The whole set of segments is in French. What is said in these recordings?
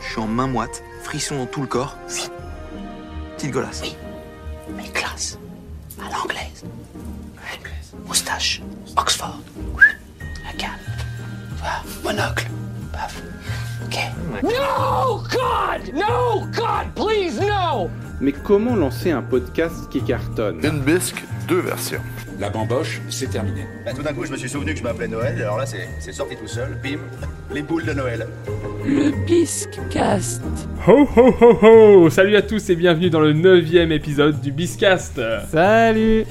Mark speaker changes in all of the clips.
Speaker 1: suis en main moite, frisson dans tout le corps.
Speaker 2: Oui.
Speaker 1: Petite golasse.
Speaker 2: Oui. Mais classe. À l'anglaise. Moustache. Oxford. La canne. Tu vois, monocle. Paf. Ok.
Speaker 3: No, God! No, God, please, no!
Speaker 4: Mais comment lancer un podcast qui cartonne
Speaker 5: Limp Bizk, deux versions.
Speaker 6: La bamboche, c'est terminé.
Speaker 7: Bah, tout d'un coup, je me suis souvenu que je m'appelais Noël, alors là, c'est c'est sorti tout seul, bim, les boules de Noël.
Speaker 8: Le Biscast.
Speaker 9: Ho ho ho ho Salut à tous et bienvenue dans le 9ème épisode du Biscast
Speaker 10: Salut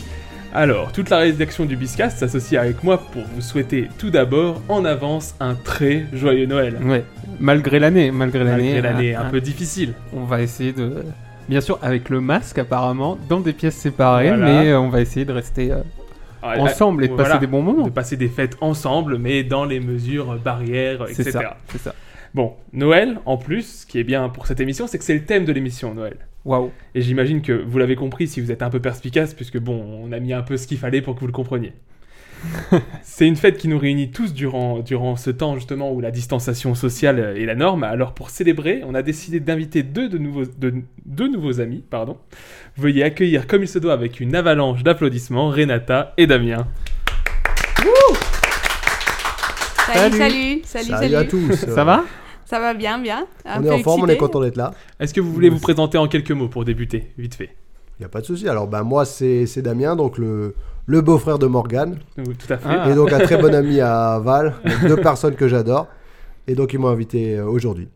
Speaker 9: Alors, toute la rédaction du Biscast s'associe avec moi pour vous souhaiter tout d'abord en avance un très joyeux Noël.
Speaker 10: Ouais, malgré l'année, malgré l'année.
Speaker 9: Malgré l'année
Speaker 10: euh,
Speaker 9: un peu difficile.
Speaker 10: On va essayer de... Bien sûr, avec le masque apparemment, dans des pièces séparées,
Speaker 9: Voilà.
Speaker 10: mais euh, on va essayer de rester euh,
Speaker 9: Ah,
Speaker 10: ensemble et de
Speaker 9: voilà.
Speaker 10: passer des bons
Speaker 9: de
Speaker 10: moments.
Speaker 9: passer des fêtes ensemble, mais dans les mesures barrières,
Speaker 10: C'est
Speaker 9: etc.
Speaker 10: ça, c'est ça.
Speaker 9: Bon, Noël, en plus, ce qui est bien pour cette émission, c'est que c'est le thème de l'émission, Noël.
Speaker 10: Waouh.
Speaker 9: Et j'imagine que vous l'avez compris si vous êtes un peu perspicace, puisque bon, on a mis un peu ce qu'il fallait pour que vous le compreniez. C'est une fête qui nous réunit tous durant, durant ce temps justement où la distanciation sociale euh, est la norme. Alors pour célébrer, on a décidé d'inviter deux, de nouveaux, de, deux nouveaux amis. Pardon. Veuillez accueillir comme il se doit avec une avalanche d'applaudissements Renata et Damien.
Speaker 11: Salut,
Speaker 10: Salut.
Speaker 11: salut, salut,
Speaker 2: Salut à tous.
Speaker 10: Ça va
Speaker 11: Ça va bien, bien. Un
Speaker 2: On est
Speaker 11: peu
Speaker 2: en forme, on est
Speaker 11: excité.
Speaker 2: content d'être là.
Speaker 9: Est-ce que vous voulez vous présenter en quelques mots pour débuter, vite fait
Speaker 2: Il n'y a pas de souci. Alors, bah, moi, c'est c'est Damien, donc le, le beau-frère de Morgane.
Speaker 9: Oui, Tout à fait.
Speaker 10: Ah.
Speaker 2: Et donc, un très bon ami à Val. donc deux personnes que j'adore. Et donc, ils m'ont invité euh, aujourd'hui.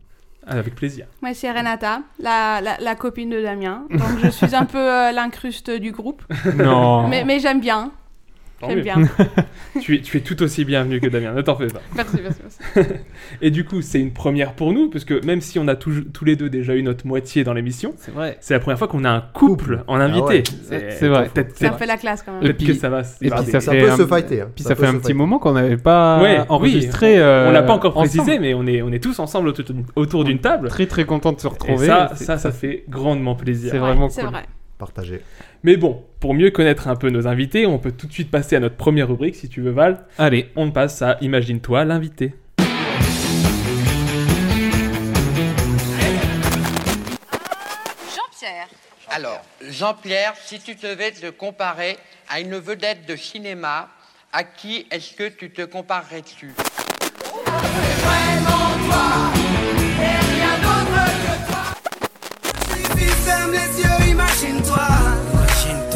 Speaker 9: Ah, Avec plaisir.
Speaker 11: Moi, c'est Renata, la, la, la copine de Damien. Donc, je suis un peu euh, l'incruste du groupe.
Speaker 10: Non.
Speaker 11: Mais, mais j'aime bien.
Speaker 9: Tant
Speaker 11: J'aime
Speaker 9: mieux.
Speaker 11: bien.
Speaker 9: tu, es, tu es tout aussi bienvenu que Damien, ne t'en fais pas.
Speaker 11: Merci, merci, merci.
Speaker 9: Et du coup, c'est une première pour nous, parce que même si on a touj- tous les deux déjà eu notre moitié dans l'émission,
Speaker 10: C'est vrai.
Speaker 9: c'est la première fois qu'on a un couple en invité.
Speaker 2: ouais.
Speaker 10: C'est vrai.
Speaker 9: Peut-être
Speaker 11: Ça
Speaker 9: peut-être-
Speaker 11: fait la classe quand même.
Speaker 10: Et
Speaker 9: peut-être
Speaker 10: puis-
Speaker 9: que ça va se
Speaker 10: et puis
Speaker 9: barder.
Speaker 10: ça
Speaker 2: Ça
Speaker 10: fait
Speaker 2: peut
Speaker 10: un-
Speaker 2: se fighter. hein.
Speaker 10: Puis ça,
Speaker 2: peut
Speaker 10: fait
Speaker 2: se
Speaker 10: un petit
Speaker 2: fighter.
Speaker 10: moment qu'on n'avait pas
Speaker 9: Ouais, oui,
Speaker 10: enregistré.
Speaker 9: on
Speaker 10: euh,
Speaker 9: l'a pas encore précisé,
Speaker 10: ensemble.
Speaker 9: mais on est, on est tous ensemble autour d'une- autour d'une table.
Speaker 10: Très très content de se
Speaker 9: Et
Speaker 10: retrouver.
Speaker 9: ça,
Speaker 10: C'est-
Speaker 9: ça, ça fait grandement plaisir.
Speaker 10: C'est vraiment
Speaker 11: C'est
Speaker 10: cool.
Speaker 11: vrai.
Speaker 2: Partagé.
Speaker 9: Mais bon, pour mieux connaître un peu nos invités, on peut tout de suite passer à notre première rubrique, si tu veux Val.
Speaker 10: Allez,
Speaker 9: On passe à Imagine-toi l'invité.
Speaker 11: Jean-Pierre.
Speaker 12: Alors, Jean-Pierre, si tu devais te comparer à une vedette de cinéma, à qui est-ce que tu te comparerais-tu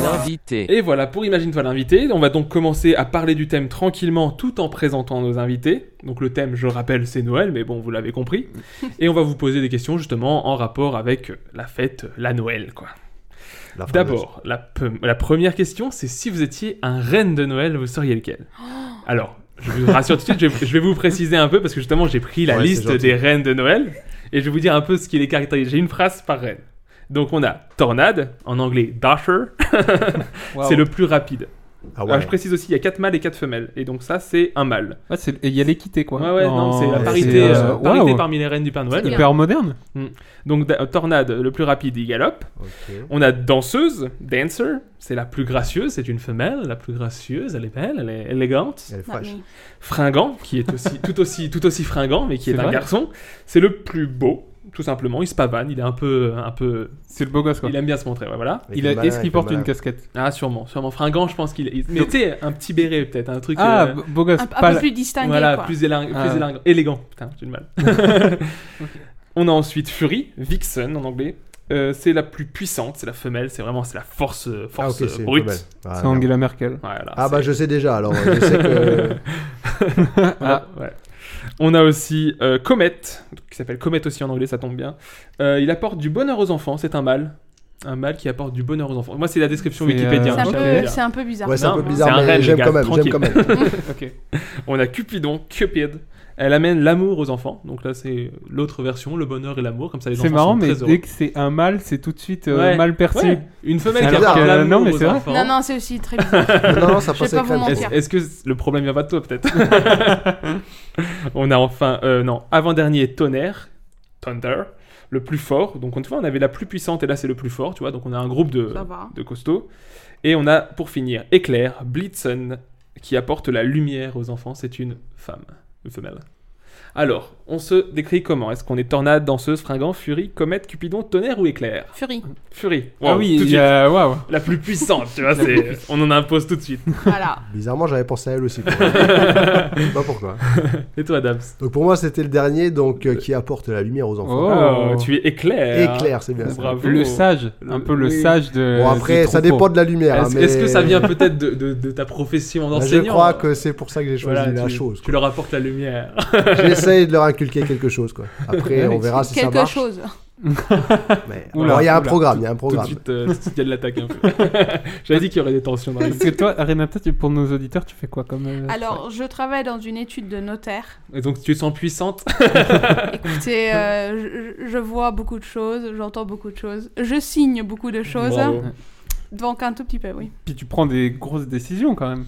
Speaker 8: L'invité.
Speaker 9: Et voilà, pour Imagine-toi l'invité, on va donc commencer à parler du thème tranquillement tout en présentant nos invités. Donc le thème, je le rappelle, c'est Noël, mais bon, vous l'avez compris. Et on va vous poser des questions justement en rapport avec la fête, la Noël, quoi.
Speaker 2: La fameuse.
Speaker 9: D'abord, la, pe- la première question, c'est si vous étiez un reine de Noël, vous seriez lequel
Speaker 2: Oh.
Speaker 9: Alors, je vous rassure tout de suite, je, vais- je vais vous préciser un peu parce que justement, j'ai pris la
Speaker 2: Ouais, c'est
Speaker 9: liste
Speaker 2: gentil.
Speaker 9: des reines de Noël et je vais vous dire un peu ce qui les caractérise. J'ai une phrase par reine. Donc on a tornade, en anglais dasher,
Speaker 10: Waouh.
Speaker 9: c'est le plus rapide.
Speaker 2: Ah
Speaker 9: Alors,
Speaker 2: ouais.
Speaker 9: je précise aussi, il y a 4 mâles et 4 femelles. Et donc ça, c'est un mâle.
Speaker 10: Ouais, Ah, c'est- et il y a l'équité quoi.
Speaker 9: Ouais, ouais, non,
Speaker 10: En-
Speaker 9: c'est la
Speaker 2: c'est,
Speaker 9: parité,
Speaker 10: euh,
Speaker 9: euh, parité
Speaker 10: waouh.
Speaker 9: parmi les reines du Père Noël.
Speaker 11: C'est bien.
Speaker 10: Hyper moderne.
Speaker 9: Donc da- Tornade, le plus rapide, il galope.
Speaker 2: Ok.
Speaker 9: On a danseuse, dancer, c'est la plus gracieuse, c'est une femelle, la plus gracieuse, elle est belle, elle est élégante.
Speaker 2: Elle est fraîche.
Speaker 11: Not me.
Speaker 9: Fringant, qui est aussi, tout, aussi, tout aussi fringant, mais qui est,
Speaker 10: C'est
Speaker 9: un
Speaker 10: vrai.
Speaker 9: garçon, c'est le plus beau, tout simplement, il se pavane, il est un peu... Un peu
Speaker 10: C'est le beau gosse quoi.
Speaker 9: il aime bien se montrer, ouais, voilà.
Speaker 2: Il
Speaker 10: Il
Speaker 2: fait
Speaker 10: a-
Speaker 2: malin,
Speaker 10: Est-ce
Speaker 2: il
Speaker 10: qu'il
Speaker 2: fait
Speaker 10: porte
Speaker 2: malin.
Speaker 10: une casquette
Speaker 9: Ah, sûrement, sûrement. Fringant, je pense qu'il... il- Mais tu sais, un petit béret peut-être, un truc...
Speaker 10: Ah,
Speaker 9: euh,
Speaker 10: beau- beau gosse.
Speaker 11: Un, un
Speaker 10: pas
Speaker 11: peu
Speaker 10: la-
Speaker 11: plus distingué.
Speaker 9: Voilà,
Speaker 11: quoi.
Speaker 9: plus, éling- plus
Speaker 10: Ah.
Speaker 9: éling- élégant. Putain, j'ai du mal. On a ensuite Fury, Vixen en anglais. Euh, c'est la plus puissante, c'est la femelle, c'est vraiment c'est la force, euh,
Speaker 2: Ah, ok,
Speaker 9: force
Speaker 2: c'est
Speaker 9: euh,
Speaker 2: une
Speaker 9: brute.
Speaker 2: femelle. Ah,
Speaker 10: C'est
Speaker 2: merde.
Speaker 10: Angela Merkel.
Speaker 9: Voilà,
Speaker 2: Ah, bah,
Speaker 9: c'est-
Speaker 2: je sais déjà. Alors, euh, je sais que.
Speaker 10: Ah.
Speaker 9: ouais. On a aussi euh, Comet, qui s'appelle Comet aussi en anglais, ça tombe bien. Euh, il apporte du bonheur aux enfants, c'est un mâle. Un mâle qui apporte du bonheur aux enfants. Moi, c'est la description
Speaker 10: C'est, euh,
Speaker 9: Wikipédia.
Speaker 11: C'est un,
Speaker 9: je
Speaker 10: Ok.
Speaker 9: tiens à
Speaker 11: peu-
Speaker 9: dire.
Speaker 11: c'est un peu bizarre.
Speaker 2: Ouais, c'est
Speaker 9: Non,
Speaker 2: un peu
Speaker 9: non,
Speaker 2: bizarre,
Speaker 9: c'est un
Speaker 2: mais
Speaker 9: rêve, les
Speaker 2: j'aime
Speaker 9: gars,
Speaker 2: quand même. J'aime
Speaker 9: tranquille.
Speaker 2: quand même.
Speaker 10: ok.
Speaker 9: On a Cupidon, Cupid. Elle amène l'amour aux enfants. Donc là, c'est l'autre version, le bonheur et l'amour. Comme ça, Ah, les enfants
Speaker 10: C'est marrant,
Speaker 9: sont
Speaker 10: mais
Speaker 9: très heureux.
Speaker 10: dès que c'est un mâle, c'est tout de suite euh,
Speaker 9: Ouais.
Speaker 10: mal perçu.
Speaker 9: Ouais. Une femelle
Speaker 10: C'est
Speaker 9: qui
Speaker 2: bizarre.
Speaker 9: apporte
Speaker 10: Euh, non,
Speaker 9: l'amour
Speaker 10: mais
Speaker 9: aux
Speaker 10: c'est vrai.
Speaker 9: enfants.
Speaker 11: Non, non, c'est aussi très bizarre.
Speaker 2: Non, non, ça
Speaker 11: Je vais
Speaker 2: passe
Speaker 11: pas vous
Speaker 2: crème.
Speaker 11: mentir.
Speaker 9: Est-ce est-ce que le problème vient pas de toi peut-être On a enfin, euh, non, avant-dernier tonnerre, thunder, le plus fort. Donc on, tu vois, on avait la plus puissante et là c'est le plus fort, tu vois. Donc on a un groupe de,
Speaker 11: Ça va.
Speaker 9: de costauds. Et on a pour finir éclair, blitzen, qui apporte la lumière aux enfants. C'est une femme, une femelle. Alors, on se décrit comment Est-ce qu'on est tornade, danseuse, fringant, furie, comète, cupidon, tonnerre ou éclair
Speaker 11: Fury.
Speaker 9: Furie.
Speaker 10: ah
Speaker 9: Wow,
Speaker 10: oui,
Speaker 9: tout de
Speaker 10: il y
Speaker 9: suite.
Speaker 10: a- waouh.
Speaker 9: La plus puissante, tu vois, c'est... on en impose tout de suite.
Speaker 11: Voilà.
Speaker 2: Bizarrement, j'avais pensé à elle aussi. pour elle. Je sais pas pourquoi.
Speaker 9: Et toi, Dabs
Speaker 2: Donc pour moi, c'était le dernier donc euh, qui apporte la lumière aux enfants.
Speaker 10: Oh.
Speaker 9: Oh, Tu es éclair.
Speaker 2: Éclair, c'est bien ça.
Speaker 9: Bravo. Euh,
Speaker 10: Le sage, un peu le
Speaker 9: Oui.
Speaker 10: sage de.
Speaker 2: Bon, après,
Speaker 10: du
Speaker 2: ça
Speaker 10: troupeau.
Speaker 2: dépend de la lumière.
Speaker 9: Est-ce,
Speaker 2: hein, mais-
Speaker 9: est-ce que ça vient peut-être de, de- de ta profession
Speaker 2: Bah,
Speaker 9: d'enseignant
Speaker 2: Je crois que c'est pour ça que j'ai choisi
Speaker 9: Voilà,
Speaker 2: la
Speaker 9: tu,
Speaker 2: chose.
Speaker 9: tu leur apportes la lumière.
Speaker 2: quoi. J'essaye de leur inculquer quelque chose. Quoi. Après, on verra Ah, si ça
Speaker 11: Quelque
Speaker 2: marche.
Speaker 11: chose.
Speaker 2: mais- Bon, Il
Speaker 10: Oula,
Speaker 2: y a un
Speaker 9: oula.
Speaker 2: programme. Il y a un
Speaker 9: Tout de
Speaker 2: programme.
Speaker 9: suite, euh, tout de suite, il y a de l'attaque un peu. J'avais dit qu'il y aurait des tensions dans les
Speaker 10: Parce que toi, Renata, tu- pour nos auditeurs, tu fais quoi comme. euh,
Speaker 11: Alors, je travaille dans une étude de notaire.
Speaker 9: Et donc tu te sens puissante.
Speaker 11: Écoutez, euh, je, je vois beaucoup de choses, j'entends beaucoup de choses, je signe beaucoup de choses. hein,
Speaker 9: Bravo.
Speaker 11: Donc, un tout petit peu, oui.
Speaker 10: Puis tu prends des grosses décisions quand même.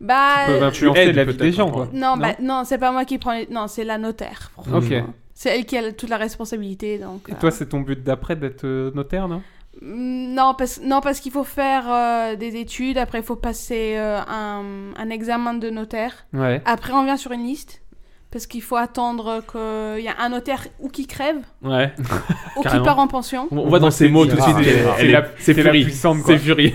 Speaker 11: Bah.
Speaker 10: Qui peuvent influencer
Speaker 9: aides
Speaker 10: la vie des
Speaker 9: peut-être,
Speaker 10: gens,
Speaker 9: hein,
Speaker 10: quoi.
Speaker 11: Non, bah, non c'est pas moi qui prends les... Non, c'est la notaire.
Speaker 10: Ok.
Speaker 9: Mm.
Speaker 11: C'est elle qui a toute la responsabilité. Donc,
Speaker 10: Et
Speaker 11: euh,
Speaker 10: toi, c'est ton but d'après d'être euh, notaire, non
Speaker 11: Mm, Non, parce, non, parce qu'il faut faire euh, des études, après il faut passer euh, un, un examen de notaire.
Speaker 10: Ouais.
Speaker 11: Après on vient sur une liste, parce qu'il faut attendre qu'il y a un notaire ou qui crève,
Speaker 9: Ouais.
Speaker 11: ou qui
Speaker 9: Carrément.
Speaker 11: part en pension.
Speaker 9: On, on voit dans ses mots tout de
Speaker 2: Ah,
Speaker 9: suite. elle
Speaker 2: c'est-
Speaker 9: est-
Speaker 10: c'est
Speaker 9: elle est-
Speaker 10: la-
Speaker 9: c'est
Speaker 10: c'est la
Speaker 9: Fury.
Speaker 10: puissante, quoi.
Speaker 9: C'est Fury.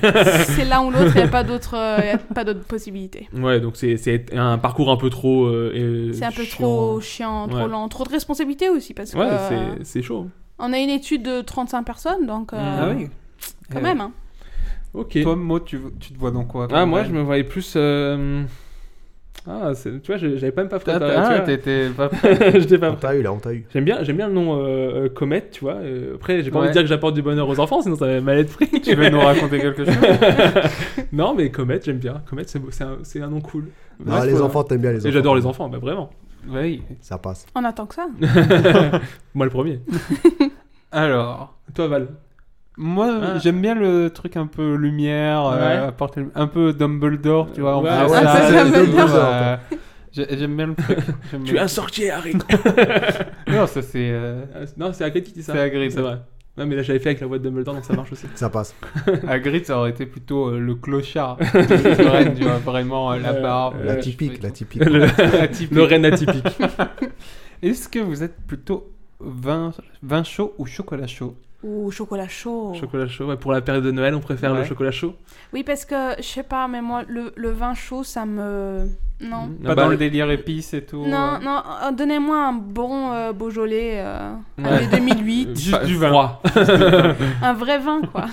Speaker 11: C'est l'un ou l'autre, il n'y a pas d'autre euh, y a pas d'autre possibilité.
Speaker 9: ouais, donc c'est, c'est un parcours un peu trop. euh, euh,
Speaker 11: C'est un peu
Speaker 9: chiant.
Speaker 11: trop chiant, trop
Speaker 9: Ouais.
Speaker 11: lent, trop de responsabilité aussi, parce
Speaker 9: Ouais,
Speaker 11: que euh,
Speaker 9: c'est, c'est chaud.
Speaker 11: on a une étude de 35 personnes, donc euh,
Speaker 9: Ah oui.
Speaker 11: quand
Speaker 10: Euh,
Speaker 11: même. hein.
Speaker 9: Ok.
Speaker 10: Toi, Maud, tu, tu te vois dans quoi
Speaker 9: ah,
Speaker 10: comme-
Speaker 9: moi je me voyais plus. euh, Ah, c'est- tu vois, je- j'avais pas même pas
Speaker 10: Ah,
Speaker 9: préparé.
Speaker 10: t'as- ah,
Speaker 9: tu vois.
Speaker 10: t'étais pas.
Speaker 9: Je t'ai pas
Speaker 2: On t'a eu là, on t'a eu.
Speaker 9: J'aime bien, j'aime bien le nom euh, euh, Comet, tu vois. euh, après, j'ai pas envie
Speaker 10: Ouais.
Speaker 9: de dire que j'apporte du bonheur aux enfants, sinon ça va mal être pris.
Speaker 10: tu veux nous raconter quelque chose Bah
Speaker 9: non, mais Comet, j'aime bien. Comet, c'est, beau, c'est, un, c'est un nom cool.
Speaker 2: Non, Ah, les enfants, t'aimes bien les enfants.
Speaker 9: Et j'adore les enfants, bah vraiment.
Speaker 10: Oui.
Speaker 2: Ça passe.
Speaker 11: On attend que ça.
Speaker 9: Moi le premier.
Speaker 10: Alors.
Speaker 9: Toi Val.
Speaker 10: Moi,
Speaker 9: Ah.
Speaker 10: j'aime bien le truc un peu lumière, euh,
Speaker 9: Ouais.
Speaker 10: apporter- un peu Dumbledore, tu vois. on
Speaker 9: Ouais, Ah
Speaker 10: fait
Speaker 9: ouais,
Speaker 10: ça,
Speaker 2: c'est
Speaker 10: euh,
Speaker 2: Dumbledore.
Speaker 10: euh, j'ai- J'aime bien le truc. J'aime bien-
Speaker 9: sorcier, Harry.
Speaker 10: Non, ça c'est. euh,
Speaker 9: non, c'est Hagrid qui dit ça.
Speaker 10: C'est Hagrid.
Speaker 9: C'est vrai. Non, mais là j'avais fait avec la voix de Dumbledore, donc ça marche aussi.
Speaker 2: Ça passe.
Speaker 10: Hagrid, ça aurait été plutôt euh, le clochard de de Rennes, tu vois, vraiment euh, la
Speaker 9: Euh,
Speaker 10: barbe.
Speaker 9: euh,
Speaker 10: le
Speaker 2: La
Speaker 10: cheveu et
Speaker 2: typique,
Speaker 10: tout.
Speaker 2: la typique.
Speaker 9: le,
Speaker 10: Atypique.
Speaker 9: le reine atypique.
Speaker 10: Est-ce que vous êtes plutôt vin, vin chaud ou chocolat chaud
Speaker 11: Ou chocolat chaud.
Speaker 9: chocolat chaud. Ouais, pour la période de Noël, on préfère le
Speaker 10: Ouais.
Speaker 9: chocolat chaud.
Speaker 11: Oui, parce que je sais pas, mais moi, le, le vin chaud, ça me. Non.
Speaker 9: Mm. Ah
Speaker 10: Pas
Speaker 9: bah,
Speaker 10: dans le
Speaker 9: le-
Speaker 10: délire épice et tout
Speaker 11: Non,
Speaker 10: euh,
Speaker 11: non, euh, donnez-moi un bon euh, Beaujolais, euh,
Speaker 9: Ouais.
Speaker 11: année 2008,
Speaker 9: euh,
Speaker 10: Juste
Speaker 9: pas-
Speaker 10: du vin.
Speaker 9: froid.
Speaker 11: un vrai vin, quoi.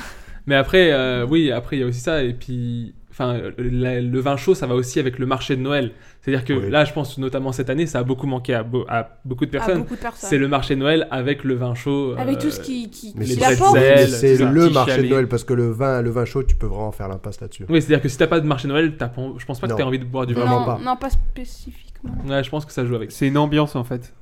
Speaker 9: Mais après, euh, oui, après il y a aussi ça, et puis. Enfin, euh, la- le vin chaud, ça va aussi avec le marché de Noël. C'est-à-dire que
Speaker 2: Oui.
Speaker 9: là, je pense notamment cette année, ça a beaucoup manqué à, beau- à beaucoup de
Speaker 11: À
Speaker 9: personnes.
Speaker 11: Ah, beaucoup de personnes.
Speaker 9: C'est le marché de Noël avec le vin chaud.
Speaker 11: Avec
Speaker 9: euh,
Speaker 11: tout ce qui, qui,
Speaker 2: Mais
Speaker 9: les
Speaker 11: qui
Speaker 2: c'est-
Speaker 11: l'apporte.
Speaker 9: bretzels. Noël,
Speaker 2: c'est- c'est
Speaker 9: tout ça.
Speaker 2: le
Speaker 10: Petit
Speaker 2: marché de
Speaker 10: chalet.
Speaker 2: Noël parce que le vin, le vin chaud, tu peux vraiment faire l'impasse là-dessus.
Speaker 9: Oui, c'est-à-dire que si t'as pas de marché de Noël, t'as pas- je pense pas que
Speaker 2: Non.
Speaker 9: t'as envie de boire du vin.
Speaker 2: Vraiment
Speaker 11: non,
Speaker 2: pas.
Speaker 11: non, pas spécifiquement.
Speaker 9: Ouais, je pense que ça joue avec.
Speaker 10: C'est une ambiance en fait.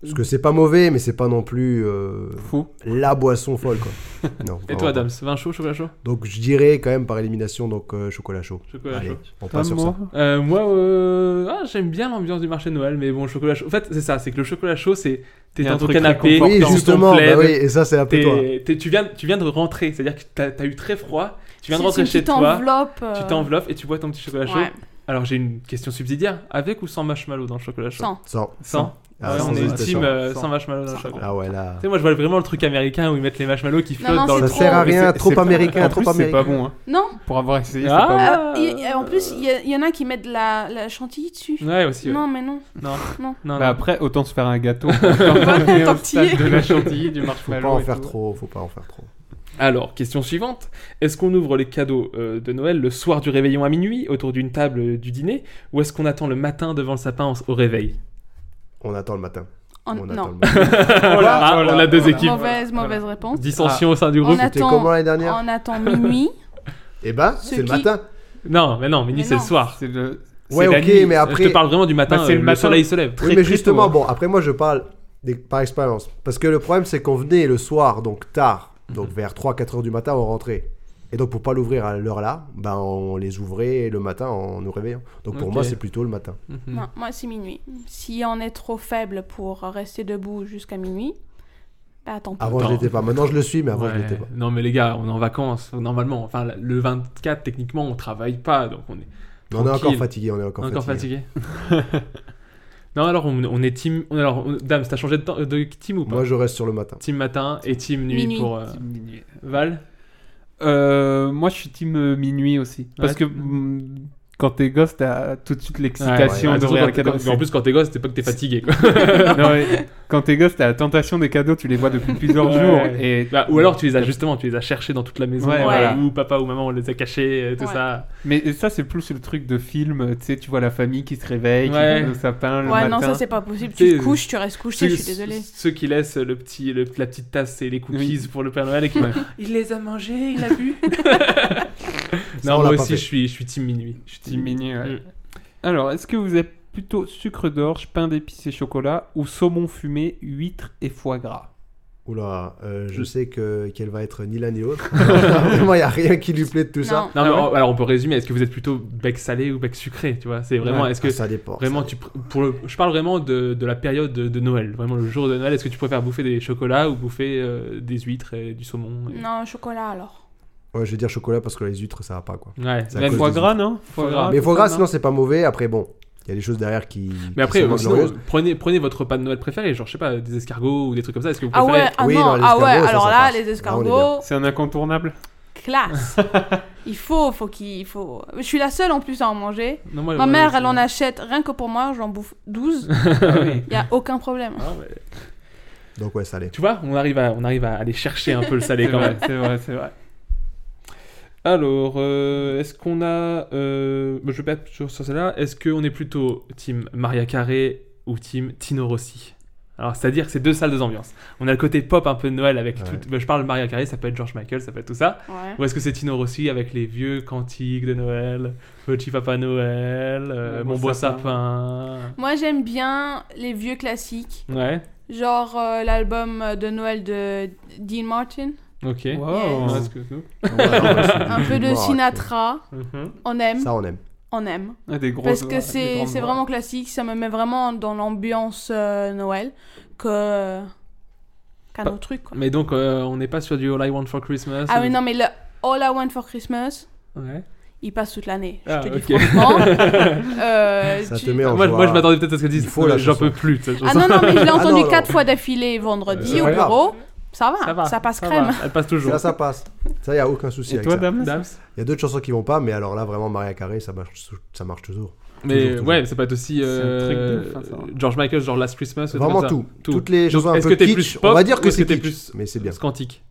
Speaker 2: Parce que c'est pas mauvais, mais c'est pas non plus euh,
Speaker 10: Fou.
Speaker 2: la boisson folle quoi. Non,
Speaker 9: Et
Speaker 2: vraiment
Speaker 9: toi,
Speaker 2: pas.
Speaker 9: Adams, vin chaud, chocolat chaud
Speaker 2: Donc je dirais quand même par élimination donc euh, chocolat chaud.
Speaker 9: Chocolat
Speaker 2: Allez,
Speaker 9: chaud.
Speaker 2: on passe sur
Speaker 10: Vraiment.
Speaker 2: ça.
Speaker 9: Euh, moi, euh, ah, j'aime bien l'ambiance du marché de Noël, mais bon, le chocolat chaud. En fait, c'est ça, c'est que le chocolat chaud, c'est. T'es
Speaker 10: Il y a un
Speaker 9: dans ton
Speaker 10: truc
Speaker 9: canapé, t'es
Speaker 10: réconfortant.
Speaker 2: Oui,
Speaker 9: sous ton
Speaker 2: justement, bah
Speaker 9: plaid,
Speaker 2: oui, et ça c'est un peu
Speaker 9: t'es-
Speaker 2: toi.
Speaker 9: t'es- tu, viens, tu viens de rentrer, c'est-à-dire que t'as as eu très froid, tu viens de
Speaker 11: C'est- c'est
Speaker 9: rentrer
Speaker 11: une
Speaker 9: chez
Speaker 11: petite
Speaker 9: toi,
Speaker 11: enveloppe, euh,
Speaker 9: tu t'enveloppes et tu bois ton petit chocolat chaud.
Speaker 11: ouais,
Speaker 9: Alors, j'ai une question subsidiaire avec ou sans marshmallow dans le chocolat chaud
Speaker 11: sans.
Speaker 2: Sans.
Speaker 9: Sans.
Speaker 2: Ah,
Speaker 9: Ouais,
Speaker 2: sans
Speaker 9: on est une
Speaker 2: hésitation.
Speaker 9: team euh,
Speaker 10: Sans.
Speaker 9: sans marshmallow dans le
Speaker 11: Sans.
Speaker 9: chocolat.
Speaker 2: Ah ouais là.
Speaker 9: Tu sais, moi je vois vraiment le truc américain où ils mettent les marshmallows qui flottent
Speaker 11: non,
Speaker 9: dans
Speaker 11: c'est
Speaker 9: le
Speaker 2: Ça
Speaker 11: trop-
Speaker 2: sert à rien,
Speaker 10: C'est- c'est
Speaker 2: trop
Speaker 10: pas-
Speaker 2: américain,
Speaker 10: en plus,
Speaker 2: trop
Speaker 10: C'est
Speaker 2: américain.
Speaker 10: pas bon. hein.
Speaker 11: Non
Speaker 10: Pour avoir essayé, c'est
Speaker 9: Ah.
Speaker 10: pas bon.
Speaker 11: Ah, y- et en plus, il y, a- il y en a qui mettent de la, la chantilly dessus.
Speaker 9: Ouais, aussi. ouais.
Speaker 11: Non, mais non.
Speaker 9: Non.
Speaker 11: Non.
Speaker 9: non,
Speaker 10: Bah
Speaker 9: non.
Speaker 10: après, autant se faire un gâteau. Autant qu'on est au stade de la chantilly, du
Speaker 2: Faut
Speaker 10: marshmallow.
Speaker 2: pas en
Speaker 10: et
Speaker 2: faire
Speaker 10: tout.
Speaker 2: trop, faut pas en faire trop.
Speaker 9: Alors, question suivante. Est-ce qu'on ouvre les cadeaux euh, de Noël le soir du réveillon à minuit autour d'une table euh, du dîner ou est-ce qu'on attend le matin devant le sapin en- au réveil
Speaker 2: On attend le matin.
Speaker 11: En-
Speaker 2: on attend le
Speaker 11: non.
Speaker 2: matin.
Speaker 9: Oh là, ah,
Speaker 10: voilà,
Speaker 9: On a deux
Speaker 10: voilà.
Speaker 9: équipes.
Speaker 11: Mauvaise, mauvaise réponse.
Speaker 9: Dissension au sein du groupe.
Speaker 11: On
Speaker 2: C'était
Speaker 11: attend-
Speaker 2: comment l'année dernière
Speaker 11: On attend minuit.
Speaker 2: Eh ben, c'est le
Speaker 11: qui-
Speaker 2: matin.
Speaker 9: Non, mais non, mais, ni
Speaker 11: Mais
Speaker 9: c'est le
Speaker 11: non.
Speaker 9: soir.
Speaker 10: C'est le.
Speaker 2: Ouais,
Speaker 10: c'est la
Speaker 2: ok,
Speaker 10: nuit.
Speaker 2: mais après.
Speaker 9: Euh, Je te parle vraiment du matin.
Speaker 10: Bah, c'est
Speaker 9: euh,
Speaker 10: le
Speaker 9: le,
Speaker 10: matin.
Speaker 9: soleil se lève.
Speaker 2: Oui, mais justement,
Speaker 9: hein.
Speaker 2: bon, après moi je parle des- par expérience. Parce que le problème c'est qu'on venait le soir, donc tard,
Speaker 9: Mhm.
Speaker 2: donc vers 3-4 heures du matin, on rentrait. Et donc pour pas l'ouvrir à l'heure là, ben on les ouvrait le matin en nous réveillant. Donc pour
Speaker 9: Ok.
Speaker 2: moi c'est plutôt le matin.
Speaker 9: Mhm.
Speaker 11: Non, moi c'est minuit. Si on est trop faible pour rester debout jusqu'à minuit, bah tant pis.
Speaker 2: Avant je
Speaker 9: Attends.
Speaker 2: l'étais pas, maintenant je le suis, mais avant je
Speaker 9: Ouais.
Speaker 2: l'étais pas.
Speaker 9: Non mais les gars, on est en vacances normalement. Enfin la- le 24 techniquement on travaille pas donc on est
Speaker 2: Mais on est encore
Speaker 9: Tranquille.
Speaker 2: fatigué, on est encore,
Speaker 9: encore
Speaker 2: fatigué.
Speaker 9: fatigué. Non, alors on, on est team. on- Alors, on- Dame, t'as changé de, temps- euh, de team ou pas
Speaker 2: Moi, je reste sur le matin.
Speaker 9: Team matin et team nuit
Speaker 11: Minuit.
Speaker 9: pour euh, Val.
Speaker 10: Euh, moi, je suis team euh, minuit aussi. Parce
Speaker 9: Ouais.
Speaker 10: que mm, quand t'es gosse, t'as tout de suite l'excitation
Speaker 9: Ouais, ouais.
Speaker 10: de
Speaker 9: Surtout
Speaker 10: d'ouvrir
Speaker 9: quand
Speaker 10: le
Speaker 9: t'es-
Speaker 10: cadeau.
Speaker 9: quand- En plus, quand t'es gosse, c'est pas que t'es fatigué. quoi.
Speaker 10: Non, mais quand t'es gosse, t'as la tentation des cadeaux, tu les vois depuis plusieurs
Speaker 9: Ouais.
Speaker 10: jours. Et...
Speaker 9: Bah, ou alors, tu les as justement, tu les as cherchés dans toute la maison.
Speaker 10: Ouais,
Speaker 9: euh,
Speaker 11: voilà.
Speaker 9: Où papa ou maman on les a cachés, euh, tout
Speaker 11: Ouais.
Speaker 9: ça.
Speaker 10: Mais ça, c'est plus le truc de film. euh, Tu sais, tu vois la famille qui se réveille,
Speaker 9: Ouais.
Speaker 10: qui ouvre le
Speaker 9: Ah,
Speaker 10: sapin le
Speaker 11: Ouais,
Speaker 10: matin.
Speaker 11: non, ça c'est pas possible.
Speaker 9: Tu sais,
Speaker 11: Tu te couches, tu restes couché, je suis désolée.
Speaker 9: Ceux qui laissent le petit, le- la petite tasse et les cookies pour le Père Noël et qui
Speaker 10: Ouais.
Speaker 9: il les a mangés, il a bu.
Speaker 2: Ça,
Speaker 9: non,
Speaker 2: on
Speaker 9: moi
Speaker 2: l'a pas
Speaker 9: aussi,
Speaker 2: fait.
Speaker 9: je suis, je suis team minuit. Je suis
Speaker 10: Team minuit, ouais.
Speaker 9: Mm.
Speaker 10: Alors, est-ce que vous êtes plutôt sucre d'orge, pain d'épices et chocolat ou saumon fumé, huîtres et foie gras
Speaker 2: Oula, euh, je sais que qu'elle va être ni l'un ni l'autre. Vraiment, il n'y a rien qui lui plaît de tout ça.
Speaker 11: Non,
Speaker 9: Non,
Speaker 10: Ah
Speaker 9: mais
Speaker 10: ouais
Speaker 9: on- alors on peut résumer. Est-ce que vous êtes plutôt bec salé ou bec sucré Tu vois, c'est vraiment.
Speaker 10: Ouais.
Speaker 9: Est-ce que
Speaker 2: Ah, ça dépend.
Speaker 9: Vraiment, tu pr- pour le- je parle vraiment de, de la période de, de Noël, vraiment le jour de Noël. Est-ce que tu préfères bouffer des chocolats ou bouffer euh, des huîtres et du saumon et-
Speaker 11: non, chocolat alors.
Speaker 2: Ouais, je vais dire chocolat parce que les huîtres, ça va pas quoi.
Speaker 9: Ouais,
Speaker 2: C'est à
Speaker 9: même
Speaker 2: cause
Speaker 9: foie
Speaker 2: des
Speaker 9: gras.
Speaker 10: non
Speaker 9: Foie gras. Ah,
Speaker 2: mais foie gras,
Speaker 10: ça
Speaker 2: sinon, c'est pas mauvais. Après, bon, il y a des choses derrière qui.
Speaker 9: Mais après,
Speaker 2: qui sont
Speaker 9: euh,
Speaker 2: moins
Speaker 9: sinon,
Speaker 2: glorieuses.
Speaker 9: prenez, prenez votre repas de Noël préféré, genre je sais pas, des escargots ou des trucs comme ça. Est-ce que vous
Speaker 11: Ah
Speaker 9: préférez
Speaker 11: ouais, ah
Speaker 2: Oui,
Speaker 11: non,
Speaker 2: non, les
Speaker 11: ah ouais,
Speaker 2: escargots, ça,
Speaker 11: alors
Speaker 2: ça
Speaker 11: là,
Speaker 2: passe.
Speaker 11: les
Speaker 2: Là, on est
Speaker 11: escargots,
Speaker 10: C'est un incontournable.
Speaker 11: classe. il faut, faut qu'il il faut. Je suis la seule en plus à en manger.
Speaker 9: Non, moi,
Speaker 11: Ma
Speaker 9: moi,
Speaker 11: mère,
Speaker 9: c'est-
Speaker 11: elle en achète rien que pour moi, j'en bouffe 12. Il y a aucun problème.
Speaker 9: Ah ouais.
Speaker 2: Donc, ouais, salé.
Speaker 9: Tu vois, on arrive à on arrive à aller chercher un peu le salé
Speaker 10: C'est
Speaker 9: quand
Speaker 10: vrai,
Speaker 9: même.
Speaker 10: c'est vrai, c'est vrai.
Speaker 9: Alors, euh, est-ce qu'on a, euh, bah, je vais pas être sur sur celle-là. Est-ce qu'on est plutôt team Maria Carré ou team Tino Rossi Alors, c'est-à-dire que c'est deux salles, deux ambiances. On a le côté pop un peu de Noël avec
Speaker 2: Ouais.
Speaker 9: tout. bah, je parle de Maria Carré, ça peut être George Michael, ça peut être tout ça.
Speaker 11: Ouais.
Speaker 9: Ou est-ce que c'est Tino Rossi avec les vieux cantiques de Noël, Petit Papa Noël, euh,
Speaker 10: Le
Speaker 9: Mon
Speaker 10: beau
Speaker 9: beau sapin.
Speaker 10: sapin.
Speaker 11: Moi, j'aime bien les vieux classiques,
Speaker 9: Ouais.
Speaker 11: genre euh, l'album de Noël de Dean Martin,
Speaker 9: Ok.
Speaker 10: Wow.
Speaker 9: Ouais, est-ce que-
Speaker 2: Ouais, Ah ouais, c'est-
Speaker 11: un peu de
Speaker 2: Martin.
Speaker 11: Sinatra.
Speaker 9: Mhm.
Speaker 11: On aime,
Speaker 2: Ça, on aime.
Speaker 11: on aime.
Speaker 10: Ah, Des grosses
Speaker 11: Parce
Speaker 10: voix,
Speaker 11: que
Speaker 10: des
Speaker 11: c'est
Speaker 10: grandes
Speaker 11: c'est
Speaker 10: voix.
Speaker 11: vraiment classique, ça me met vraiment dans l'ambiance euh, Noël que qu'un
Speaker 9: Pas-
Speaker 11: autre truc. Quoi.
Speaker 9: Mais donc, euh, on n'est pas sur du All I Want for Christmas. euh,
Speaker 11: Ah
Speaker 9: ou-
Speaker 11: oui, non, mais le All I Want for Christmas,
Speaker 9: Ouais.
Speaker 11: il passe toute l'année. Je
Speaker 9: Ah,
Speaker 11: te
Speaker 9: ok.
Speaker 11: dis franchement. Euh,
Speaker 2: Ça
Speaker 11: tu-
Speaker 2: te met en
Speaker 9: Ah, Moi, je-
Speaker 2: joie.
Speaker 9: moi, je m'attendais peut-être à ce qu'elle dise euh,
Speaker 2: Il faut la
Speaker 9: j'en
Speaker 2: chanson.
Speaker 9: peux plus. de cette
Speaker 11: Ah
Speaker 9: chanson.
Speaker 11: non, non, mais je l'ai
Speaker 2: Ah non,
Speaker 11: entendu
Speaker 2: non.
Speaker 11: quatre fois d'affilée vendredi
Speaker 2: Euh,
Speaker 11: au
Speaker 2: c'est pas
Speaker 11: bureau. Ça va, ça,
Speaker 9: Ça va,
Speaker 11: passe
Speaker 9: ça
Speaker 11: crème.
Speaker 9: va, Elle passe toujours.
Speaker 2: Là, ça passe. Ça, il n'y a aucun souci
Speaker 10: Et
Speaker 2: avec
Speaker 10: toi,
Speaker 2: ça.
Speaker 10: dame
Speaker 9: Dams.
Speaker 2: Il y a d'autres chansons qui vont pas, mais alors là, vraiment, Maria Carré, ça marche, ça marche toujours.
Speaker 9: Mais
Speaker 2: toujours.
Speaker 9: ouais, ça peut être aussi
Speaker 10: C'est un truc de
Speaker 9: euh,
Speaker 10: ouf, hein, ça.
Speaker 9: George Michael, genre Last Christmas. ou
Speaker 2: Vraiment
Speaker 9: comme ça.
Speaker 2: tout. Toutes les
Speaker 9: Donc,
Speaker 2: choses un
Speaker 9: est-ce
Speaker 2: peu
Speaker 9: que t'es
Speaker 2: kitsch,
Speaker 9: plus
Speaker 2: on va
Speaker 9: pop
Speaker 2: dire
Speaker 9: ou
Speaker 2: que
Speaker 9: est-ce
Speaker 2: c'est
Speaker 9: t'es
Speaker 2: kitsch,
Speaker 9: plus
Speaker 2: mais c'est bien.
Speaker 9: Quantique.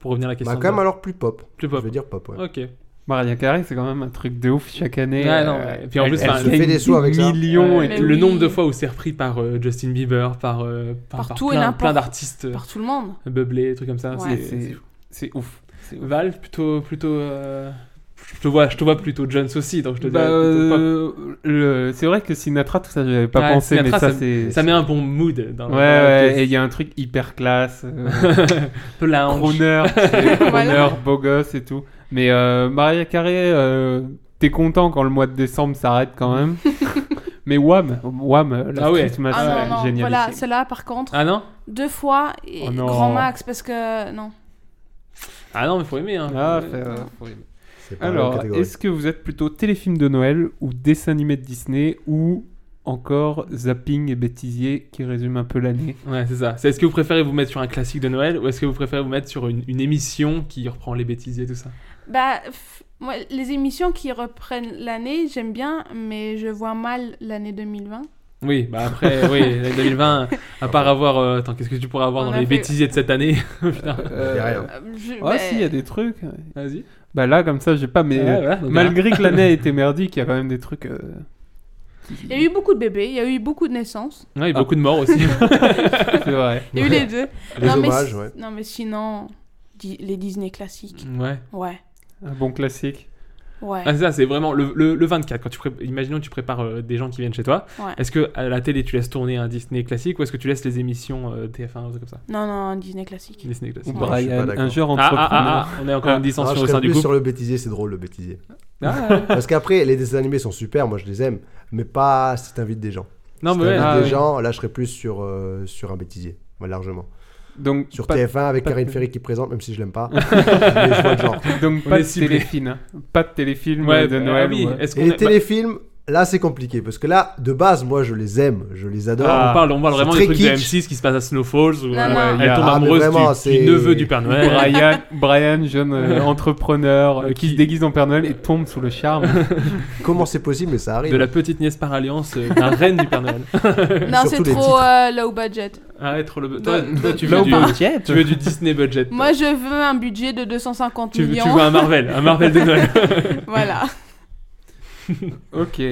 Speaker 9: Pour revenir à la question.
Speaker 2: Bah, quand même,
Speaker 9: de-
Speaker 2: alors plus pop.
Speaker 9: Plus
Speaker 2: Je
Speaker 9: pop.
Speaker 2: veux dire pop, ouais.
Speaker 9: Ok.
Speaker 10: Maria Carré, c'est quand même un truc de ouf chaque année. euh,
Speaker 9: Ouais, non, ouais. Et puis en plus, enfin,
Speaker 2: elle se fait des sous avec ça.
Speaker 10: millions
Speaker 9: Euh,
Speaker 10: et
Speaker 11: Mais
Speaker 10: tout.
Speaker 9: le
Speaker 11: oui.
Speaker 9: nombre de fois où c'est repris par euh, Justin Bieber, par, euh, par,
Speaker 11: Partout
Speaker 9: par
Speaker 11: et
Speaker 9: plein,
Speaker 11: n'importe-
Speaker 9: plein d'artistes euh,
Speaker 11: Par tout le monde.
Speaker 9: beublés, des trucs comme ça.
Speaker 11: Ouais.
Speaker 9: c'est-
Speaker 10: C'est-
Speaker 9: c'est-
Speaker 10: C'est ouf. C'est ouf.
Speaker 9: Val, plutôt. plutôt euh, Je te vois, je te vois plutôt Jones aussi, donc je te
Speaker 10: Bah,
Speaker 9: dirais plutôt pop.
Speaker 10: euh, le- c'est vrai que Sinatra, tout ça, j'avais pas
Speaker 9: Ouais,
Speaker 10: pensé,
Speaker 9: Sinatra,
Speaker 10: mais ça, c'est.
Speaker 9: Ça met un bon mood dans
Speaker 10: Ouais,
Speaker 9: dans la
Speaker 10: ouais,
Speaker 9: pièce.
Speaker 10: et il y a un truc hyper classe. euh,
Speaker 9: Lounge.
Speaker 10: Crooner, tu sais,
Speaker 11: Voilà.
Speaker 10: crooner, beau gosse et tout. Mais euh, Maria Carré, euh, t'es content quand le mois de décembre s'arrête quand même. Mais Wham, Wham, la
Speaker 9: Ah ouais.
Speaker 10: Christmas,
Speaker 11: Ah
Speaker 10: euh,
Speaker 11: non, non,
Speaker 10: génialissime.
Speaker 11: voilà, cela par contre,
Speaker 9: Ah non
Speaker 11: deux fois, et
Speaker 10: Oh non.
Speaker 11: grand max, parce que non.
Speaker 9: Ah non, mais faut aimer. Hein.
Speaker 10: Ah,
Speaker 9: Ouais.
Speaker 10: fait, euh,
Speaker 2: C'est pas la même
Speaker 10: Alors,
Speaker 2: catégorie.
Speaker 10: est-ce que vous êtes plutôt téléfilm de Noël ou dessin animé de Disney ou encore zapping et bêtisier qui résume un peu l'année
Speaker 9: Ouais, c'est ça. C'est est-ce que vous préférez vous mettre sur un classique de Noël ou est-ce que vous préférez vous mettre sur une, une émission qui reprend les bêtisiers et tout ça
Speaker 11: Bah, f- moi, les émissions qui reprennent l'année, j'aime bien, mais je vois mal l'année 2020.
Speaker 9: Oui, bah après, oui, l'année 2020, à part avoir. euh, attends, qu'est-ce que tu pourrais avoir
Speaker 11: On
Speaker 9: dans
Speaker 11: a
Speaker 9: les
Speaker 11: fait-
Speaker 9: bêtisiers de cette année Putain,
Speaker 2: Il y a rien.
Speaker 11: Euh, je-
Speaker 10: Ah
Speaker 11: bah,
Speaker 10: si, il y a des trucs.
Speaker 9: vas-y.
Speaker 10: Bah là, comme ça, j'ai pas, mais
Speaker 9: Ouais,
Speaker 10: euh,
Speaker 9: voilà, donc,
Speaker 10: malgré que l'année a été merdique, il y a quand même des trucs... euh, qui-
Speaker 11: il y a eu beaucoup de bébés, il y a eu beaucoup de naissances.
Speaker 9: Ouais,
Speaker 2: Ah.
Speaker 9: et beaucoup de morts aussi.
Speaker 10: C'est vrai.
Speaker 11: Il y a eu les deux.
Speaker 2: Les
Speaker 11: non, mais
Speaker 2: hommages,
Speaker 11: si-
Speaker 2: ouais.
Speaker 11: non, mais sinon, di- les Disney classiques.
Speaker 9: ouais.
Speaker 2: Mm.
Speaker 11: Ouais,
Speaker 10: Un bon classique.
Speaker 11: ouais.
Speaker 9: Ah, c'est ça, c'est vraiment le, le- le 24. Quand tu pré- Imaginons que tu prépares euh, des gens qui viennent chez toi.
Speaker 11: Ouais.
Speaker 9: Est-ce que à la télé, tu laisses tourner un Disney classique ou est-ce que tu laisses les émissions euh, TF1 ou des trucs comme ça
Speaker 11: Non, non, Disney classique.
Speaker 9: Disney
Speaker 10: Ou
Speaker 9: classique.
Speaker 2: Ouais. je suis pas
Speaker 10: Brian,
Speaker 2: d'accord.
Speaker 10: un genre
Speaker 9: Ah,
Speaker 10: entrepreneur.
Speaker 9: ah, ah, ah, on est encore
Speaker 10: Ah,
Speaker 9: une
Speaker 2: Ah,
Speaker 9: dissension
Speaker 2: je
Speaker 9: au Ah.
Speaker 2: serais
Speaker 9: sein du
Speaker 2: plus
Speaker 9: couple.
Speaker 2: sur le bêtisier, c'est drôle le bêtisier. Parce qu'après, les dessins animés sont super, moi je les aime, mais pas si t'invites des gens.
Speaker 9: Non,
Speaker 2: si
Speaker 9: mais ouais,
Speaker 2: t'invites
Speaker 10: ah,
Speaker 2: des
Speaker 10: oui.
Speaker 2: gens, là je serais plus sur, euh, sur un bêtisier, moi, largement.
Speaker 9: ah.
Speaker 10: Donc,
Speaker 2: Sur
Speaker 10: pas,
Speaker 2: TF1 avec
Speaker 10: pas de-
Speaker 2: Karine Ferry qui présente, même si je l'aime pas. mais je vois le genre.
Speaker 10: donc
Speaker 9: On
Speaker 10: pas
Speaker 9: est
Speaker 10: de
Speaker 9: ciblé.
Speaker 10: téléfilm. hein. Pas de téléfilm
Speaker 9: Ouais,
Speaker 10: de
Speaker 9: bah,
Speaker 10: Noël.
Speaker 9: oui.
Speaker 10: ou, euh,
Speaker 9: Est-ce
Speaker 2: Et
Speaker 9: qu'on
Speaker 2: les
Speaker 9: est- bah,
Speaker 2: téléfilms, Là, c'est compliqué parce que là, de base, moi, je les aime, je les adore.
Speaker 9: on parle, on parle
Speaker 2: C'est
Speaker 9: vraiment
Speaker 2: très
Speaker 9: des trucs de
Speaker 2: kitsch.
Speaker 9: M6 qui se passe à Snowfalls où
Speaker 11: Non,
Speaker 9: euh,
Speaker 11: non.
Speaker 9: elle tombe
Speaker 2: Ah, mais
Speaker 9: amoureuse
Speaker 2: vraiment,
Speaker 9: du- du,
Speaker 2: c'est-
Speaker 9: neveu du Père Noël.
Speaker 10: Brian, Brian, jeune euh, entrepreneur euh, qui,
Speaker 9: Qui-
Speaker 10: se déguise en Père Noël et tombe sous le charme.
Speaker 2: Comment c'est possible, mais ça arrive.
Speaker 9: De la petite nièce par alliance euh, d'un reine du Père Noël.
Speaker 11: Non, c'est
Speaker 2: surtout les
Speaker 11: trop
Speaker 2: titres.
Speaker 11: euh, low budget.
Speaker 9: Arrête trop le. Toi,
Speaker 10: De-
Speaker 9: toi,
Speaker 10: de-
Speaker 9: tu, veux
Speaker 10: low
Speaker 9: du, tu veux du Disney budget. toi.
Speaker 11: Moi, je veux un budget de 250
Speaker 9: tu, veux- tu
Speaker 11: millions.
Speaker 9: veux un Marvel, un Marvel de Noël.
Speaker 11: voilà.
Speaker 10: ok.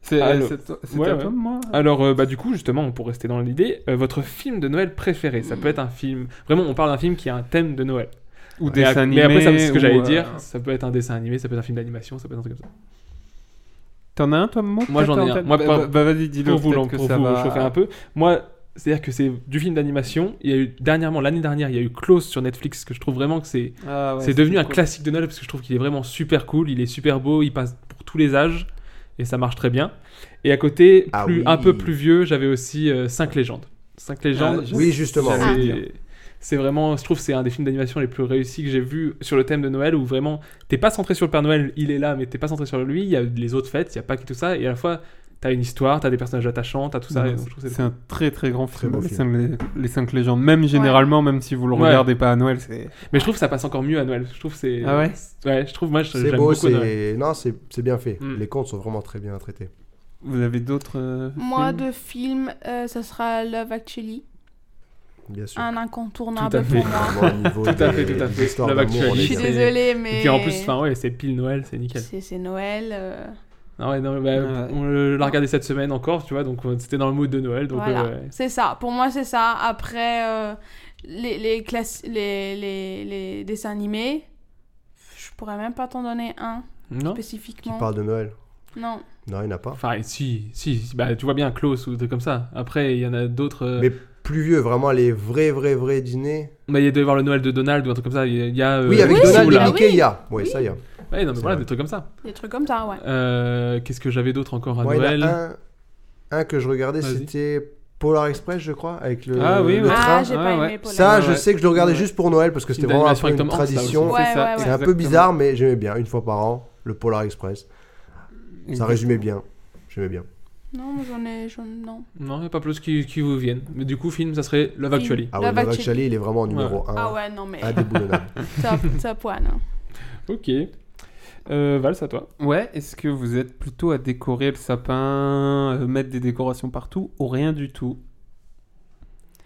Speaker 10: C'est euh,
Speaker 9: Allô.
Speaker 10: c'est toi- c'est
Speaker 9: Ah, Ouais,
Speaker 10: à
Speaker 9: ouais.
Speaker 10: toi, moi
Speaker 9: Alors, euh, bah, du coup, justement, pour rester dans l'idée, euh, votre film de Noël préféré, ça peut être un film. Vraiment, on parle d'un film qui a un thème de Noël.
Speaker 10: Ou
Speaker 9: Mais,
Speaker 10: dessin
Speaker 9: a-
Speaker 10: animé.
Speaker 9: mais après, ça, c'est ce que
Speaker 10: ou,
Speaker 9: j'allais
Speaker 10: euh,
Speaker 9: dire. Ça peut être un dessin animé, ça peut être un film d'animation, ça peut être un truc comme ça.
Speaker 10: T'en as un, toi, Momo
Speaker 9: Moi, j'en ai
Speaker 10: peut-être, en
Speaker 9: un.
Speaker 10: tête
Speaker 9: Moi,
Speaker 10: Bah,
Speaker 9: pas-
Speaker 10: bah, bah, vas-y, dis-le.
Speaker 9: pour vous,
Speaker 10: peut-être
Speaker 9: l'en-
Speaker 10: que
Speaker 9: pour
Speaker 10: ça
Speaker 9: vous
Speaker 10: va-
Speaker 9: chauffer un peu. Moi, c'est-à-dire que c'est du film d'animation. Il y a eu dernièrement, l'année dernière, il y a eu Close sur Netflix, que je trouve vraiment que c'est
Speaker 10: Ah ouais,
Speaker 9: c'est devenu
Speaker 10: c'était
Speaker 9: un
Speaker 10: cool.
Speaker 9: classique de Noël parce que je trouve qu'il est vraiment super cool. Il est super beau, il passe pour tous les âges et ça marche très bien. Et à côté,
Speaker 2: Ah
Speaker 9: plus-
Speaker 2: oui.
Speaker 9: un peu plus vieux, j'avais aussi 5 légendes. 5 légendes,
Speaker 10: Ah, je-
Speaker 2: Oui, justement.
Speaker 9: c'est-
Speaker 10: Ah.
Speaker 9: C'est vraiment, je trouve, que c'est un des films d'animation les plus réussis que j'ai vu sur le thème de Noël où vraiment, t'es pas centré sur le Père Noël, il est là, mais t'es pas centré sur lui. Il y a les autres fêtes, il y a pas que tout ça, et à la fois, t'as une histoire, t'as des personnages attachants, t'as tout ça.
Speaker 10: Non,
Speaker 9: et
Speaker 10: non,
Speaker 9: donc je trouve que
Speaker 10: C'est un très très grand film,
Speaker 2: beau
Speaker 10: les,
Speaker 2: film.
Speaker 10: Cinq, les- les cinq légendes. Même généralement, même si vous le
Speaker 9: Ouais.
Speaker 10: regardez pas à Noël, c'est.
Speaker 9: Mais je trouve que ça passe encore mieux à Noël. Je trouve que c'est.
Speaker 10: Ah ouais
Speaker 9: Ouais, je trouve, moi, je-
Speaker 2: C'est
Speaker 9: j'aime
Speaker 2: beau,
Speaker 9: beaucoup Noël.
Speaker 2: c'est. Non, c'est c'est bien fait.
Speaker 9: Mm.
Speaker 2: Les contes sont vraiment très bien traités.
Speaker 10: Vous avez d'autres. euh,
Speaker 11: Moi,
Speaker 10: films
Speaker 11: de film, euh, ça sera Love Actually.
Speaker 2: Bien sûr.
Speaker 11: Un
Speaker 9: Tout à
Speaker 11: incontournable
Speaker 9: fait.
Speaker 11: pour moi.
Speaker 2: Vraiment, au niveau
Speaker 9: Tout à
Speaker 2: des-
Speaker 9: fait, tout à
Speaker 2: des
Speaker 9: fait.
Speaker 2: histoires
Speaker 9: Love
Speaker 2: d'amour, on
Speaker 9: Actually,
Speaker 11: Je
Speaker 2: est
Speaker 11: suis
Speaker 9: c'est-
Speaker 2: bien.
Speaker 11: désolée, mais.
Speaker 9: Et puis en plus, enfin, ouais, c'est pile Noël, c'est nickel.
Speaker 11: C'est c'est Noël. euh,
Speaker 9: Ah ouais, non, bah,
Speaker 10: Ouais.
Speaker 9: on le- l'a regardé cette semaine encore, tu vois, donc euh, c'était dans le mood de Noël. Donc,
Speaker 11: voilà.
Speaker 9: euh, ouais.
Speaker 11: C'est ça. Pour moi, c'est ça. Après, euh, les, les, classes- les, les, les dessins animés, je pourrais même pas t'en donner un
Speaker 9: Non
Speaker 2: Qui
Speaker 11: spécifiquement.
Speaker 2: parle de Noël
Speaker 11: Non.
Speaker 2: Non, il n'y en a pas.
Speaker 9: Enfin, si, si, si, bah, tu vois bien, Klaus ou des trucs comme ça. Après, il y en a d'autres. euh,
Speaker 2: Mais plus vieux, vraiment les vrais, vrais, vrais dîners.
Speaker 9: Bah, il y a dû y avoir le Noël de Donald ou un truc comme ça. Il y a- il y a. euh,
Speaker 2: oui, avec
Speaker 11: oui,
Speaker 2: Donald
Speaker 9: Zola.
Speaker 2: et
Speaker 11: ah
Speaker 2: Mickey,
Speaker 11: oui.
Speaker 2: il y a. Oui,
Speaker 11: Oui.
Speaker 2: ça, il y a.
Speaker 9: Ouais, non, mais
Speaker 2: C'est
Speaker 9: voilà,
Speaker 2: vrai.
Speaker 9: des trucs comme ça.
Speaker 11: Des trucs comme ça, ouais.
Speaker 9: Euh, Qu'est-ce que j'avais d'autre encore à
Speaker 2: Moi, il y en a
Speaker 9: Noël
Speaker 2: un, un que je regardais,
Speaker 9: Vas-y.
Speaker 2: c'était Polar Express, je crois, avec le,
Speaker 10: Ah oui,
Speaker 2: le
Speaker 10: oui.
Speaker 2: train.
Speaker 11: Ah, j'ai pas
Speaker 10: ouais,
Speaker 11: aimé
Speaker 10: ouais.
Speaker 11: Polar.
Speaker 2: Ça, je
Speaker 10: Ouais.
Speaker 2: sais que je le regardais
Speaker 10: Ouais.
Speaker 2: juste pour Noël parce que c'était
Speaker 9: Une
Speaker 2: vraiment un
Speaker 9: animation
Speaker 2: peu
Speaker 9: avec
Speaker 2: une
Speaker 9: Tom Hanks, ça aussi.
Speaker 2: tradition.
Speaker 11: Ouais, ouais, ouais.
Speaker 2: C'est un peu
Speaker 10: exactement.
Speaker 2: bizarre, mais j'aimais bien. Une fois par an, le Polar Express. Ça résumait bien. J'aimais bien.
Speaker 11: Non, moi, j'en ai. j'en- Non.
Speaker 9: Non, il n'y a pas plus qui, qui vous viennent. Mais du coup, film, ça serait Love
Speaker 11: Film.
Speaker 9: Actually.
Speaker 2: Ah
Speaker 11: Love
Speaker 2: oui, Love
Speaker 11: Actually.
Speaker 2: Actually, il est vraiment numéro 1.
Speaker 11: Ah ouais, non, mais.
Speaker 2: Indéboulonnable.
Speaker 11: top, top one. hein.
Speaker 9: Ok. Euh, Val, c'est à toi.
Speaker 10: Ouais, est-ce que vous êtes plutôt à décorer le sapin, euh, mettre des décorations partout ou rien du tout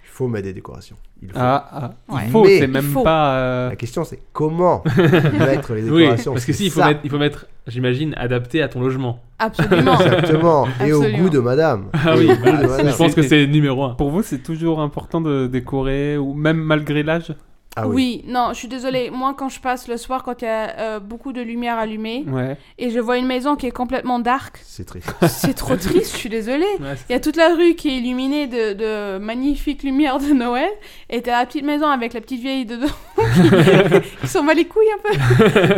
Speaker 2: Il faut mettre des décorations. Il faut.
Speaker 10: Ah, ah,
Speaker 11: Ouais.
Speaker 10: il faut,
Speaker 2: Mais-
Speaker 10: c'est même
Speaker 11: Il faut.
Speaker 10: pas. euh,
Speaker 2: La question, c'est comment mettre les décorations
Speaker 9: parce que
Speaker 2: C'est
Speaker 9: si, il faut
Speaker 2: ça.
Speaker 9: mettre, il faut mettre, j'imagine, adapté à ton logement.
Speaker 11: Absolument.
Speaker 2: Exactement. Et au
Speaker 11: Absolument.
Speaker 2: goût de madame.
Speaker 9: Ah
Speaker 2: Et
Speaker 9: oui,
Speaker 2: au goût de
Speaker 9: voilà,
Speaker 2: madame.
Speaker 9: je pense que c'est numéro 1.
Speaker 10: Pour vous, c'est toujours important de décorer ou même malgré l'âge
Speaker 2: Ah oui.
Speaker 11: oui. non, je suis désolée. Moi, quand je passe le soir, quand il y a euh, beaucoup de lumière allumée
Speaker 2: Mm.
Speaker 10: Ouais.
Speaker 11: et je vois une maison qui est complètement dark,
Speaker 2: C'est triste.
Speaker 11: c'est trop triste, je suis désolée. Il y a toute la rue qui est illuminée de, de magnifiques lumières de Noël et t'as la petite maison avec la petite vieille dedans qui, qui s'en bat les couilles un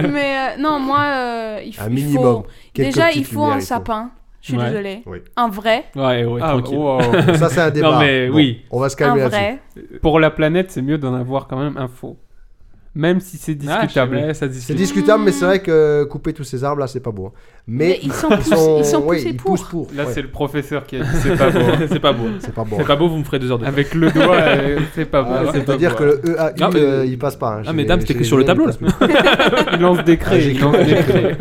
Speaker 11: peu. Mais euh, non, moi, euh, il, f-
Speaker 2: Un
Speaker 11: il
Speaker 2: minimum.
Speaker 11: faut.
Speaker 2: Quelques
Speaker 11: Déjà, il
Speaker 2: petites
Speaker 11: faut
Speaker 2: lumières,
Speaker 11: un
Speaker 2: il faut.
Speaker 11: sapin. Je suis
Speaker 9: Ouais.
Speaker 11: désolée.
Speaker 2: Oui.
Speaker 11: Un vrai.
Speaker 9: Ouais, ouais,
Speaker 10: Ah,
Speaker 9: tranquille.
Speaker 10: wow.
Speaker 2: Ça, c'est un débat.
Speaker 9: mais oui.
Speaker 2: On va se
Speaker 11: Un
Speaker 2: calmer là-dessus.
Speaker 11: vrai.
Speaker 10: Pour la planète, c'est mieux d'en avoir quand même un faux. Même si c'est
Speaker 9: Ah, je sais,
Speaker 10: discutable.
Speaker 9: ouais, ça
Speaker 2: C'est
Speaker 9: discute.
Speaker 2: discutable, mais c'est vrai que couper tous ces arbres là, c'est pas beau. hein.
Speaker 11: Mais
Speaker 2: Mais,
Speaker 11: ils sont poussés, ils sont
Speaker 2: ouais,
Speaker 11: poussés
Speaker 2: ils
Speaker 11: pour.
Speaker 2: poussent pour.
Speaker 10: Là,
Speaker 2: ouais.
Speaker 10: c'est le professeur qui a dit c'est pas beau.
Speaker 9: c'est pas beau.
Speaker 2: c'est pas bon.
Speaker 9: C'est pas beau, vous me ferez deux heures de
Speaker 10: Avec le doigt, euh, c'est pas
Speaker 2: Ah,
Speaker 10: beau.
Speaker 2: C'est-à-dire que le EAU,
Speaker 9: Ah, mais-
Speaker 2: euh, il passe pas. hein.
Speaker 9: Ah,
Speaker 2: Chez
Speaker 9: mais
Speaker 2: les-
Speaker 9: dame, c'était
Speaker 2: chez
Speaker 9: que
Speaker 2: les
Speaker 9: sur le
Speaker 2: jeunes,
Speaker 9: tableau,
Speaker 2: il
Speaker 9: là.
Speaker 2: passe pas.
Speaker 10: Il lance des
Speaker 2: Ah,
Speaker 10: craies. il lance des craies.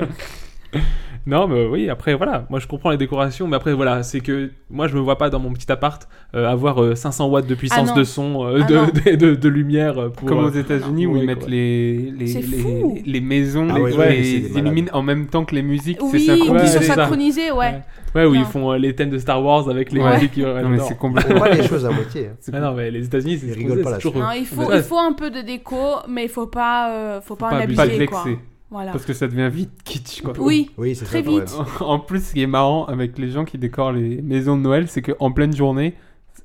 Speaker 9: Non, mais oui, après, voilà. Moi, je comprends les décorations, mais après, voilà, c'est que moi, je me vois pas dans mon petit appart euh, avoir euh, 500 watts de puissance
Speaker 11: non.
Speaker 9: de son, euh,
Speaker 11: Ah
Speaker 9: de,
Speaker 11: non.
Speaker 9: de, de- de lumière euh, pour.
Speaker 10: Comme aux
Speaker 9: euh,
Speaker 10: États-Unis où
Speaker 9: Ouais,
Speaker 10: ils mettent
Speaker 9: quoi.
Speaker 10: les, les,
Speaker 11: C'est
Speaker 10: les,
Speaker 11: fou.
Speaker 10: les maisons,
Speaker 2: Ah
Speaker 10: les,
Speaker 2: ouais, ouais,
Speaker 10: les-
Speaker 2: c'est des
Speaker 10: ils illuminent en même temps que les musiques.
Speaker 11: Oui,
Speaker 10: c'est
Speaker 11: ils
Speaker 10: synchronisé.
Speaker 11: sont
Speaker 9: c'est ça.
Speaker 11: synchronisés, ouais.
Speaker 9: Ouais, où ils
Speaker 11: Non.
Speaker 9: font euh, les thèmes de Star Wars avec les
Speaker 10: Ouais.
Speaker 9: musiques. euh,
Speaker 10: Non, mais
Speaker 9: non.
Speaker 10: c'est
Speaker 2: On fait
Speaker 10: complètement.
Speaker 2: pas les choses à moitié. hein.
Speaker 9: Ah non, mais les États-Unis, c'est
Speaker 2: Ils rigolent pas
Speaker 9: c'est
Speaker 2: là-dessus.
Speaker 9: toujours.
Speaker 11: Non, il faut,
Speaker 9: Ouais.
Speaker 11: il faut un peu de déco, mais il faut pas, euh, faut pas
Speaker 9: Faut
Speaker 11: en
Speaker 9: pas
Speaker 11: abuser,
Speaker 9: abuser.
Speaker 10: Pas de
Speaker 11: quoi.
Speaker 10: vexer.
Speaker 11: Voilà.
Speaker 10: Parce que ça devient vite kitsch. Quoi.
Speaker 11: Oui,
Speaker 2: Oui, c'est
Speaker 11: Très
Speaker 2: ça, quand
Speaker 11: vite.
Speaker 2: même.
Speaker 10: En plus, ce qui est marrant avec les gens qui décorent les maisons de Noël, c'est qu'en pleine journée,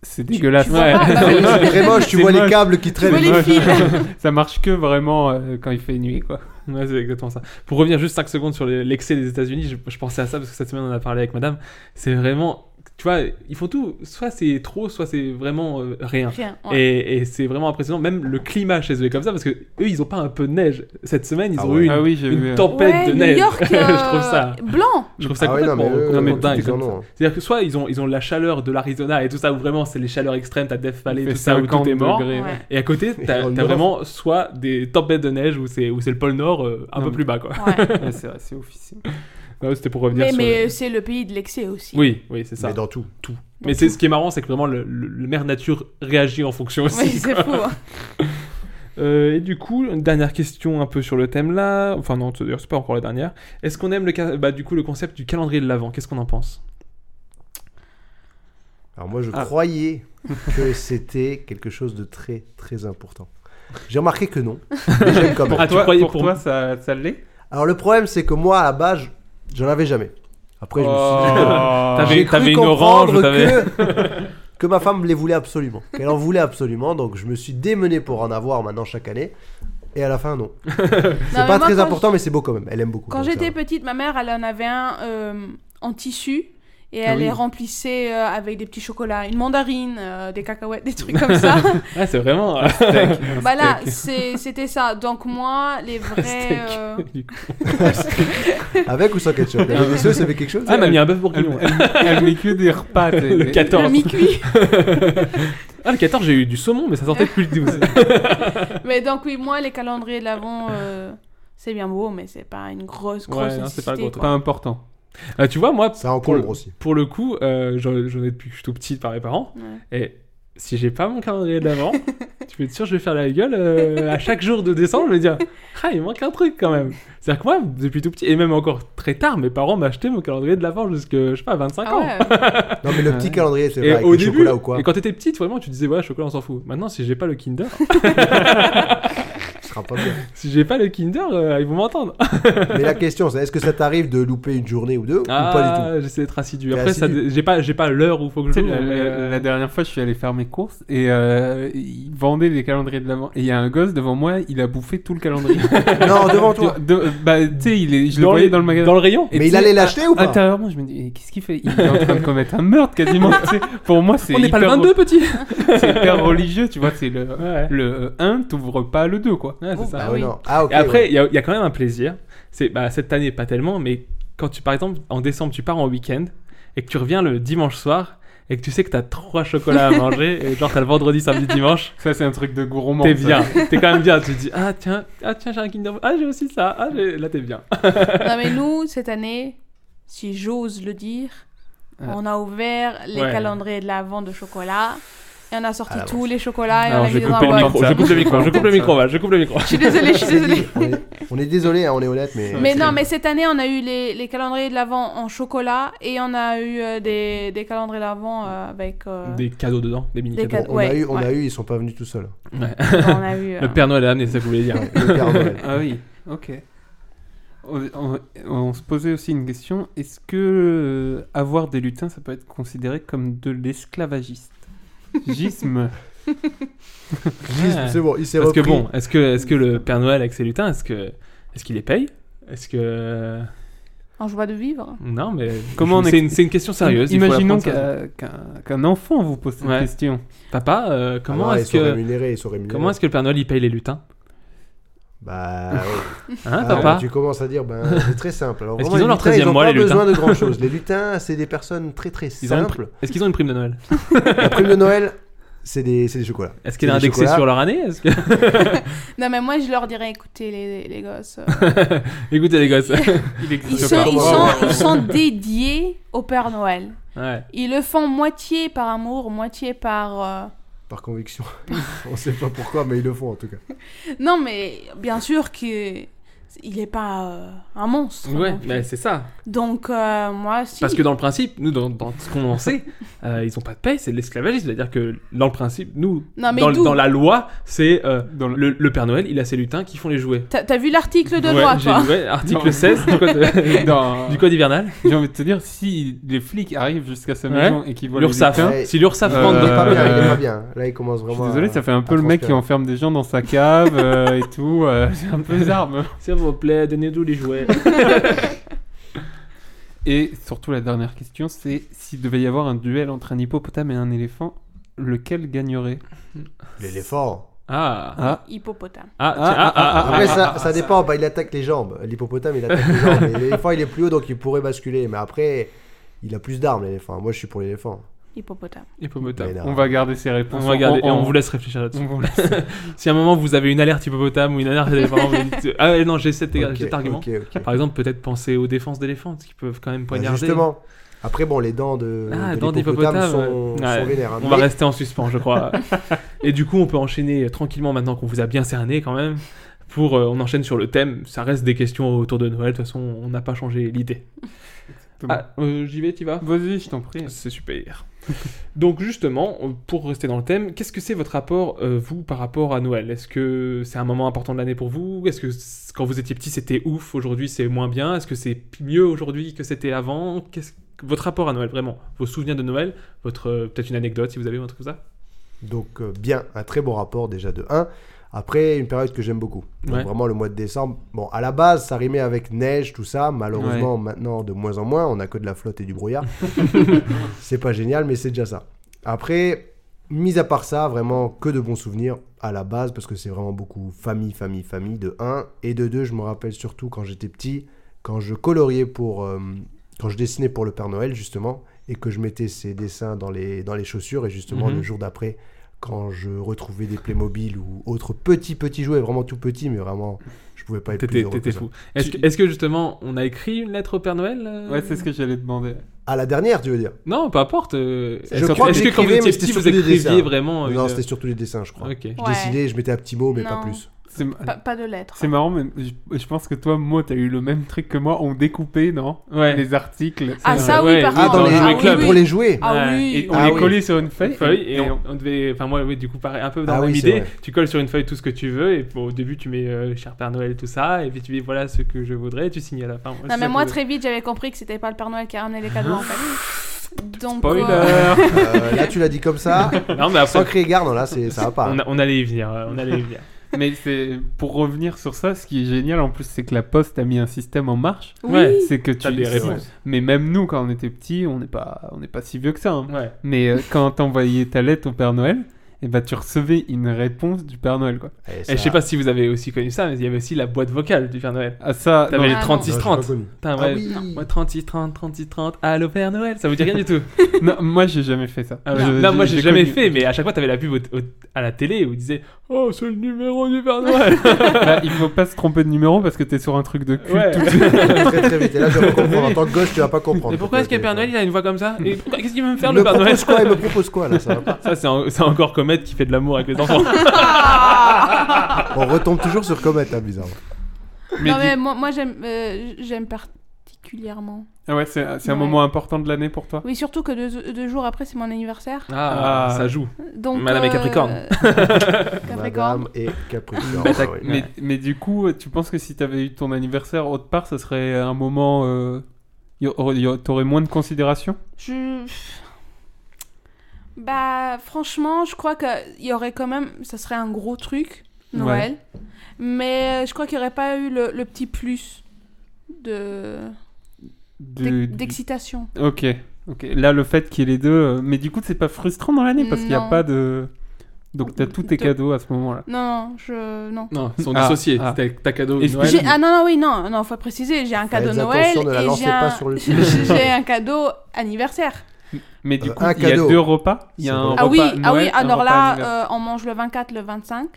Speaker 10: c'est dégueulasse.
Speaker 11: tu vois pas, bah oui.
Speaker 2: C'est très moche, tu
Speaker 10: C'est
Speaker 2: vois les
Speaker 10: moche.
Speaker 2: câbles qui
Speaker 11: tu
Speaker 2: traînent.
Speaker 11: veux les fils.
Speaker 10: ça marche que vraiment euh, quand il fait nuit, quoi.
Speaker 9: Ouais, c'est exactement ça. Pour revenir juste 5 secondes sur les- l'excès des États-Unis, je, je pensais à ça parce que cette semaine on en a parlé avec madame. C'est vraiment. Tu vois, ils font tout. Soit c'est trop, soit c'est vraiment euh, rien.
Speaker 11: Rien, ouais.
Speaker 9: Et, et c'est vraiment impressionnant. Même le climat chez eux est comme ça parce que eux, ils ont pas un peu de neige. Cette semaine, ils
Speaker 10: Ah
Speaker 9: ont
Speaker 10: ouais.
Speaker 9: eu une,
Speaker 10: Ah oui, j'ai
Speaker 9: une
Speaker 10: vu.
Speaker 9: tempête
Speaker 11: Ouais,
Speaker 9: de
Speaker 11: New
Speaker 9: neige.
Speaker 11: York,
Speaker 9: je trouve
Speaker 11: euh,
Speaker 9: ça.
Speaker 11: Blanc.
Speaker 9: Je trouve ça
Speaker 2: Ah ouais, non,
Speaker 9: complètement,
Speaker 2: mais eux,
Speaker 9: complètement
Speaker 2: euh,
Speaker 9: dingue.
Speaker 2: ils en
Speaker 9: comme ça.
Speaker 2: ont, hein.
Speaker 9: C'est-à-dire que soit ils ont, ils ont la chaleur de l'Arizona et tout ça, où vraiment c'est les chaleurs extrêmes, t'as Death Valley, tout ça, où tout est mort.
Speaker 11: Ouais.
Speaker 9: Et à côté,
Speaker 2: Et
Speaker 9: t'as
Speaker 2: dans le
Speaker 9: t'as
Speaker 2: nord.
Speaker 9: vraiment soit des tempêtes de neige où c'est où c'est le pôle Nord euh, un
Speaker 10: Non,
Speaker 9: peu
Speaker 10: mais-
Speaker 9: plus bas quoi.
Speaker 11: Ouais.
Speaker 10: Ouais, c'est vrai, c'est officiel.
Speaker 9: Non, C'était pour revenir
Speaker 11: Mais,
Speaker 9: sur.
Speaker 11: mais euh, c'est le pays de l'excès aussi.
Speaker 9: Oui, oui, c'est ça.
Speaker 2: Mais dans tout.
Speaker 9: Mais c'est ce qui est marrant, c'est que vraiment le, le, le mère nature réagit en fonction aussi.
Speaker 11: Oui, c'est
Speaker 9: quoi.
Speaker 11: fou. hein.
Speaker 9: Euh, et du coup, une dernière question un peu sur le thème là. Enfin non, d'ailleurs c'est pas encore la dernière. Est-ce qu'on aime le ca- bah, du coup le concept du calendrier de l'avant Qu'est-ce qu'on en pense
Speaker 2: Alors moi, je
Speaker 10: Ah.
Speaker 2: croyais que c'était quelque chose de très très important. J'ai remarqué que non. Mais J'aime quand même.
Speaker 9: Ah, tu croyais
Speaker 10: pour,
Speaker 9: pour-
Speaker 10: toi, ça, ça l'est
Speaker 2: Alors le problème, c'est que moi, à la base, je- j'en avais jamais. Après, je me
Speaker 10: Oh.
Speaker 2: suis dit,
Speaker 9: Oh.
Speaker 2: euh,
Speaker 9: T'avais-
Speaker 2: J'ai cru
Speaker 9: une
Speaker 2: comprendre
Speaker 9: orange ou t'avais-
Speaker 2: que, que ma femme les voulait absolument. Qu'elle en voulait absolument, donc je me suis démené pour en avoir maintenant chaque année. Et à la fin, non. C'est
Speaker 11: Non, mais
Speaker 2: pas
Speaker 11: moi,
Speaker 2: très
Speaker 11: quand
Speaker 2: important, mais c'est beau quand même. Elle aime beaucoup.
Speaker 11: Quand
Speaker 2: donc ça
Speaker 11: j'étais
Speaker 2: va.
Speaker 11: petite, ma mère, elle en avait un euh, en tissu. Et
Speaker 9: Ah
Speaker 11: elle
Speaker 9: oui.
Speaker 11: les remplissait euh, avec des petits chocolats, une mandarine, euh, des cacahuètes, des trucs comme ça.
Speaker 9: Ah c'est vraiment.
Speaker 11: bah là, c'est- c'était ça. Donc moi, les vrais... euh,
Speaker 9: Du coup.
Speaker 2: Avec ou sans ketchup La BBCE, ça fait quelque chose
Speaker 9: Ah elle m'a mis un bœuf bourguignon. ouais.
Speaker 10: Elle met que des repas. t'es-
Speaker 9: Le
Speaker 10: t'es-
Speaker 9: 14.
Speaker 11: le mi-cuit.
Speaker 9: Ah le 14 j'ai eu du saumon, mais ça sortait plus le 12.
Speaker 11: mais donc oui, moi, les calendriers de l'Avent, euh, c'est bien beau, mais c'est pas une grosse, grosse
Speaker 9: Ouais, non, c'est pas un gros
Speaker 11: nécessité,
Speaker 9: truc.
Speaker 10: Pas
Speaker 11: quoi.
Speaker 10: important.
Speaker 9: Ah, tu vois moi
Speaker 2: Ça
Speaker 9: pour le,
Speaker 2: encombre aussi.
Speaker 9: pour le coup, euh, j'en j'en ai depuis que je suis tout petit par mes parents.
Speaker 11: Ouais.
Speaker 9: Et si j'ai pas mon calendrier d'avant, tu peux être sûr que je vais faire la gueule euh, à chaque jour de décembre. Je vais dire, ah, il manque un truc quand même. C'est-à-dire que moi, depuis tout petit, et même encore très tard, mes parents m'achetaient mon calendrier de l'avant jusqu'à, je sais pas, 25
Speaker 11: Ah
Speaker 9: ans.
Speaker 11: ouais.
Speaker 2: Non, mais le petit calendrier, c'est vrai.
Speaker 9: Et
Speaker 2: Avec
Speaker 9: au
Speaker 2: le
Speaker 9: début,
Speaker 2: chocolat ou quoi
Speaker 9: et quand t'étais petite, vraiment, tu disais, ouais, chocolat, on s'en fout. Maintenant, si j'ai pas le Kinder,
Speaker 2: Ce sera pas bien.
Speaker 9: si j'ai pas le Kinder, euh, ils vont m'entendre.
Speaker 2: Mais la question, c'est est-ce que ça t'arrive de louper une journée ou deux ou pas du tout
Speaker 9: Ah, j'essaie d'être assidu.
Speaker 2: T'es
Speaker 9: Après, ça-
Speaker 2: assidu.
Speaker 9: j'ai pas, j'ai pas l'heure où faut que je
Speaker 10: Tu sais,
Speaker 9: joue.
Speaker 10: la,
Speaker 9: mais,
Speaker 10: la-
Speaker 9: euh,
Speaker 10: la dernière fois, je suis allé faire mes courses et euh, ils vendaient des calendriers de l'avant. Et il y a un gosse devant moi, il a bouffé tout le calendrier.
Speaker 2: Non, devant toi.
Speaker 10: De- de- bah, tu sais, il est- je le
Speaker 9: Oh, dans
Speaker 10: voyais
Speaker 9: les-
Speaker 10: dans le magasin.
Speaker 9: Dans le rayon.
Speaker 10: Et
Speaker 2: Mais
Speaker 10: tu
Speaker 2: il
Speaker 10: sais,
Speaker 2: allait l'acheter ou pas
Speaker 10: Intérieurement, je me dis, eh, qu'est-ce qu'il fait Il est en train de commettre un meurtre quasiment. tu sais. Pour moi, c'est
Speaker 9: On n'est pas le
Speaker 10: hyper-
Speaker 9: 22, petit.
Speaker 10: C'est hyper religieux, tu vois. C'est le,
Speaker 9: Ouais.
Speaker 10: le 1, t'ouvres pas le 2, quoi.
Speaker 9: Ouais, c'est ça.
Speaker 2: Ah
Speaker 11: oui.
Speaker 2: ouais, non. Ah, ok.
Speaker 9: Et après,
Speaker 2: ouais.
Speaker 9: il y a- il y, a quand même un plaisir. C'est bah, cette année pas tellement, mais quand tu par exemple en décembre tu pars en week-end et que tu reviens le dimanche soir et que tu sais que t'as trois chocolats à manger et genre t'as le vendredi, samedi, dimanche,
Speaker 10: Ça, c'est un truc de gourmand.
Speaker 9: t'es
Speaker 10: ça.
Speaker 9: bien. t'es quand même bien. Tu te dis ah tiens, ah tiens j'ai un Kinder, ah j'ai aussi ça, ah j'ai- là t'es bien.
Speaker 11: Non mais nous, cette année, si j'ose le dire,
Speaker 10: Ah.
Speaker 11: on a ouvert les
Speaker 9: Ouais.
Speaker 11: calendriers de la vente de chocolat. Et on a sorti
Speaker 2: Ah,
Speaker 11: tous les chocolats et on
Speaker 9: Alors
Speaker 11: a
Speaker 9: je
Speaker 11: mis dans
Speaker 9: coupe le
Speaker 11: la boîte.
Speaker 9: micro, je coupe le micro, je coupe le
Speaker 10: Ça.
Speaker 9: micro, voilà, je coupe le micro.
Speaker 11: Je suis désolée, je suis désolée.
Speaker 2: On est, on est désolé, hein, on est honnête, mais.
Speaker 11: Mais non, mais cette année, on a eu les, les calendriers de l'Avent en chocolat et on a eu euh, des, des calendriers de l'Avent euh, avec... euh,
Speaker 9: Des cadeaux dedans, des mini
Speaker 11: Des
Speaker 9: cadeaux.
Speaker 2: on, a
Speaker 11: ouais,
Speaker 2: eu, on a
Speaker 11: ouais.
Speaker 2: eu, ils sont pas venus tout seuls.
Speaker 11: on a eu... euh,
Speaker 9: Le Père Noël a amené, c'est ça que vous voulez dire.
Speaker 2: Ouais, le Père Noël.
Speaker 10: Ah oui, ok. On, on- on se posait aussi une question est-ce que euh, avoir des lutins, ça peut être considéré comme de l'esclavagiste Gisme.
Speaker 2: Gisme, C'est bon, il s'est
Speaker 9: Parce que
Speaker 2: repris.
Speaker 9: bon, est-ce que, est que le Père Noël avec ses lutins, est-ce que est-ce qu'il les paye Est-ce que
Speaker 11: En joie de vivre.
Speaker 9: Non, mais
Speaker 10: Comment
Speaker 9: comment
Speaker 10: on
Speaker 9: c'est
Speaker 10: ex-
Speaker 9: une, c'est une question sérieuse. il faut
Speaker 10: Imaginons
Speaker 9: l'apprendre, ça.
Speaker 10: qu'un qu'un- qu'un enfant vous pose cette
Speaker 9: Ouais.
Speaker 10: question.
Speaker 9: Papa, euh,
Speaker 2: Ah
Speaker 9: comment
Speaker 2: non, ils
Speaker 9: est-ce
Speaker 2: sont
Speaker 9: que
Speaker 2: rémunérés, ils sont rémunérés.
Speaker 9: comment est-ce que le Père Noël il paye les lutins
Speaker 2: Bah, ouais.
Speaker 9: Hein,
Speaker 2: Ah,
Speaker 9: papa
Speaker 2: Tu commences à dire, ben, c'est très simple. Alors,
Speaker 9: Est-ce
Speaker 2: vraiment,
Speaker 9: qu'ils ont
Speaker 2: les
Speaker 9: leur
Speaker 2: lutins,
Speaker 9: 13e
Speaker 2: ils ont
Speaker 9: mois,
Speaker 2: pas
Speaker 9: les lutins
Speaker 2: besoin de grand chose. Les lutins, c'est des personnes très très
Speaker 9: Ils ont une
Speaker 2: simples.
Speaker 9: Est-ce qu'ils ont une prime de Noël
Speaker 2: La prime de Noël, c'est des, c'est des chocolats.
Speaker 9: Est-ce qu'elle est
Speaker 2: C'est des
Speaker 9: indexée
Speaker 2: chocolats.
Speaker 9: sur leur année Est-ce que-
Speaker 11: Non mais moi, je leur dirais, écoutez les, les gosses, euh,
Speaker 9: Écoutez les gosses.
Speaker 11: ils,
Speaker 9: Je
Speaker 11: sont,
Speaker 9: sais pas.
Speaker 11: ils, sont, ils sont dédiés au Père Noël.
Speaker 9: Ouais.
Speaker 11: Ils le font moitié par amour, moitié par... euh,
Speaker 2: Par conviction. On sait pas pourquoi, mais ils le font en tout cas.
Speaker 11: Non, mais bien sûr qu'il n'est pas euh, un monstre.
Speaker 9: Ouais,
Speaker 11: non plus.
Speaker 9: mais c'est ça.
Speaker 11: Donc, euh, moi, si.
Speaker 9: Parce que dans le principe, nous, dans, dans ce qu'on en sait, euh, ils ont pas de paye, c'est de l'esclavagisme. C'est-à-dire que dans le principe, nous,
Speaker 11: Non, Ah, mais
Speaker 9: dans,
Speaker 11: d'où
Speaker 9: dans la loi, c'est euh,
Speaker 10: Dans le-
Speaker 9: le, le Père Noël, il a ses lutins qui font les jouets.
Speaker 11: T'as t'as vu l'article de
Speaker 9: Ouais,
Speaker 11: loi,
Speaker 9: j'ai-
Speaker 11: toi
Speaker 9: ouais, article
Speaker 10: Non.
Speaker 9: 16 du code, euh,
Speaker 10: Dans-
Speaker 9: du code hivernal.
Speaker 10: J'ai envie de te dire, si les flics arrivent jusqu'à sa
Speaker 9: Ouais.
Speaker 10: maison et qu'ils voient les
Speaker 9: L'URSAF.
Speaker 10: lutins,
Speaker 2: Ouais.
Speaker 9: hein. Si l'URSAF
Speaker 10: Euh,
Speaker 9: rentre
Speaker 2: Il est
Speaker 9: dans
Speaker 2: pas bien, il est
Speaker 10: euh,
Speaker 2: pas bien. Là, il commence
Speaker 10: Je
Speaker 2: vraiment.
Speaker 10: suis désolé,
Speaker 2: à-
Speaker 10: ça fait un peu
Speaker 2: à
Speaker 10: le mec qui
Speaker 2: transpirer.
Speaker 10: enferme des gens dans sa cave euh, et tout. euh, c'est un peu bizarre. mais-
Speaker 9: S'il vous plaît, donnez-nous les jouets.
Speaker 10: Et surtout, la dernière question, c'est s'il devait y avoir un duel entre un hippopotame et un éléphant, lequel gagnerait
Speaker 2: L'éléphant.
Speaker 10: Ah Ah
Speaker 11: Hippopotame.
Speaker 10: Ah,
Speaker 2: Ah,
Speaker 10: ah, ah, ah,
Speaker 2: Après,
Speaker 10: ah,
Speaker 2: ça,
Speaker 10: ah,
Speaker 2: ça
Speaker 10: ah,
Speaker 2: dépend. Bah, il attaque les jambes. L'hippopotame, il attaque les jambes. Et L'éléphant, il est plus haut, donc il pourrait basculer. Mais après, il a plus d'armes, l'éléphant. Moi, je suis pour l'éléphant.
Speaker 11: Hippopotame.
Speaker 9: Hippopotame.
Speaker 2: Mais non.
Speaker 10: On va garder ces réponses.
Speaker 9: ah. On va garder- et on vous laisse réfléchir là-dessus.
Speaker 10: on vous laisse.
Speaker 9: Si à un moment vous avez une alerte hippopotame ou une alerte éléphant, vous dites, ah ouais, non, j'ai cet,
Speaker 2: Ok,
Speaker 9: cet argument.
Speaker 2: ok, ok.
Speaker 9: Par exemple, peut-être penser aux défenses d'éléphants qui peuvent quand même
Speaker 2: Bah,
Speaker 9: poignarder.
Speaker 2: justement. Après, bon, les dents de,
Speaker 9: Ah,
Speaker 2: de
Speaker 9: dents
Speaker 2: l'hippopotame
Speaker 9: d'hippopotame,
Speaker 2: sont,
Speaker 9: ouais. Ouais,
Speaker 2: sont vénères. hein.
Speaker 9: On va
Speaker 2: Mais
Speaker 9: rester en suspens, je crois. et du coup, on peut enchaîner tranquillement maintenant qu'on vous a bien cerné quand même. Pour, euh, on enchaîne sur le thème. Ça reste des questions autour de Noël. De toute façon, on n'a pas changé l'idée. Ah, euh, j'y vais, t'y vas Euh,
Speaker 10: Vas-y, je t'en prie.
Speaker 9: C'est super. Donc justement, pour rester dans le thème, qu'est-ce que c'est votre rapport, euh, vous, par rapport à Noël Est-ce que c'est un moment important de l'année pour vous Est-ce que c- quand vous étiez petit, c'était ouf Aujourd'hui, c'est moins bien Est-ce que c'est p- mieux aujourd'hui que c'était avant Qu'est-ce que- Votre rapport à Noël, vraiment Vos souvenirs de Noël votre euh, Peut-être une anecdote, si vous avez un truc comme ça
Speaker 2: Donc, euh, bien, un très bon rapport déjà de 1. Après, une période que j'aime beaucoup. Donc,
Speaker 9: Ouais.
Speaker 2: Vraiment, le mois de décembre. Bon, à la base, ça rimait avec neige, tout ça. Malheureusement, maintenant, de moins en moins, on a que de la flotte et du brouillard. c'est pas génial, mais c'est déjà ça. Après, mis à part ça, vraiment que de bons souvenirs à la base, parce que c'est vraiment beaucoup famille, famille, famille, de 1. Et de 2, je me rappelle surtout quand j'étais petit, quand je coloriais pour. euh, quand je dessinais pour le Père Noël, justement, et que je mettais ces dessins dans les, dans les chaussures, et justement,
Speaker 9: Mhm.
Speaker 2: le jour d'après, quand je retrouvais des Playmobil ou autres petits, petits jouets, vraiment tout petits, mais vraiment, je pouvais pas être plus
Speaker 9: T'étais
Speaker 2: heureux que
Speaker 9: t'étais
Speaker 2: ça.
Speaker 9: fou. Est-ce que, est-ce que, justement, on a écrit une lettre au Père Noël euh
Speaker 10: Ouais, c'est ce que j'allais demander.
Speaker 2: À la dernière, tu veux dire
Speaker 9: Non, peu importe. euh,
Speaker 2: Je
Speaker 9: Est-ce que,
Speaker 2: crois que
Speaker 9: est-ce que quand vous
Speaker 2: j'écrivais, mais
Speaker 9: étiez
Speaker 2: c'était
Speaker 9: petit, vous
Speaker 2: surtout des dessins.
Speaker 9: écriviez vraiment
Speaker 2: Non,
Speaker 9: Ah, une- euh,
Speaker 2: c'était surtout les dessins, je crois.
Speaker 9: Ok.
Speaker 2: Je
Speaker 11: Ouais.
Speaker 2: dessinais, je mettais un petit mot, mais pas
Speaker 11: Non.
Speaker 2: plus.
Speaker 10: C'est ma-
Speaker 9: Ah.
Speaker 11: Pas, pas de lettres.
Speaker 10: c'est marrant, mais je, je pense que toi, Mo, t'as eu le même truc que moi. On découpait, non
Speaker 9: Ouais.
Speaker 10: Les articles.
Speaker 11: Ah,
Speaker 9: C'est
Speaker 11: ça
Speaker 9: vrai.
Speaker 11: oui, par
Speaker 9: Ah,
Speaker 2: Ah,
Speaker 11: contre.
Speaker 2: dans
Speaker 9: dans
Speaker 2: les
Speaker 9: le jouet
Speaker 11: oui,
Speaker 9: club.
Speaker 11: oui.
Speaker 2: pour les jouets
Speaker 11: Ah
Speaker 9: Ouais.
Speaker 11: oui.
Speaker 10: Et on
Speaker 2: Ah
Speaker 10: les
Speaker 2: oui.
Speaker 10: collait sur une feuille.
Speaker 9: une feuille et,
Speaker 10: et
Speaker 9: on, on devait enfin moi oui, du coup pareil un peu dans
Speaker 2: Ah
Speaker 9: la même
Speaker 2: oui, c'est
Speaker 9: idée
Speaker 2: vrai.
Speaker 9: tu colles sur une feuille tout ce que tu veux et bon, au début tu mets euh, cher père Noël tout ça et puis tu dis voilà ce que je voudrais et tu signes à la fin
Speaker 11: Non,
Speaker 9: c'est
Speaker 11: mais
Speaker 9: ça
Speaker 11: moi,
Speaker 9: que-
Speaker 11: très vite, j'avais compris que c'était pas le Père Noël qui ramenait les cadeaux, en fait. Donc,
Speaker 10: Spoiler
Speaker 11: euh,
Speaker 2: Euh, Là, tu l'as dit comme ça.
Speaker 9: non mais
Speaker 2: Sans
Speaker 9: après
Speaker 2: créer garde, non, là, c'est- ça va pas.
Speaker 9: on, a- on allait y venir euh, on allait y venir
Speaker 10: Mais c'est pour revenir sur ça, ce qui est génial en plus, c'est que la Poste a mis un système en marche.
Speaker 11: Oui.
Speaker 9: ouais
Speaker 10: C'est que tu
Speaker 9: T'as des
Speaker 10: c'est-
Speaker 9: réponses.
Speaker 10: Mais même nous, quand on était petits, on n'est pas, on n'est pas si vieux que ça. hein.
Speaker 9: ouais
Speaker 10: Mais euh, quand t'envoyais ta lettre au Père Noël, et ben tu recevais une réponse du Père Noël quoi.
Speaker 2: Et Eh, ça-
Speaker 9: et Eh, je sais pas si vous avez aussi connu ça mais il y avait aussi la boîte vocale du Père Noël
Speaker 10: Ah ça,
Speaker 9: t'avais
Speaker 11: non.
Speaker 9: les
Speaker 11: Ah, non.
Speaker 2: Non, j'ai
Speaker 9: 36
Speaker 2: pas
Speaker 9: 30
Speaker 2: connu.
Speaker 9: Putain,
Speaker 2: Ah
Speaker 9: ouais.
Speaker 2: oui.
Speaker 9: Moi, 36 30 36 30 allô Père Noël ça vous dit rien du tout
Speaker 10: Non, moi j'ai jamais fait ça.
Speaker 9: Ah ouais.
Speaker 10: Je-
Speaker 9: non moi j'ai jamais
Speaker 10: connu-
Speaker 9: fait mais à chaque fois t'avais la pub au- au- à la télé où il disait oh c'est le numéro du Père Noël
Speaker 10: Bah, il faut pas se tromper de numéro parce que t'es sur un truc de cul.
Speaker 9: Ouais.
Speaker 2: très très vite. Et là, je vais pas comprendre. En tant que gauche, tu vas pas comprendre.
Speaker 9: Mais pourquoi est-ce que le Père Noël il a une voix comme ça Et pourquoi- qu'est-ce qu'il veut me faire
Speaker 2: Il
Speaker 9: le
Speaker 2: me
Speaker 9: Père Noël
Speaker 2: propose quoi Il me propose quoi là ça va pas.
Speaker 9: Ça c'est en- c'est encore Comet qui fait de l'amour avec les enfants.
Speaker 2: On retombe toujours sur Comet, hein, bizarrement.
Speaker 10: Mais
Speaker 11: non,
Speaker 10: dis-
Speaker 11: mais moi, moi, j'aime euh, j'aime particulièrement.
Speaker 10: Ah ouais, c'est c'est un
Speaker 11: Ouais.
Speaker 10: moment important de l'année pour toi.
Speaker 11: Oui, surtout que deux, deux jours après, c'est mon anniversaire.
Speaker 10: Ah,
Speaker 9: ça joue.
Speaker 11: Donc, euh,
Speaker 9: Madame et Capricorne.
Speaker 11: Capricorne.
Speaker 2: Madame et Capricorne.
Speaker 10: Mais, t'as-
Speaker 2: ah oui.
Speaker 10: mais- mais du coup, tu penses que si t'avais eu ton anniversaire autre part, ça serait un moment. euh, y aurait- y aurait- T'aurais moins de considération
Speaker 11: Je. Bah, franchement, je crois qu'il y aurait quand même. Ça serait un gros truc, Noël. Mais je crois qu'il n'y aurait pas eu le, le petit plus de
Speaker 10: de-
Speaker 11: d'ex- d'excitation.
Speaker 10: Ok, ok. Là, le fait qu'il y ait les deux. euh, Mais du coup, c'est pas frustrant dans l'année parce qu'il n'y a
Speaker 11: Non.
Speaker 10: pas de. Donc, t'as tous tes
Speaker 11: De-
Speaker 10: cadeaux à ce moment-là.
Speaker 11: Non, non, je. Non.
Speaker 9: Non, ils sont
Speaker 10: Ah,
Speaker 9: dissociés.
Speaker 10: ah.
Speaker 9: T'as t'as cadeau
Speaker 10: Et-
Speaker 9: Noël.
Speaker 11: J'ai- Ah non, non, oui, non, non, faut préciser, j'ai un cadeau
Speaker 2: Faites
Speaker 11: Noël
Speaker 2: attention, ne la
Speaker 11: et
Speaker 2: lancez
Speaker 11: j'ai un...
Speaker 2: pas sur le-
Speaker 11: j'ai un cadeau anniversaire.
Speaker 10: Mais du
Speaker 2: Euh,
Speaker 10: coup,
Speaker 2: un
Speaker 10: il y a
Speaker 2: cadeau.
Speaker 10: deux repas. Il y a
Speaker 2: C'est
Speaker 10: un
Speaker 2: vrai.
Speaker 10: repas
Speaker 11: Ah oui, ah oui,
Speaker 10: Noël, un
Speaker 11: alors
Speaker 10: repas anniversaire.
Speaker 11: là, euh, on mange le 24, le 25.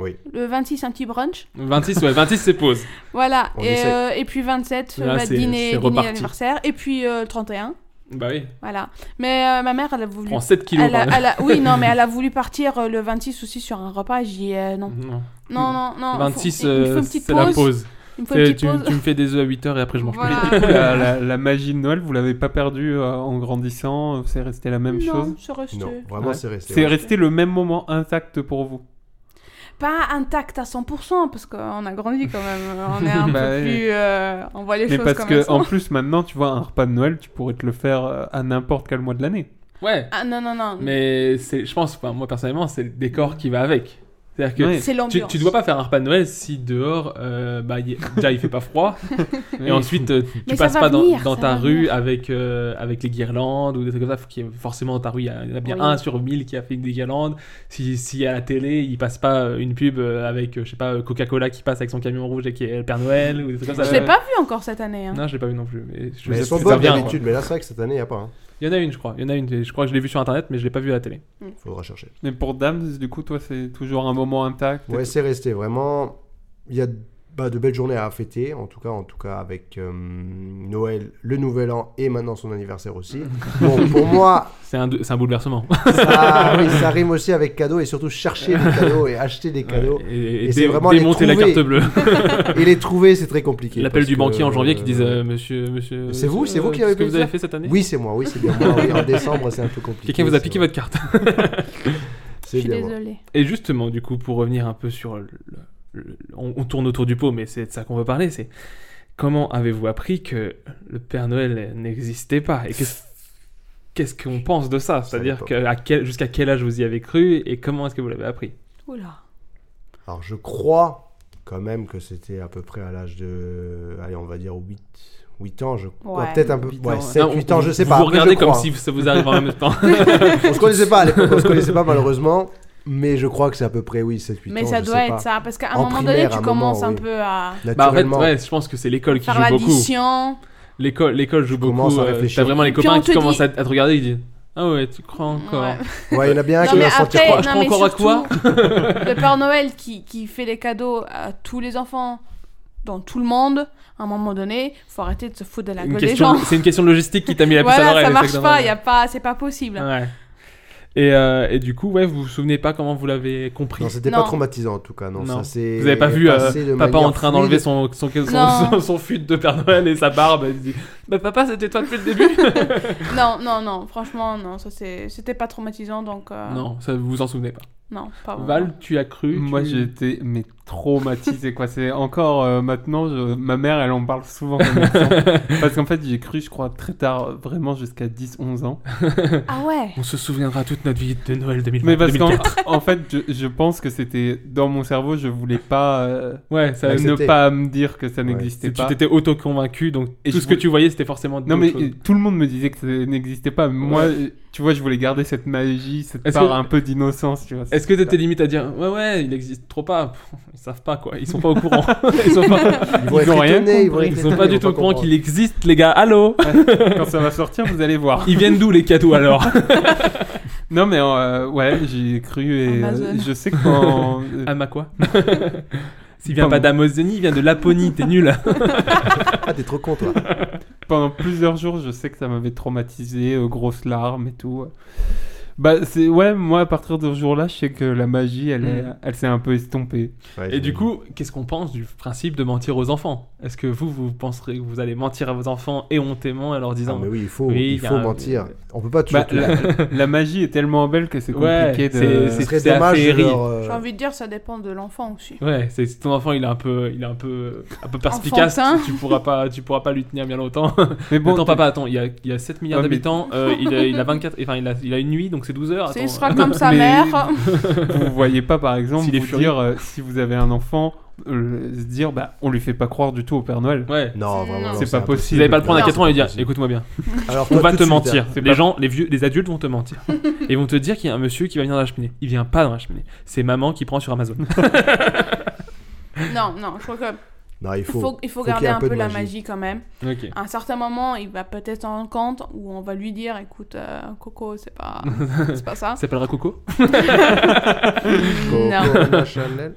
Speaker 2: Oui.
Speaker 11: Le 26, un petit brunch.
Speaker 9: 26, ouais, 26 c'est pause.
Speaker 11: Voilà,
Speaker 2: On
Speaker 11: et,
Speaker 2: essaie.
Speaker 11: euh, et puis 27,
Speaker 9: Là,
Speaker 11: bah,
Speaker 9: c'est- c'est
Speaker 11: dîner, dîner
Speaker 9: reparti.
Speaker 11: d'anniversaire, et puis euh, le 31,
Speaker 9: Bah oui,
Speaker 11: voilà. Mais euh, ma mère, elle a voulu...
Speaker 9: prends 7 kilos
Speaker 11: elle a-
Speaker 9: par là.
Speaker 11: elle a- oui, non, mais elle a voulu partir euh, le 26 aussi sur un repas, j'ai dit euh, non.
Speaker 9: Non.
Speaker 11: Non, non, non, il faut-
Speaker 9: 26
Speaker 11: il me faut
Speaker 9: Mm. euh,
Speaker 11: une petite
Speaker 9: c'est la pause.
Speaker 11: Il me faut une
Speaker 9: C'est-
Speaker 11: petite
Speaker 9: Tu,
Speaker 11: pause.
Speaker 9: tu me fais des œufs à 8h et après je mange
Speaker 11: Voilà.
Speaker 9: plus.
Speaker 10: Du coup, la, la- la magie de Noël, vous l'avez pas perdue euh, en grandissant, euh, c'est resté la même
Speaker 11: non,
Speaker 10: chose.
Speaker 11: c'est resté.
Speaker 2: Non, vraiment,
Speaker 10: Ouais.
Speaker 2: c'est resté.
Speaker 10: C'est
Speaker 2: ouais.
Speaker 10: resté le même moment intact pour vous.
Speaker 11: Pas intact à 100%, parce qu'on a grandi quand même. On est un
Speaker 10: Bah
Speaker 11: peu
Speaker 10: oui.
Speaker 11: plus... euh, on voit les
Speaker 10: Mais
Speaker 11: choses
Speaker 10: parce
Speaker 11: comme
Speaker 10: que
Speaker 11: elles sont.
Speaker 10: en plus maintenant, tu vois, un repas de Noël, tu pourrais te le faire euh, à n'importe quel mois de l'année.
Speaker 9: Ouais.
Speaker 11: Ah non, non, non.
Speaker 9: Mais c'est- je pense, enfin, moi personnellement, c'est le décor qui va avec. C'est-à-dire que
Speaker 10: Ouais.
Speaker 11: C'est
Speaker 9: tu,
Speaker 11: l'ambiance.
Speaker 9: tu dois pas faire un repas de Noël si dehors, euh, bah, il- déjà il fait pas froid, et
Speaker 10: Oui.
Speaker 9: ensuite euh, tu
Speaker 11: Mais ça
Speaker 9: passes
Speaker 11: va
Speaker 9: pas dans,
Speaker 11: venir,
Speaker 9: dans
Speaker 11: ça
Speaker 9: ta
Speaker 11: va
Speaker 9: rue
Speaker 11: venir.
Speaker 9: avec, euh, avec les guirlandes ou des trucs comme ça. Faut qu'il y ait- forcément, dans ta rue, il y, a- il y en a bien
Speaker 11: Oui.
Speaker 9: un sur mille qui a fait des guirlandes. Si, si à la télé, il passe pas euh, une pub euh, avec, euh, je sais pas, euh, Coca-Cola qui passe avec son camion rouge et qui est le Père Noël ou des trucs comme
Speaker 11: Je
Speaker 9: ça.
Speaker 11: l'ai pas vu encore cette année. hein.
Speaker 9: euh, Non, je l'ai pas vu non plus. Mais je
Speaker 2: Mais
Speaker 9: sais
Speaker 2: elles sont
Speaker 9: plus, ça
Speaker 2: bonnes
Speaker 9: vient,
Speaker 2: d'habitude, mais là c'est vrai que cette année il n'y a pas.
Speaker 9: quoi.
Speaker 2: hein.
Speaker 9: Il y en a une, je crois. Il y en a une. Je crois que je l'ai vu sur internet, mais je l'ai pas vu à la télé.
Speaker 2: Faudra chercher.
Speaker 10: Mais pour Dams, du coup, toi, c'est toujours un moment intact.
Speaker 2: Ouais, c'est resté vraiment. Il y a bah, de belles journées à fêter, en tout cas, en tout cas avec euh, Noël, le Nouvel An et maintenant son anniversaire aussi. Bon, pour moi,
Speaker 9: C'est un, c'est un bouleversement.
Speaker 2: Oh. ça, oui, ça rime aussi avec cadeaux et surtout chercher des cadeaux et acheter des cadeaux.
Speaker 9: Et, et
Speaker 2: Et c'est
Speaker 9: dé-
Speaker 2: vraiment les
Speaker 9: démonter la
Speaker 2: trouver.
Speaker 9: carte bleue.
Speaker 2: Et les trouver, c'est très compliqué.
Speaker 9: L'appel
Speaker 2: parce
Speaker 9: du
Speaker 2: que,
Speaker 9: banquier en janvier qui
Speaker 2: euh,
Speaker 9: disait euh, Monsieur, Monsieur.
Speaker 2: C'est vous,
Speaker 9: monsieur,
Speaker 2: c'est vous qui
Speaker 9: euh,
Speaker 2: avez
Speaker 9: ce que
Speaker 2: pu
Speaker 9: vous
Speaker 2: le
Speaker 9: avez
Speaker 2: faire
Speaker 9: fait cette année.
Speaker 2: Oui, c'est moi, oui, c'est bien moi. oui, en décembre, c'est un peu compliqué.
Speaker 9: Quelqu'un vous a
Speaker 2: c'est
Speaker 9: piqué
Speaker 2: vrai.
Speaker 9: votre carte.
Speaker 11: Je
Speaker 2: C'est
Speaker 11: suis
Speaker 2: bien moi.
Speaker 11: désolée.
Speaker 9: Et justement, du coup, pour revenir un peu sur. le- le- on, on tourne autour du pot, mais c'est de ça qu'on veut parler. C'est comment avez-vous appris que le Père Noël n'existait pas et qu'est-ce- qu'est-ce qu'on pense de ça C'est-à-dire
Speaker 2: dépend.
Speaker 9: que à quel- jusqu'à quel âge vous y avez cru et comment est-ce que vous l'avez appris
Speaker 11: Oula.
Speaker 2: Alors, je crois quand même que c'était à peu près à l'âge de. Allez, on va dire 8, 8 ans, je crois.
Speaker 11: Ouais.
Speaker 2: Peut-être un peu.
Speaker 10: Huit
Speaker 2: Ouais,
Speaker 10: ans,
Speaker 2: 7,
Speaker 9: Non,
Speaker 2: 8
Speaker 9: on-
Speaker 2: ans, je sais
Speaker 9: vous
Speaker 2: pas.
Speaker 9: Vous
Speaker 2: Après, je
Speaker 9: regardez comme
Speaker 2: crois.
Speaker 9: si ça vous arrive en même temps.
Speaker 2: On se connaissait pas à l'époque, on se connaissait pas malheureusement. Mais je crois que c'est à peu près, oui, 7, 8 ans.
Speaker 11: Mais ça
Speaker 2: je
Speaker 11: doit
Speaker 2: sais
Speaker 11: être
Speaker 2: pas.
Speaker 11: ça, parce qu'à un
Speaker 2: En
Speaker 11: moment
Speaker 2: primaire,
Speaker 11: donné,
Speaker 2: à
Speaker 11: tu
Speaker 2: un
Speaker 11: commences
Speaker 2: moment,
Speaker 11: un
Speaker 2: oui.
Speaker 11: peu
Speaker 9: bah
Speaker 11: à
Speaker 9: en fait,
Speaker 2: Naturellement.
Speaker 9: ouais, je pense que c'est l'école qui
Speaker 11: faire
Speaker 9: joue beaucoup.
Speaker 11: l'addition.
Speaker 9: L'école, l'école joue
Speaker 2: commences
Speaker 9: beaucoup.
Speaker 2: à
Speaker 9: euh,
Speaker 2: réfléchir.
Speaker 9: T'as vraiment les
Speaker 11: Puis
Speaker 9: copains
Speaker 11: on
Speaker 9: qui
Speaker 11: te
Speaker 9: commencent
Speaker 11: dit-
Speaker 9: à, à te regarder. Ils disent Ah ouais, tu crois encore.
Speaker 11: Ouais.
Speaker 2: Ouais, il y en a bien un
Speaker 11: Non,
Speaker 2: qui
Speaker 11: mais
Speaker 2: va sortir.
Speaker 11: après,
Speaker 9: crois- je
Speaker 11: non,
Speaker 9: crois
Speaker 11: mais
Speaker 9: encore à
Speaker 11: surtout,
Speaker 9: quoi
Speaker 11: Le Père Noël qui, qui fait les cadeaux à tous les enfants dans tout le monde, à un moment donné, faut arrêter de se foutre de la
Speaker 9: Une
Speaker 11: gueule des
Speaker 9: question-
Speaker 11: gens.
Speaker 9: C'est une question de logistique qui t'a mis la puce à
Speaker 11: Voilà,
Speaker 9: l'oreille.
Speaker 11: ça marche
Speaker 9: exactement.
Speaker 11: pas, y a pas, c'est pas possible.
Speaker 9: Ouais. Et, euh, et du coup, ouais, vous vous souvenez pas comment vous l'avez compris
Speaker 2: Non, c'était
Speaker 11: Non.
Speaker 2: pas traumatisant en tout cas. Non,
Speaker 9: Non.
Speaker 2: Ça, c'est
Speaker 9: Vous avez pas vu euh,
Speaker 2: passé de
Speaker 9: papa
Speaker 2: manière
Speaker 9: en train d'enlever
Speaker 2: fluide.
Speaker 9: son, son, son,
Speaker 11: Non.
Speaker 9: son- son fut de Père Noël et sa barbe Il dit, Bah papa, c'était toi depuis le début
Speaker 11: Non, non, non, franchement, non, ça c'est- c'était pas traumatisant donc. euh,
Speaker 9: Non, ça, vous vous en souvenez pas.
Speaker 11: Non, pas vraiment.
Speaker 9: Val, tu as cru
Speaker 10: Moi,
Speaker 9: tu-
Speaker 10: j'ai été mais traumatisé quoi. C'est encore euh, maintenant, je- ma mère, elle en parle souvent. comme exemple. Parce qu'en fait, j'ai cru, je crois, très tard, vraiment jusqu'à 10-11 ans.
Speaker 11: Ah ouais
Speaker 9: On se souviendra toute notre vie de Noël 2020.
Speaker 10: Mais parce
Speaker 9: 2004.
Speaker 10: qu'en en fait, je, je pense que c'était dans mon cerveau, je voulais pas euh,
Speaker 9: Ouais, ça,
Speaker 2: Accepter.
Speaker 10: ne pas me dire que ça
Speaker 2: Ouais.
Speaker 10: n'existait
Speaker 9: tu
Speaker 10: pas.
Speaker 9: t'étais auto-convaincu, donc
Speaker 10: Et
Speaker 9: tout ce
Speaker 10: je
Speaker 9: que
Speaker 10: voulais-
Speaker 9: tu voyais, c'était forcément.
Speaker 10: Non
Speaker 9: d'autres
Speaker 10: mais
Speaker 9: choses.
Speaker 10: euh, tout le monde me disait que ça n'existait pas. Moi, euh, tu vois, je voulais garder cette magie, cette
Speaker 9: Est-ce
Speaker 10: part
Speaker 9: que-
Speaker 10: un peu d'innocence, tu vois.
Speaker 9: Est-ce que t'étais limite à dire ouais ouais il existe trop pas Pff, ils savent pas quoi ils sont pas au courant ils sont pas,
Speaker 2: Ils vont
Speaker 10: Ils
Speaker 2: être
Speaker 10: ont rien
Speaker 2: étonnés, ils vont
Speaker 10: compris.
Speaker 2: être
Speaker 9: ils sont
Speaker 2: étonnés,
Speaker 9: pas
Speaker 2: ils
Speaker 9: du
Speaker 2: vont
Speaker 9: tout au courant
Speaker 2: comprendre.
Speaker 9: qu'il existe les gars allô
Speaker 10: quand ça va sortir, vous allez voir.
Speaker 9: ils viennent d'où les cadeaux alors
Speaker 10: Non mais euh, ouais, j'ai cru et euh,
Speaker 11: Amazon.
Speaker 10: je sais que quand euh,
Speaker 9: Ama quoi s'il vient
Speaker 10: Pardon.
Speaker 9: pas d'Amazonie il vient de Laponie t'es nul
Speaker 2: Ah, t'es trop con toi.
Speaker 10: pendant plusieurs jours, je sais que ça m'avait traumatisé, euh, grosses larmes et tout. Bah c'est ouais, moi à partir de ce jour-là, je sais que la magie, elle, est-
Speaker 9: Mm.
Speaker 10: elle s'est un peu estompée.
Speaker 2: Ouais,
Speaker 9: et du
Speaker 2: j'imagine.
Speaker 9: coup qu'est-ce qu'on pense du principe de mentir aux enfants est-ce que vous vous penserez que vous allez mentir à vos enfants éhontément en leur
Speaker 2: Ah,
Speaker 9: disant
Speaker 2: mais oui, il faut,
Speaker 9: Oui, euh,
Speaker 2: il
Speaker 9: y a
Speaker 2: faut
Speaker 9: un-
Speaker 2: mentir. On peut pas tuer
Speaker 10: Bah,
Speaker 2: tout le monde.
Speaker 10: la, la magie est tellement belle que c'est
Speaker 9: ouais
Speaker 10: compliqué de.
Speaker 9: c'est-
Speaker 2: Ce
Speaker 9: c'est
Speaker 2: serait
Speaker 9: c'est la
Speaker 2: dommage. de
Speaker 9: féerie.
Speaker 2: leur, euh,
Speaker 11: J'ai envie de dire, ça dépend de l'enfant aussi.
Speaker 9: Ouais, c'est si ton enfant, il est un peu, il est un peu, un peu perspicace.
Speaker 11: Enfantin.
Speaker 9: Tu, tu pourras pas, tu pourras pas lui tenir bien longtemps.
Speaker 10: Mais bon,
Speaker 9: attends, papa, attends, il y a, il y a 7 milliards
Speaker 10: Ouais, mais-
Speaker 9: d'habitants, euh, il, a, il a 24, enfin, il a, il a une nuit, donc c'est 12 heures.
Speaker 11: C'est-
Speaker 9: attends,
Speaker 11: Il sera
Speaker 9: euh,
Speaker 11: comme sa
Speaker 10: mais-
Speaker 11: mère.
Speaker 10: vous voyez pas par exemple
Speaker 9: S'il est
Speaker 10: vous
Speaker 9: furieux.
Speaker 10: dire euh, si vous avez un enfant euh, se dire bah on lui fait pas croire du tout au Père Noël.
Speaker 9: euh, Ouais.
Speaker 2: Non,
Speaker 11: Non.
Speaker 2: vraiment. non,
Speaker 10: C'est pas
Speaker 2: impossible.
Speaker 9: Si
Speaker 10: possible.
Speaker 9: vous n'allez pas le prendre à
Speaker 11: Non.
Speaker 9: 4 ans et lui dire,
Speaker 2: Impossible.
Speaker 9: écoute-moi bien,
Speaker 2: Alors,
Speaker 9: on
Speaker 2: toi,
Speaker 9: va
Speaker 2: tout
Speaker 9: te
Speaker 2: de suite,
Speaker 9: mentir.
Speaker 2: hein.
Speaker 9: Les gens, les vieux, les adultes vont te mentir. Ils vont te dire qu'il y a un monsieur qui va venir dans la cheminée. Il vient pas dans la cheminée. C'est maman qui prend sur Amazon.
Speaker 11: non, non, je crois que
Speaker 2: Non, il
Speaker 11: il
Speaker 2: faut.
Speaker 11: faut, il faut
Speaker 2: qu'il y ait
Speaker 11: garder
Speaker 2: un
Speaker 11: un
Speaker 2: peu
Speaker 11: peu,
Speaker 2: de
Speaker 11: la
Speaker 2: magie.
Speaker 11: magie quand même.
Speaker 9: ok.
Speaker 11: À un certain moment, il va peut-être s'en rendre compte ou on va lui dire écoute, euh, Coco, c'est pas, c'est pas ça.
Speaker 9: Ça s'appellera Coco
Speaker 11: Non.
Speaker 2: Coco Chanel.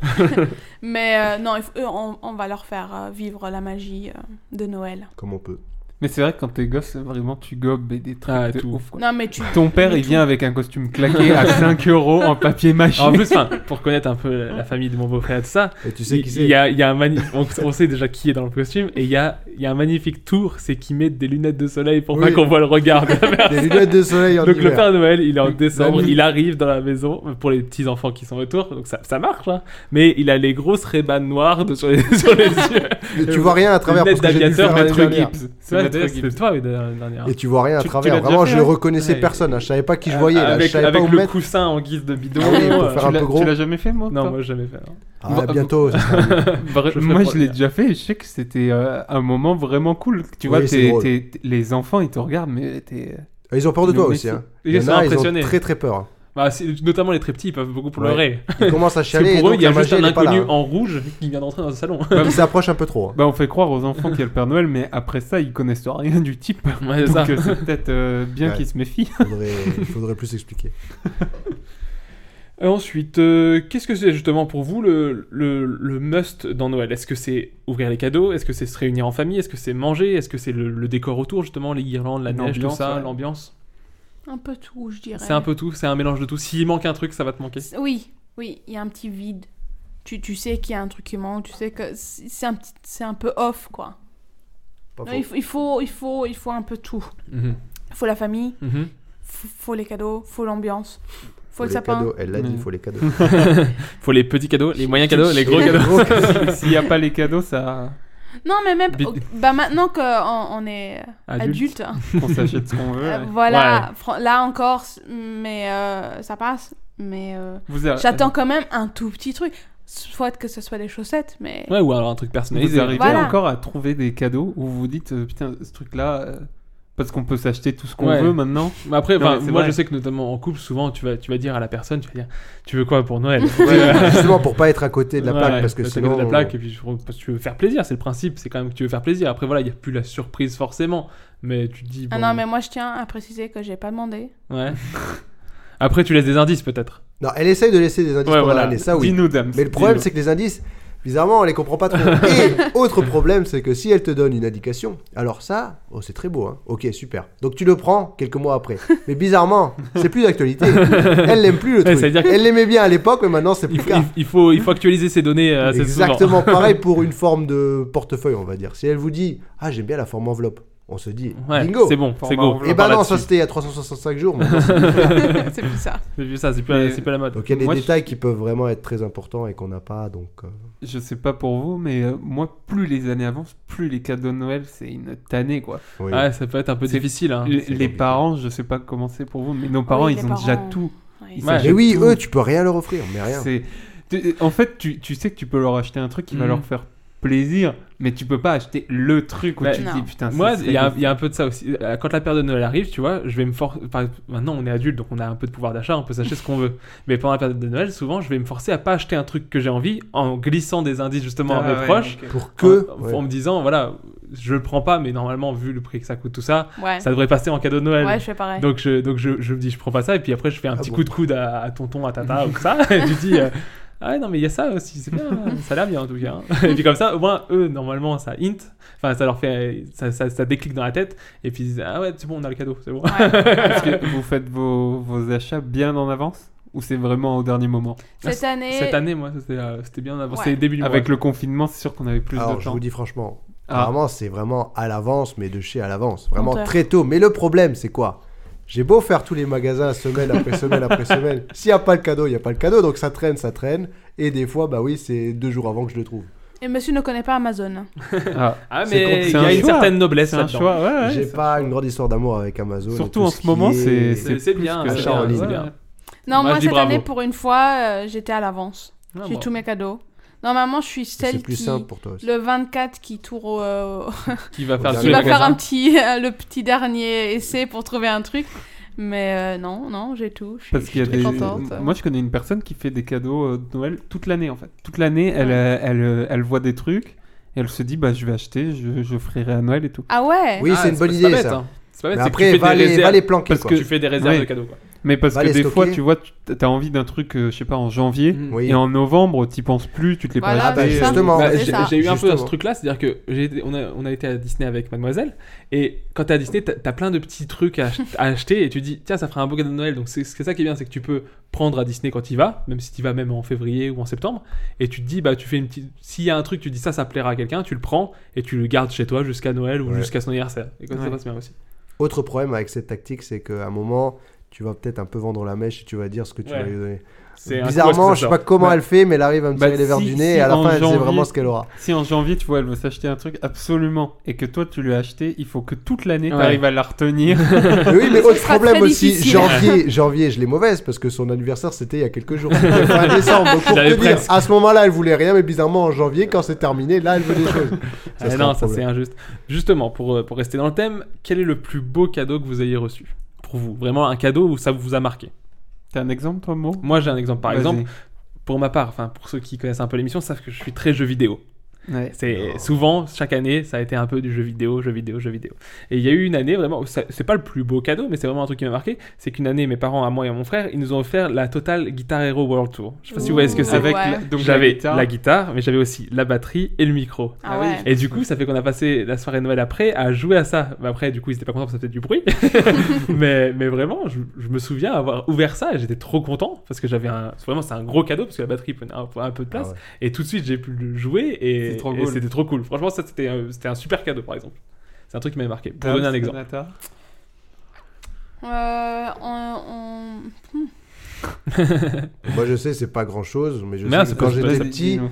Speaker 11: Mais euh, non, il faut- eux, on, on va leur faire euh, vivre la magie euh, de Noël.
Speaker 2: Comme on peut.
Speaker 10: Mais c'est vrai que quand t'es gosse, vraiment tu gobes et des trucs
Speaker 9: Ah,
Speaker 10: de
Speaker 9: tout.
Speaker 10: ouf. quoi.
Speaker 11: Non, mais tu.
Speaker 10: Ton père, il vient avec un costume claqué à 5 euros en papier mâché.
Speaker 9: En plus, enfin, pour connaître un peu la famille de mon beau-frère et tout ça,
Speaker 2: Et tu sais
Speaker 9: il
Speaker 2: qui
Speaker 9: il y
Speaker 2: c'est
Speaker 9: a, il y a un mani- on, on sait déjà qui est dans le costume, et il y a, il y a un magnifique tour, c'est qu'ils mettent des lunettes de soleil pour pas
Speaker 2: Oui.
Speaker 9: qu'on voit le regard de la
Speaker 2: Des lunettes de soleil en
Speaker 9: Donc le
Speaker 2: hiver.
Speaker 9: Père Noël, il est en
Speaker 10: Oui,
Speaker 9: décembre,
Speaker 10: la nuit.
Speaker 9: il arrive dans la maison euh, pour les petits enfants qui sont autour, donc ça, ça marche, hein. mais il a les grosses rébanes noires de- sur les, sur les yeux.
Speaker 2: Mais tu vois rien à travers
Speaker 9: Lunettes
Speaker 2: parce que j'ai dû le
Speaker 9: d'aviateur,
Speaker 2: faire
Speaker 9: maître
Speaker 2: l'année dernière.
Speaker 10: Gibbs. C'est
Speaker 9: Ouais,
Speaker 10: Maître Gims.
Speaker 9: C'était toi, oui, la dernière.
Speaker 2: Et tu vois rien à
Speaker 10: Tu- tu
Speaker 2: travers.
Speaker 10: l'as déjà
Speaker 2: Vraiment,
Speaker 10: fait,
Speaker 2: je
Speaker 10: hein
Speaker 2: reconnaissais
Speaker 10: Ouais.
Speaker 2: personne. hein. Je savais pas qui je voyais. là.
Speaker 9: Avec,
Speaker 2: je savais
Speaker 9: Ah, avec
Speaker 2: pas où
Speaker 9: le
Speaker 2: mettre.
Speaker 9: coussin en guise de bidon.
Speaker 2: Ah oui, pour
Speaker 9: euh,
Speaker 2: faire
Speaker 10: Tu
Speaker 2: un
Speaker 10: l'as-
Speaker 2: peu gros.
Speaker 10: Tu l'as jamais fait, moi
Speaker 9: Non,
Speaker 10: toi
Speaker 9: moi, j'ai jamais fait. non.
Speaker 2: Ah,
Speaker 10: Bah,
Speaker 2: bientôt. ça sera mieux.
Speaker 10: Vra-
Speaker 9: Je ferai
Speaker 10: moi,
Speaker 9: pour
Speaker 10: je
Speaker 9: le
Speaker 10: l'ai
Speaker 9: dire.
Speaker 10: déjà fait. et Je sais que c'était euh, un moment vraiment cool. Tu
Speaker 2: Oui,
Speaker 10: vois,
Speaker 2: c'est
Speaker 10: t'es-
Speaker 2: drôle.
Speaker 10: t'es- t'es- les enfants, ils te regardent, mais t'es. euh,
Speaker 2: Ils ont peur de
Speaker 10: Ils
Speaker 2: toi
Speaker 10: ont
Speaker 2: aussi.
Speaker 10: laissé.
Speaker 2: hein.
Speaker 9: Ils
Speaker 2: Il y en
Speaker 9: sont
Speaker 2: a,
Speaker 9: impressionnés.
Speaker 2: Ils ont très très peur.
Speaker 9: Bah, c'est- notamment les très petits, ils peuvent beaucoup pleurer.
Speaker 2: Ils commencent à
Speaker 9: Parce
Speaker 2: chialer.
Speaker 9: que
Speaker 2: et
Speaker 9: pour eux,
Speaker 2: donc
Speaker 9: il y a
Speaker 2: la
Speaker 9: juste un
Speaker 2: magie, elle est pas là,
Speaker 9: inconnu
Speaker 2: hein.
Speaker 9: en rouge qui vient d'entrer dans le salon.
Speaker 2: Ils s'approchent un peu trop. hein.
Speaker 10: Bah, on fait croire aux enfants qu'il y a le Père Noël, mais après ça, ils connaissent rien du type.
Speaker 9: Ouais, c'est
Speaker 10: Donc,
Speaker 9: ça.
Speaker 10: euh, c'est peut-être euh, bien
Speaker 2: Ouais.
Speaker 10: qu'ils se méfient.
Speaker 2: Faudrait, il faudrait plus expliquer.
Speaker 9: Et ensuite, euh, qu'est-ce que c'est justement pour vous le, le, le must dans Noël Est-ce que c'est ouvrir les cadeaux Est-ce que c'est se réunir en famille Est-ce que c'est manger Est-ce que c'est le, le décor autour justement Les guirlandes, la neige, tout
Speaker 10: L'ambiance,
Speaker 9: ça,
Speaker 10: ouais.
Speaker 9: l'ambiance
Speaker 11: Un peu tout, je dirais.
Speaker 9: C'est un peu tout, c'est un mélange de tout. S'il manque un truc, ça va te manquer.
Speaker 11: Oui, oui, il y a un petit vide. Tu, tu sais qu'il y a un truc qui manque, tu sais que c'est c'est un, petit- c'est un peu off, quoi.
Speaker 2: Pas
Speaker 11: Non,
Speaker 2: faux.
Speaker 11: il, faut, il, faut, il, faut, il faut un peu tout.
Speaker 9: Mhm.
Speaker 11: Il faut la famille,
Speaker 9: Mhm.
Speaker 11: faut, faut les cadeaux, faut l'ambiance, faut
Speaker 2: Faut
Speaker 11: le
Speaker 2: les
Speaker 11: sapin.
Speaker 2: cadeaux. Elle l'a dit, il faut les cadeaux.
Speaker 9: Faut les petits cadeaux, les moyens cadeaux, les gros
Speaker 10: Et
Speaker 9: cadeaux.
Speaker 10: si- S'il n'y a pas les cadeaux, ça.
Speaker 11: Non, mais même
Speaker 9: Bi-
Speaker 11: oh, bah, maintenant qu'on on est
Speaker 10: Adulte.
Speaker 11: adulte, hein,
Speaker 10: On s'achète ce qu'on veut.
Speaker 11: euh,
Speaker 10: ouais.
Speaker 11: voilà, fran- là encore, c- mais euh, ça passe. Mais euh,
Speaker 10: Vous a-
Speaker 11: j'attends quand même un tout petit truc. Soit que ce soit des chaussettes, mais.
Speaker 9: Ouais, ou alors un truc
Speaker 10: Vous
Speaker 9: personnalisé.
Speaker 10: arrivez
Speaker 11: Voilà.
Speaker 10: encore à trouver des cadeaux où vous dites euh, putain ce truc là parce qu'on peut s'acheter tout ce qu'on
Speaker 9: Ouais.
Speaker 10: veut maintenant.
Speaker 9: Mais après,
Speaker 10: Non,
Speaker 9: enfin,
Speaker 10: mais c'est
Speaker 9: moi
Speaker 10: vrai.
Speaker 9: je sais que notamment en couple, souvent tu vas, tu vas dire à la personne, tu vas dire, tu veux quoi pour Noël
Speaker 2: Justement pour pas être à côté de la plaque parce que
Speaker 9: c'est
Speaker 2: sinon.
Speaker 9: la plaque et puis je trouve- parce que tu veux faire plaisir, c'est le principe, c'est quand même que tu veux faire plaisir. Après voilà, il n'y a plus la surprise forcément, mais tu te dis.
Speaker 11: Ah
Speaker 9: bon,
Speaker 11: non, mais moi je tiens à préciser que j'ai pas demandé.
Speaker 9: ouais. Après tu laisses des indices peut-être.
Speaker 2: Non, elle essaye de laisser des indices
Speaker 9: Ouais,
Speaker 2: pendant
Speaker 9: voilà.
Speaker 2: l'année, ça oui.
Speaker 10: Dis-nous dames.
Speaker 2: Mais le problème, c'est que les indices, bizarrement, on les comprend pas trop. Et autre problème, c'est que si elle te donne une indication, alors ça, oh, c'est très beau, hein. ok, super. Donc tu le prends quelques mois après. Mais bizarrement, c'est plus d'actualité. Elle l'aime plus le
Speaker 9: Ouais, ça veut
Speaker 2: truc.
Speaker 9: dire que-
Speaker 2: Elle l'aimait bien à l'époque, mais maintenant, c'est plus
Speaker 9: Il,
Speaker 2: le
Speaker 9: faut-
Speaker 2: cas.
Speaker 9: il- il faut, il faut actualiser ces données euh, assez souvent.
Speaker 2: Exactement pareil pour une forme de portefeuille, on va dire. Si elle vous dit, ah, j'aime bien la forme enveloppe, on se dit,
Speaker 9: Ouais,
Speaker 2: bingo.
Speaker 9: c'est bon, c'est
Speaker 10: Format
Speaker 9: go.
Speaker 10: enveloppe.
Speaker 2: Et bah
Speaker 9: Par
Speaker 2: non, ça
Speaker 9: là-dessus.
Speaker 2: c'était il y a 365 jours. maintenant, c'est-
Speaker 11: c'est plus ça.
Speaker 9: c'est plus ça, c'est plus,
Speaker 10: Mais-
Speaker 9: c'est plus la mode.
Speaker 2: Donc il y a des
Speaker 10: Moi, je-
Speaker 2: détails qui peuvent vraiment être très importants et qu'on n'a pas. Donc, euh,
Speaker 10: Je sais pas pour vous mais euh, moi plus les années avancent plus les cadeaux de Noël c'est une tannée quoi.
Speaker 2: oui.
Speaker 9: Ouais, ça peut être un peu
Speaker 10: C'est-
Speaker 9: difficile. hein.
Speaker 10: Les-
Speaker 2: Ah, c'est
Speaker 10: les
Speaker 2: compliqué.
Speaker 10: parents je sais pas comment c'est pour vous mais nos parents
Speaker 11: Ah les
Speaker 10: ils ont déjà
Speaker 11: parents. euh,
Speaker 10: tout. Ils
Speaker 11: Ouais.
Speaker 9: Ouais.
Speaker 2: Mais
Speaker 10: s'achètent
Speaker 2: oui,
Speaker 10: tout.
Speaker 2: eux, tu peux rien leur offrir, mais rien.
Speaker 10: C'est- tu- En fait tu, tu sais que tu peux leur acheter un truc qui va
Speaker 9: Mhm.
Speaker 10: leur faire plaisir mais tu peux pas acheter le truc où
Speaker 9: Bah,
Speaker 10: tu te dis
Speaker 11: non.
Speaker 10: putain Ah, ça
Speaker 9: Moi,
Speaker 10: serait
Speaker 9: il y, a
Speaker 10: le-
Speaker 9: il y a un peu de ça aussi. Euh, Quand la période de Noël arrive, tu vois, je vais me forcer. maintenant, on est adulte, donc on a un peu de pouvoir d'achat, on peut s'acheter ce qu'on veut. Mais pendant la période de Noël, souvent, je vais me forcer à pas acheter un truc que j'ai envie en glissant des indices justement à
Speaker 10: Ah,
Speaker 9: mes
Speaker 10: ouais,
Speaker 9: proches.
Speaker 10: ok.
Speaker 2: Pour que.
Speaker 9: en,
Speaker 2: ouais.
Speaker 9: en me disant, voilà, je le prends pas, mais normalement, vu le prix que ça coûte, tout ça,
Speaker 11: Ouais.
Speaker 9: ça devrait passer en cadeau de Noël.
Speaker 11: ouais, je fais pareil.
Speaker 9: Donc, je, donc je, je me dis, je prends pas ça, et puis après, je fais un
Speaker 2: Ah
Speaker 9: petit
Speaker 2: bon.
Speaker 9: coup de coude à, à tonton, à tata, ou ça, et tu dis. euh, ah ouais, non mais il y a ça aussi, c'est bien, ça a l'air bien en tout cas. hein. Et puis comme ça, au moins eux, normalement, ça hint, enfin ça leur fait, ça, ça, ça déclic dans la tête, et puis ils disent, ah ouais, c'est bon, on a le cadeau, c'est bon.
Speaker 10: Est-ce que vous faites vos, vos achats bien en avance ou c'est vraiment au dernier moment
Speaker 11: Cette année,
Speaker 9: Cette année, moi, c'était euh, c'était bien avant,
Speaker 11: Ouais.
Speaker 9: c'était début du
Speaker 10: Avec
Speaker 9: mois.
Speaker 10: le confinement, c'est sûr qu'on avait plus
Speaker 2: Alors,
Speaker 10: de
Speaker 2: je
Speaker 10: temps.
Speaker 2: vous dis franchement,
Speaker 10: Ah.
Speaker 2: vraiment, c'est vraiment à l'avance, mais de chez à l'avance. Vraiment
Speaker 11: Menteur.
Speaker 2: très tôt. Mais le problème, c'est quoi J'ai beau faire tous les magasins semaine après semaine après semaine. S'il n'y a pas le cadeau, il n'y a pas le cadeau. Donc ça traîne, ça traîne. Et des fois, bah oui, c'est deux jours avant que je le trouve.
Speaker 11: et monsieur ne connaît pas Amazon.
Speaker 10: Ah,
Speaker 9: Ah
Speaker 10: C'est con-
Speaker 9: mais
Speaker 10: c'est
Speaker 9: il y
Speaker 10: un
Speaker 9: a une
Speaker 10: choix.
Speaker 9: certaine noblesse
Speaker 10: c'est un
Speaker 9: là-dedans.
Speaker 10: choix, ouais, ouais,
Speaker 2: J'ai
Speaker 10: c'est-
Speaker 2: pas une grande histoire d'amour avec Amazon. et
Speaker 10: Surtout
Speaker 2: tout
Speaker 10: en
Speaker 2: ce
Speaker 10: ce
Speaker 2: qui
Speaker 10: moment,
Speaker 2: est-
Speaker 9: C'est
Speaker 10: c'est- c'est
Speaker 9: c'est
Speaker 10: plus
Speaker 9: bien,
Speaker 10: que
Speaker 9: c'est
Speaker 2: achat en
Speaker 9: bien,
Speaker 2: ligne.
Speaker 9: c'est bien. Moi, je
Speaker 11: Non, moi,
Speaker 9: dis
Speaker 11: cette
Speaker 9: bravo.
Speaker 11: année, pour une fois, euh, j'étais à l'avance.
Speaker 9: Ah,
Speaker 11: J'ai
Speaker 9: bon.
Speaker 11: tous mes cadeaux. Normalement, je suis
Speaker 2: C'est
Speaker 11: celle
Speaker 2: plus
Speaker 11: qui.
Speaker 2: simple pour toi aussi.
Speaker 11: Le 24 qui tourne au- euh,
Speaker 9: Qui va
Speaker 2: Qui
Speaker 9: faire
Speaker 2: Ah,
Speaker 11: qui
Speaker 9: le
Speaker 11: va faire
Speaker 9: magasin.
Speaker 11: un petit, euh, le petit dernier essai pour trouver un truc. Mais euh, non, non, j'ai tout. Je suis-
Speaker 10: Parce
Speaker 11: je
Speaker 10: qu'il y a
Speaker 11: suis
Speaker 10: des.
Speaker 11: très contente.
Speaker 10: Moi, je connais une personne qui fait des cadeaux euh, de Noël toute l'année, en fait. Toute l'année, elle, euh, elle, euh, elle voit des trucs et elle se dit, bah, je vais acheter, je, je ferai à Noël et tout.
Speaker 11: Ah ouais
Speaker 2: Oui,
Speaker 9: Ah,
Speaker 2: c'est une bonne
Speaker 9: pas
Speaker 2: idée
Speaker 9: bête,
Speaker 2: ça.
Speaker 9: hein. C'est pas
Speaker 2: Mais
Speaker 9: bête, c'est que tu
Speaker 2: après,
Speaker 9: fais
Speaker 2: va
Speaker 9: des
Speaker 2: les, va
Speaker 9: réserves-
Speaker 2: les planquer.
Speaker 9: parce
Speaker 2: quoi.
Speaker 9: que tu fais des réserves
Speaker 10: Ouais.
Speaker 9: de cadeaux. Quoi.
Speaker 10: Mais parce
Speaker 2: Va
Speaker 10: que
Speaker 2: les
Speaker 10: des fois,
Speaker 2: stocker.
Speaker 10: tu vois, tu- t'as envie d'un truc, euh, je sais pas, en janvier.
Speaker 2: Oui.
Speaker 10: Et en novembre, t'y penses plus, tu te l'es
Speaker 11: Voilà,
Speaker 10: pas acheté.
Speaker 11: c'est
Speaker 10: euh,
Speaker 11: ça.
Speaker 2: Ah, justement.
Speaker 9: Bah,
Speaker 11: c'est
Speaker 9: j'ai
Speaker 11: ça.
Speaker 9: j'ai eu un peu ce
Speaker 2: Justement.
Speaker 9: truc-là, c'est-à-dire que j'ai été- on a, on a été à Disney avec Mademoiselle, et quand t'es à Disney, t'as t'as plein de petits trucs à, ach- à acheter, et tu dis, tiens, ça fera un beau cadeau de Noël. Donc c'est c'est ça qui est bien, c'est que tu peux prendre à Disney quand il va, même si tu vas même en février ou en septembre, et tu te dis, bah tu fais une petite. S'il y a un truc, tu dis ça, ça plaira à quelqu'un, tu le prends, et tu le gardes chez toi jusqu'à Noël ou
Speaker 2: Ouais.
Speaker 9: jusqu'à son anniversaire. Et comme ça,
Speaker 10: Ouais.
Speaker 9: ça se bien aussi.
Speaker 2: Autre problème avec cette tactique, c'est qu'à un moment, tu vas peut-être un peu vendre la mèche et tu vas dire ce que tu
Speaker 9: Ouais.
Speaker 2: vas lui donner.
Speaker 9: C'est
Speaker 2: Bizarrement, je sais pas comment
Speaker 10: Ouais.
Speaker 2: elle fait, mais elle arrive à me
Speaker 10: Bah,
Speaker 2: tirer les verres
Speaker 10: si-
Speaker 2: du nez
Speaker 10: si
Speaker 2: et à la
Speaker 10: en
Speaker 2: fin, elle sait
Speaker 10: janvier-
Speaker 2: vraiment ce qu'elle aura.
Speaker 10: Si en janvier, tu vois, elle veut s'acheter un truc absolument et que toi tu lui as acheté, il faut que toute l'année
Speaker 9: Ouais.
Speaker 10: t'arrives à la retenir.
Speaker 2: Mais oui, mais
Speaker 11: Ce
Speaker 2: autre
Speaker 11: sera
Speaker 2: problème
Speaker 11: très
Speaker 2: aussi,
Speaker 11: difficile.
Speaker 2: janvier, janvier, je l'ai mauvaise parce que son anniversaire c'était il y a quelques jours, c'était fin décembre. Donc pour
Speaker 9: J'avais
Speaker 2: te dire,
Speaker 9: presque.
Speaker 2: à ce moment-là, elle voulait rien, mais bizarrement en janvier, quand c'est terminé, là, elle veut des choses. Ça
Speaker 9: Ah
Speaker 2: serait un
Speaker 9: non, ça
Speaker 2: problème.
Speaker 9: c'est injuste. Justement, pour, euh, pour rester dans le thème, quel est le plus beau cadeau que vous ayez reçu Pour vous, vraiment un cadeau où ça vous a marqué
Speaker 10: T'as un exemple, toi, Mo
Speaker 9: Moi j'ai un exemple, par
Speaker 10: Vas-y.
Speaker 9: exemple, pour ma part, enfin pour ceux qui connaissent un peu l'émission, savent que je suis très jeu vidéo.
Speaker 10: Ouais.
Speaker 9: C'est souvent chaque année, ça a été un peu du jeu vidéo, jeu vidéo, jeu vidéo. Et il y a eu une année vraiment, où ça- c'est pas le plus beau cadeau, mais c'est vraiment un truc qui m'a marqué, c'est qu'une année mes parents à moi et à mon frère, ils nous ont offert la Total Guitar Hero World Tour. Je sais pas si vous voyez ce que c'est.
Speaker 10: Avec
Speaker 11: Ouais.
Speaker 10: la- Oh. Ah donc la
Speaker 9: J'avais
Speaker 10: guitare.
Speaker 9: la guitare, mais j'avais aussi la batterie et le micro.
Speaker 11: Ah ouais.
Speaker 9: Et du coup, ça fait qu'on a passé la soirée de Noël après à jouer à ça. Mais après, du coup, ils étaient pas contents parce que ça faisait du bruit. mais, mais vraiment, je, je me souviens avoir ouvert ça et j'étais trop content parce que j'avais un. Vraiment, c'est un gros cadeau parce que la batterie prenait un, un peu de place.
Speaker 2: Ah ouais.
Speaker 9: Et tout de suite, j'ai pu le jouer et
Speaker 10: C'est trop
Speaker 9: et
Speaker 10: cool.
Speaker 9: c'était trop cool. Franchement, ça, c'était un, c'était un super cadeau, par exemple. C'est un truc qui m'avait marqué. Pour
Speaker 10: Ah,
Speaker 9: donner un
Speaker 10: c'est
Speaker 9: exemple.
Speaker 10: Nata.
Speaker 11: Euh, on- on-
Speaker 2: Moi je sais, c'est pas grand chose, mais je
Speaker 9: Mais ah,
Speaker 2: sais
Speaker 9: ça
Speaker 2: que quand
Speaker 9: peut se
Speaker 2: j'étais
Speaker 9: passer,
Speaker 2: petit,
Speaker 10: Dis-nous.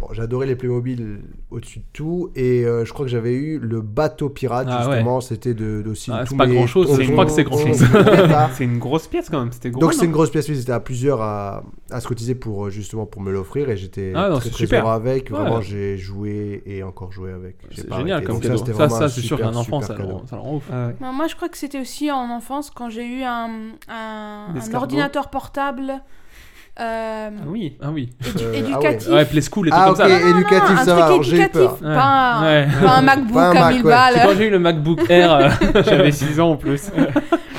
Speaker 2: bon, j'adorais les Playmobil au-dessus de tout, et euh, je crois que j'avais eu le bateau pirate,
Speaker 9: Ah ouais.
Speaker 2: justement, c'était de, d'aussi
Speaker 9: Ah,
Speaker 2: tous
Speaker 9: c'est pas
Speaker 2: mes
Speaker 9: grand-chose,
Speaker 2: tonton-
Speaker 9: je crois que c'est grand-chose.
Speaker 2: Voilà.
Speaker 10: C'est une grosse pièce quand même, c'était gros.
Speaker 2: Donc c'est une
Speaker 10: non
Speaker 2: grosse pièce, oui, c'était à plusieurs à, à se cotiser pour euh, justement pour me l'offrir et j'étais
Speaker 9: Ah non,
Speaker 2: très,
Speaker 9: c'est
Speaker 2: très
Speaker 9: super.
Speaker 2: heureux avec.
Speaker 9: Ouais.
Speaker 2: Vraiment, j'ai joué et encore joué avec. J'ai
Speaker 9: C'est
Speaker 2: pas
Speaker 9: génial
Speaker 2: arrêté.
Speaker 9: comme
Speaker 2: Donc
Speaker 9: cadeau.
Speaker 2: c'était
Speaker 9: Ça, ça,
Speaker 2: vraiment un
Speaker 9: c'est sûr
Speaker 2: super,
Speaker 9: qu'un enfant,
Speaker 2: super
Speaker 9: ça le
Speaker 2: cadeau.
Speaker 9: rend- ça le rend ouf.
Speaker 10: Ah ouais.
Speaker 11: Moi, je crois que c'était aussi en enfance quand j'ai eu un, un, un
Speaker 10: L'escargot.
Speaker 11: ordinateur portable euh,
Speaker 10: Ah oui.
Speaker 9: Ah oui.
Speaker 11: édu-
Speaker 2: Euh, ah ouais.
Speaker 11: éducatif.
Speaker 9: Ouais, Play School et tout
Speaker 2: Ah,
Speaker 9: comme
Speaker 2: ok,
Speaker 9: ça.
Speaker 2: éducatif,
Speaker 11: Non, un
Speaker 2: ça va, alors
Speaker 11: truc
Speaker 2: j'ai eu
Speaker 11: éducatif,
Speaker 2: peur.
Speaker 11: pas, un,
Speaker 9: Ouais.
Speaker 11: pas un MacBook
Speaker 2: Pas un
Speaker 11: à
Speaker 2: Mac,
Speaker 11: 1000
Speaker 2: ouais.
Speaker 9: C'est quand
Speaker 11: balles.
Speaker 9: j'ai eu le MacBook Air. euh,
Speaker 10: J'avais 6 ans en plus.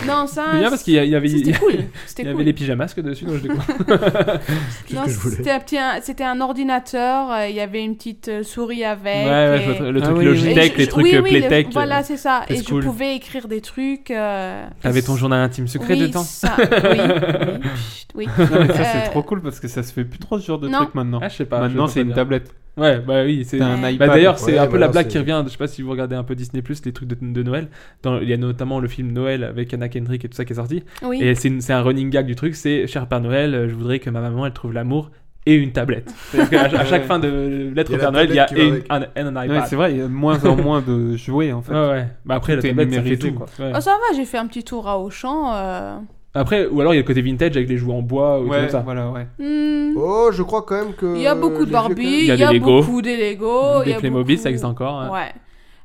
Speaker 11: Non, ça,
Speaker 9: C'est bien parce qu'il y a- il y avait,
Speaker 11: ça, c'était
Speaker 9: il
Speaker 11: cool. C'était
Speaker 9: y
Speaker 11: cool.
Speaker 9: avait les pyjamasques dessus, donc je découvre.
Speaker 2: C'est ce
Speaker 11: Non,
Speaker 2: que je voulais.
Speaker 11: c'était un petit- un- c'était un ordinateur, euh, il y avait une petite euh, souris avec.
Speaker 9: Ouais, ouais, je
Speaker 11: et-
Speaker 9: vois tr- le
Speaker 10: Ah
Speaker 9: truc
Speaker 10: oui, oui.
Speaker 11: et
Speaker 9: Logitech,
Speaker 11: je-
Speaker 9: les
Speaker 11: je-
Speaker 9: trucs
Speaker 11: oui,
Speaker 9: euh,
Speaker 11: oui,
Speaker 9: Playtech.
Speaker 11: le- voilà, c'est ça.
Speaker 9: Play
Speaker 11: Et
Speaker 9: School.
Speaker 11: je pouvais écrire des trucs. euh,
Speaker 9: T'avais ton journal intime secret
Speaker 11: oui,
Speaker 9: dedans.
Speaker 11: ça, oui, oui, chut, oui.
Speaker 10: Non, mais ça, c'est
Speaker 11: Euh,
Speaker 10: trop cool parce que ça se fait plus trop ce genre de
Speaker 11: Non.
Speaker 10: truc maintenant.
Speaker 9: Ah, je sais pas.
Speaker 10: maintenant,
Speaker 9: je
Speaker 10: c'est
Speaker 9: sais
Speaker 10: une
Speaker 9: pas
Speaker 10: tablette.
Speaker 9: dire. Ouais, bah oui, c'est.
Speaker 10: T'as un
Speaker 11: Ouais.
Speaker 10: iPad.
Speaker 9: Bah d'ailleurs, c'est
Speaker 2: Ouais,
Speaker 9: un peu
Speaker 2: bah
Speaker 9: la
Speaker 2: là,
Speaker 9: blague
Speaker 2: c'est-
Speaker 9: qui revient. Je sais pas si vous regardez un peu Disney Plus, les trucs de, de Noël. Dans, il y a notamment le film Noël avec Anna Kendrick et tout ça qui est sorti.
Speaker 11: oui.
Speaker 9: Et euh, c'est une- c'est un running gag du truc. C'est cher Père Noël, euh, je voudrais que ma maman elle trouve l'amour et une tablette. C'est-à-dire qu'à- à, chaque fin de lettre
Speaker 2: Il
Speaker 9: au
Speaker 2: y a
Speaker 9: Père
Speaker 2: la
Speaker 9: Noël, il y a et une-
Speaker 2: tablette qui va
Speaker 9: un, et un
Speaker 10: Ouais,
Speaker 9: iPad.
Speaker 10: c'est vrai, il y a de moins en moins de jouets en fait.
Speaker 9: Ouais, ouais. Bah après, la
Speaker 10: Tout est
Speaker 9: tablette, ça fait
Speaker 10: numérisé,
Speaker 9: tout.
Speaker 10: quoi.
Speaker 9: Ouais.
Speaker 11: Oh, ça va, j'ai fait un petit tour à Auchan. euh.
Speaker 9: Après, ou alors il y a le côté vintage avec les jouets en bois ou tout
Speaker 10: Ouais,
Speaker 9: comme ça.
Speaker 10: voilà, ouais.
Speaker 11: Hmm,
Speaker 2: Oh, je crois quand même Euh, que.
Speaker 11: Il y a beaucoup de
Speaker 2: les vieux
Speaker 11: Barbie,
Speaker 2: cadeaux-
Speaker 11: il y
Speaker 9: y
Speaker 11: a,
Speaker 9: a des Lego.
Speaker 11: beaucoup des Lego. Oh, il y
Speaker 9: Des
Speaker 11: a
Speaker 9: Playmobil,
Speaker 11: beaucoup-
Speaker 9: ça existe encore. hein.
Speaker 11: Ouais.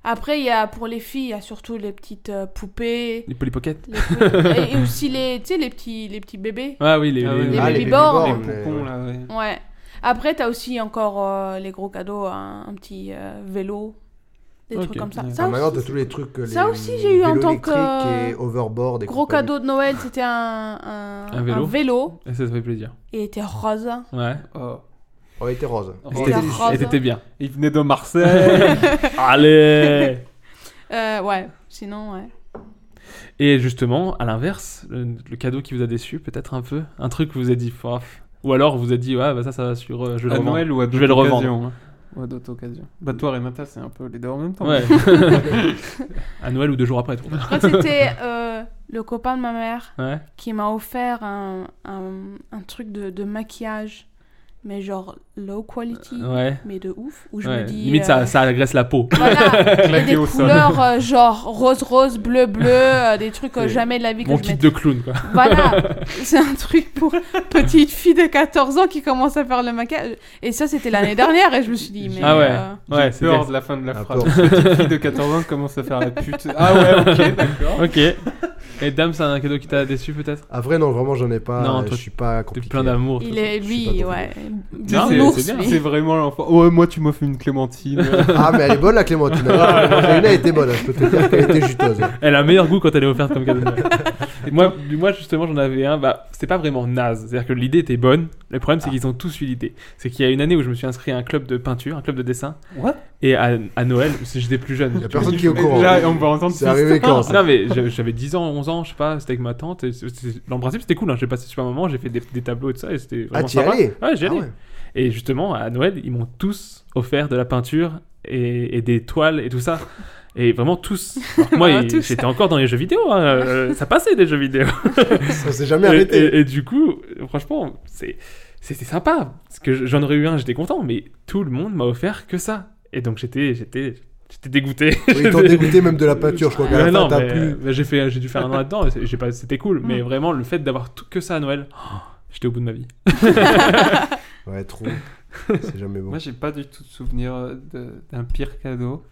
Speaker 11: Après, il y a pour les filles, il y a surtout les petites euh, poupées.
Speaker 9: Les Polly Pocket.
Speaker 11: les poupées- et aussi les, tu sais, les, petits, les petits bébés.
Speaker 9: Ah oui, les,
Speaker 10: Ah oui,
Speaker 9: les-
Speaker 10: oui.
Speaker 2: Ah,
Speaker 11: baby
Speaker 2: les baby
Speaker 11: born.
Speaker 2: born,
Speaker 10: Les
Speaker 2: mais
Speaker 10: pompons,
Speaker 2: ouais.
Speaker 10: là, ouais.
Speaker 11: Ouais. Après, t'as aussi encore euh, les gros cadeaux, un, un petit euh, vélo, des
Speaker 9: Ok.
Speaker 11: trucs comme ça.
Speaker 10: Ouais.
Speaker 11: Ça
Speaker 2: Ah,
Speaker 11: aussi,
Speaker 2: maintenant, t'as tous les trucs. euh,
Speaker 11: Ça
Speaker 2: les
Speaker 11: aussi, j'ai eu en
Speaker 2: vélos
Speaker 11: tant que-
Speaker 2: électriques Et overboard et
Speaker 11: gros
Speaker 2: compagnie.
Speaker 11: cadeau de Noël, c'était un, un,
Speaker 9: Un vélo. Ça, Ah, ça fait plaisir.
Speaker 11: et il était rose.
Speaker 9: Ouais.
Speaker 10: Oh.
Speaker 2: Oh, il était rose.
Speaker 10: Oh,
Speaker 9: Et
Speaker 10: c'était
Speaker 9: t'étais-
Speaker 11: rose.
Speaker 9: et t'étais bien.
Speaker 10: Il venait de Marseille.
Speaker 9: Allez
Speaker 11: Euh, ouais, sinon, ouais.
Speaker 9: Et justement, à l'inverse, le, le cadeau qui vous a déçu, peut-être un peu, un truc que vous avez dit, Paf. ou alors vous avez dit, ouais, bah ça, ça va sur, euh, je le
Speaker 10: à
Speaker 9: revends.
Speaker 10: Noël ou à
Speaker 9: Je vais le
Speaker 10: d'autres
Speaker 9: revendre.
Speaker 10: occasions. hein. Ou à d'autres occasions. Bah toi Renata, c'est un peu les deux en même temps.
Speaker 9: Ouais. à Noël ou deux jours après, tout.
Speaker 11: Je crois que c'était euh, le copain de ma mère
Speaker 9: Ouais.
Speaker 11: qui m'a offert un, un, un truc de, de maquillage, mais genre low quality,
Speaker 9: Ouais.
Speaker 11: mais de ouf. Où je
Speaker 9: Ouais.
Speaker 11: me dis,
Speaker 9: Limite,
Speaker 11: euh,
Speaker 9: ça, ça agresse la peau.
Speaker 11: Voilà, et
Speaker 10: Claqué
Speaker 11: des
Speaker 10: au sol.
Speaker 11: couleurs euh, genre rose rose, bleu bleu, euh, des trucs euh,
Speaker 9: Et
Speaker 11: jamais de la vie que
Speaker 9: Mon
Speaker 11: je
Speaker 9: kit
Speaker 11: mets.
Speaker 9: de clown, quoi.
Speaker 11: Voilà, c'est un truc pour petite fille de 14 ans qui commence à faire le maquillage. Et ça, c'était l'année dernière et je me suis dit, mais...
Speaker 9: Ah ouais.
Speaker 11: euh,
Speaker 9: Ouais,
Speaker 10: J'ai peur de la fin de la
Speaker 2: Ah,
Speaker 10: phrase.
Speaker 2: peur.
Speaker 10: Petite fille de 14 ans commence à faire la pute. Ah ouais, ok,
Speaker 11: Oh.
Speaker 10: d'accord.
Speaker 9: Ok. Et Dame, c'est un cadeau qui t'a déçu, peut-être
Speaker 2: Ah, vrai, non, vraiment, j'en ai pas.
Speaker 9: Non,
Speaker 2: euh,
Speaker 9: toi,
Speaker 2: je suis pas
Speaker 9: T'es
Speaker 2: compliqué.
Speaker 9: plein d'amour.
Speaker 11: il
Speaker 9: toi.
Speaker 11: est,
Speaker 2: je suis pas
Speaker 11: lui,
Speaker 2: content.
Speaker 11: ouais.
Speaker 9: Non,
Speaker 10: c'est-
Speaker 11: un ours,
Speaker 9: c'est bien.
Speaker 11: lui.
Speaker 10: C'est vraiment l'enfant. Ouais, moi tu m'offres une clémentine.
Speaker 2: Ah, mais elle est bonne, la Clémentine. Ah, la Clémentine, elle était bonne, je peux te dire qu'elle était juteuse.
Speaker 9: Elle a un meilleur goût quand elle est offerte comme cadeau de Noël. Et moi, moi, justement, j'en avais un. Bah, c'était pas vraiment naze. C'est-à-dire que l'idée était bonne. Le problème, c'est qu'ils ont tous eu l'idée. C'est qu'il y a une année où je me suis inscrit à un club de peinture, un club de dessin.
Speaker 10: What
Speaker 9: Et à, à Noël, parce que j'étais plus jeune.
Speaker 2: Y
Speaker 9: tu
Speaker 2: a personne qui est au
Speaker 10: Mais
Speaker 2: courant.
Speaker 10: Là, on va entendre
Speaker 2: C'est
Speaker 10: cette
Speaker 2: arrivé
Speaker 10: histoire.
Speaker 2: quand ça
Speaker 9: Non mais je- j'avais 10 ans, 11 ans, je sais pas, c'était avec ma tante. et c'est- c'est- Dans le principe c'était cool, hein, j'ai passé super un moment, j'ai fait des, des tableaux et tout ça et c'était
Speaker 2: Ah,
Speaker 9: vraiment
Speaker 2: t'y
Speaker 9: sympa.
Speaker 2: allais
Speaker 9: Ouais, j'y
Speaker 2: Ah
Speaker 9: allais.
Speaker 2: ouais.
Speaker 9: Et justement à Noël ils m'ont tous offert de la peinture et, et des toiles et tout ça. Et vraiment tous. Alors que moi,
Speaker 11: Vraiment
Speaker 9: il-
Speaker 11: tous.
Speaker 9: j'étais encore dans les jeux vidéo. hein, euh, ça passait des jeux vidéo.
Speaker 2: Ça s'est jamais
Speaker 9: Et-
Speaker 2: arrêté.
Speaker 9: Et, et du coup, franchement, c'est- c'était sympa. Parce que j'en aurais eu un, j'étais content, mais tout le monde m'a offert que ça. Et donc j'étais, j'étais, j'étais dégoûté.
Speaker 2: Oui, ils t'ont dégoûté même de la peinture, je crois qu'à la
Speaker 9: Ouais,
Speaker 2: fin,
Speaker 9: non,
Speaker 2: t'as
Speaker 9: mais,
Speaker 2: plus-
Speaker 9: euh, mais j'ai fait, j'ai dû faire un an là-dedans. et c'est- j'ai pas, c'était cool, mais vraiment le fait d'avoir tout que ça à Noël, oh, j'étais au bout de ma vie. euh,
Speaker 2: Ouais, trop. C'est jamais bon.
Speaker 10: Moi, j'ai pas du tout de souvenir euh, de- d'un pire cadeau.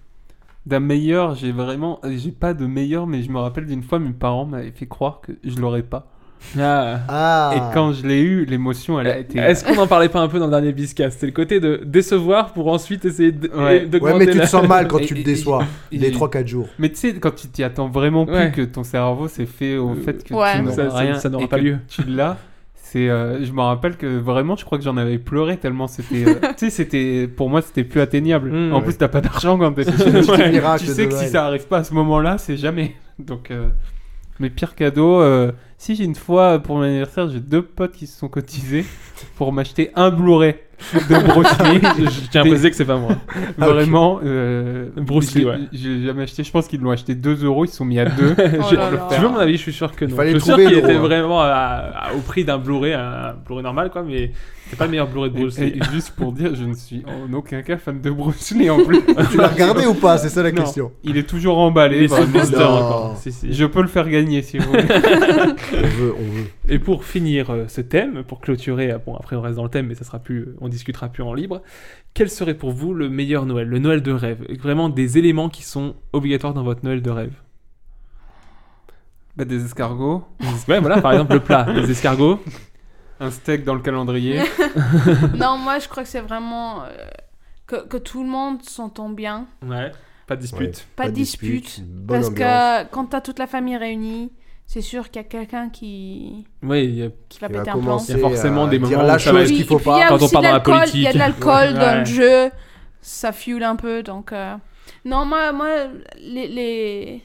Speaker 10: D'un meilleur, j'ai vraiment. euh, J'ai pas de meilleur, mais je me rappelle d'une fois, mes parents m'avaient fait croire que je l'aurais pas.
Speaker 2: Ah Eh,
Speaker 10: Et quand je l'ai eu, l'émotion, elle a été.
Speaker 9: Est-ce qu'on en parlait pas un peu dans le dernier biscas C'était le côté de décevoir pour ensuite essayer de.
Speaker 10: Ouais.
Speaker 9: de
Speaker 2: Ouais, mais tu
Speaker 9: grandir.
Speaker 2: te sens mal quand
Speaker 10: Et-
Speaker 2: tu
Speaker 10: et-
Speaker 2: te déçois.
Speaker 10: et-
Speaker 2: Les
Speaker 10: et-
Speaker 2: 3-4 jours.
Speaker 10: Mais tu sais, quand tu t'y attends vraiment plus,
Speaker 9: Ouais. Euh,
Speaker 10: que ton cerveau s'est fait au fait que
Speaker 11: Ouais.
Speaker 10: tu n'auras
Speaker 9: Ça- ça-
Speaker 10: rien
Speaker 9: ça n'aura
Speaker 10: et
Speaker 9: pas
Speaker 10: que
Speaker 9: lieu.
Speaker 10: Tu l'as. C'est, euh, je me rappelle que vraiment, je crois que j'en avais pleuré tellement c'était. euh, tu sais, c'était pour moi, c'était plus atteignable.
Speaker 9: Mm.
Speaker 10: en
Speaker 9: Ouais.
Speaker 10: plus, t'as pas d'argent quand t'es. tu
Speaker 2: petit
Speaker 10: sais-
Speaker 2: miracle
Speaker 10: tu sais
Speaker 2: de
Speaker 10: que si
Speaker 2: Noël.
Speaker 10: ça arrive pas à ce moment-là, c'est jamais. Donc, euh, mes pires cadeaux. euh, si j'ai une fois pour mon anniversaire, j'ai deux potes qui se sont cotisés pour m'acheter un Blu-ray de Bruce Lee.
Speaker 9: Je- Je tiens à préciser que c'est pas moi.
Speaker 2: Ah, ok.
Speaker 10: Vraiment, euh,
Speaker 9: Bruce
Speaker 10: je-
Speaker 9: Lee, ouais.
Speaker 10: je l'ai jamais acheté. Je pense qu'ils l'ont acheté 2 euros, ils se sont mis à
Speaker 9: Je-
Speaker 10: 2.
Speaker 11: Oh là là.
Speaker 9: Tu veux mon avis Je suis sûr que non.
Speaker 2: fallait
Speaker 9: je suis sûr
Speaker 2: trouver
Speaker 9: qu'il
Speaker 2: l'euro,
Speaker 9: était
Speaker 2: hein.
Speaker 9: vraiment à- à- au prix d'un Blu-ray, un Blu-ray normal quoi, mais c'est pas le meilleur Blu-ray de Bruce
Speaker 10: et,
Speaker 9: Lee.
Speaker 10: et juste pour dire, je ne suis en aucun cas fan de Bruce Lee en plus.
Speaker 2: Tu l'as regardé ou pas C'est ça la
Speaker 10: Non.
Speaker 2: question.
Speaker 10: Il est toujours
Speaker 9: Il
Speaker 10: emballé.
Speaker 9: est sur
Speaker 10: vraiment.
Speaker 9: blister
Speaker 2: Non.
Speaker 9: encore. Si, si.
Speaker 10: Je peux le faire gagner si vous voulez.
Speaker 2: On veut, on veut.
Speaker 9: Et pour finir euh, ce thème, pour clôturer, euh, bon après on reste dans le thème, mais ça sera plus, euh, on discutera plus en libre. Quel serait pour vous le meilleur Noël, le Noël de rêve Vraiment des éléments qui sont obligatoires dans votre Noël de rêve.
Speaker 10: Bah, des escargots,
Speaker 9: Ouais, voilà, par exemple le plat, les escargots.
Speaker 10: un steak dans le calendrier.
Speaker 11: non, moi, je crois que c'est vraiment euh, que, que tout le monde s'entend bien.
Speaker 9: Ouais. Pas de dispute.
Speaker 11: Pas, de dispute.
Speaker 2: une bonne
Speaker 11: Parce
Speaker 2: ambiance.
Speaker 11: que quand t'as toute la famille réunie, c'est sûr qu'il y a quelqu'un qui,
Speaker 9: Oui, il y a-
Speaker 11: qui va
Speaker 2: Il va
Speaker 11: péter un plan.
Speaker 2: commencer
Speaker 9: Il y a forcément
Speaker 2: à
Speaker 9: des
Speaker 2: dire
Speaker 9: moments
Speaker 2: la
Speaker 9: où ça va
Speaker 2: chose
Speaker 9: être-
Speaker 2: qu'il faut
Speaker 11: puis il y a
Speaker 2: pas.
Speaker 9: quand on
Speaker 11: aussi
Speaker 9: parle
Speaker 11: de
Speaker 9: dans la
Speaker 11: l'alcool, Il y a de
Speaker 9: politique.
Speaker 11: l'alcool dans
Speaker 9: Ouais.
Speaker 11: le jeu, ça fuel un peu, donc... euh, Non, moi, moi les, les,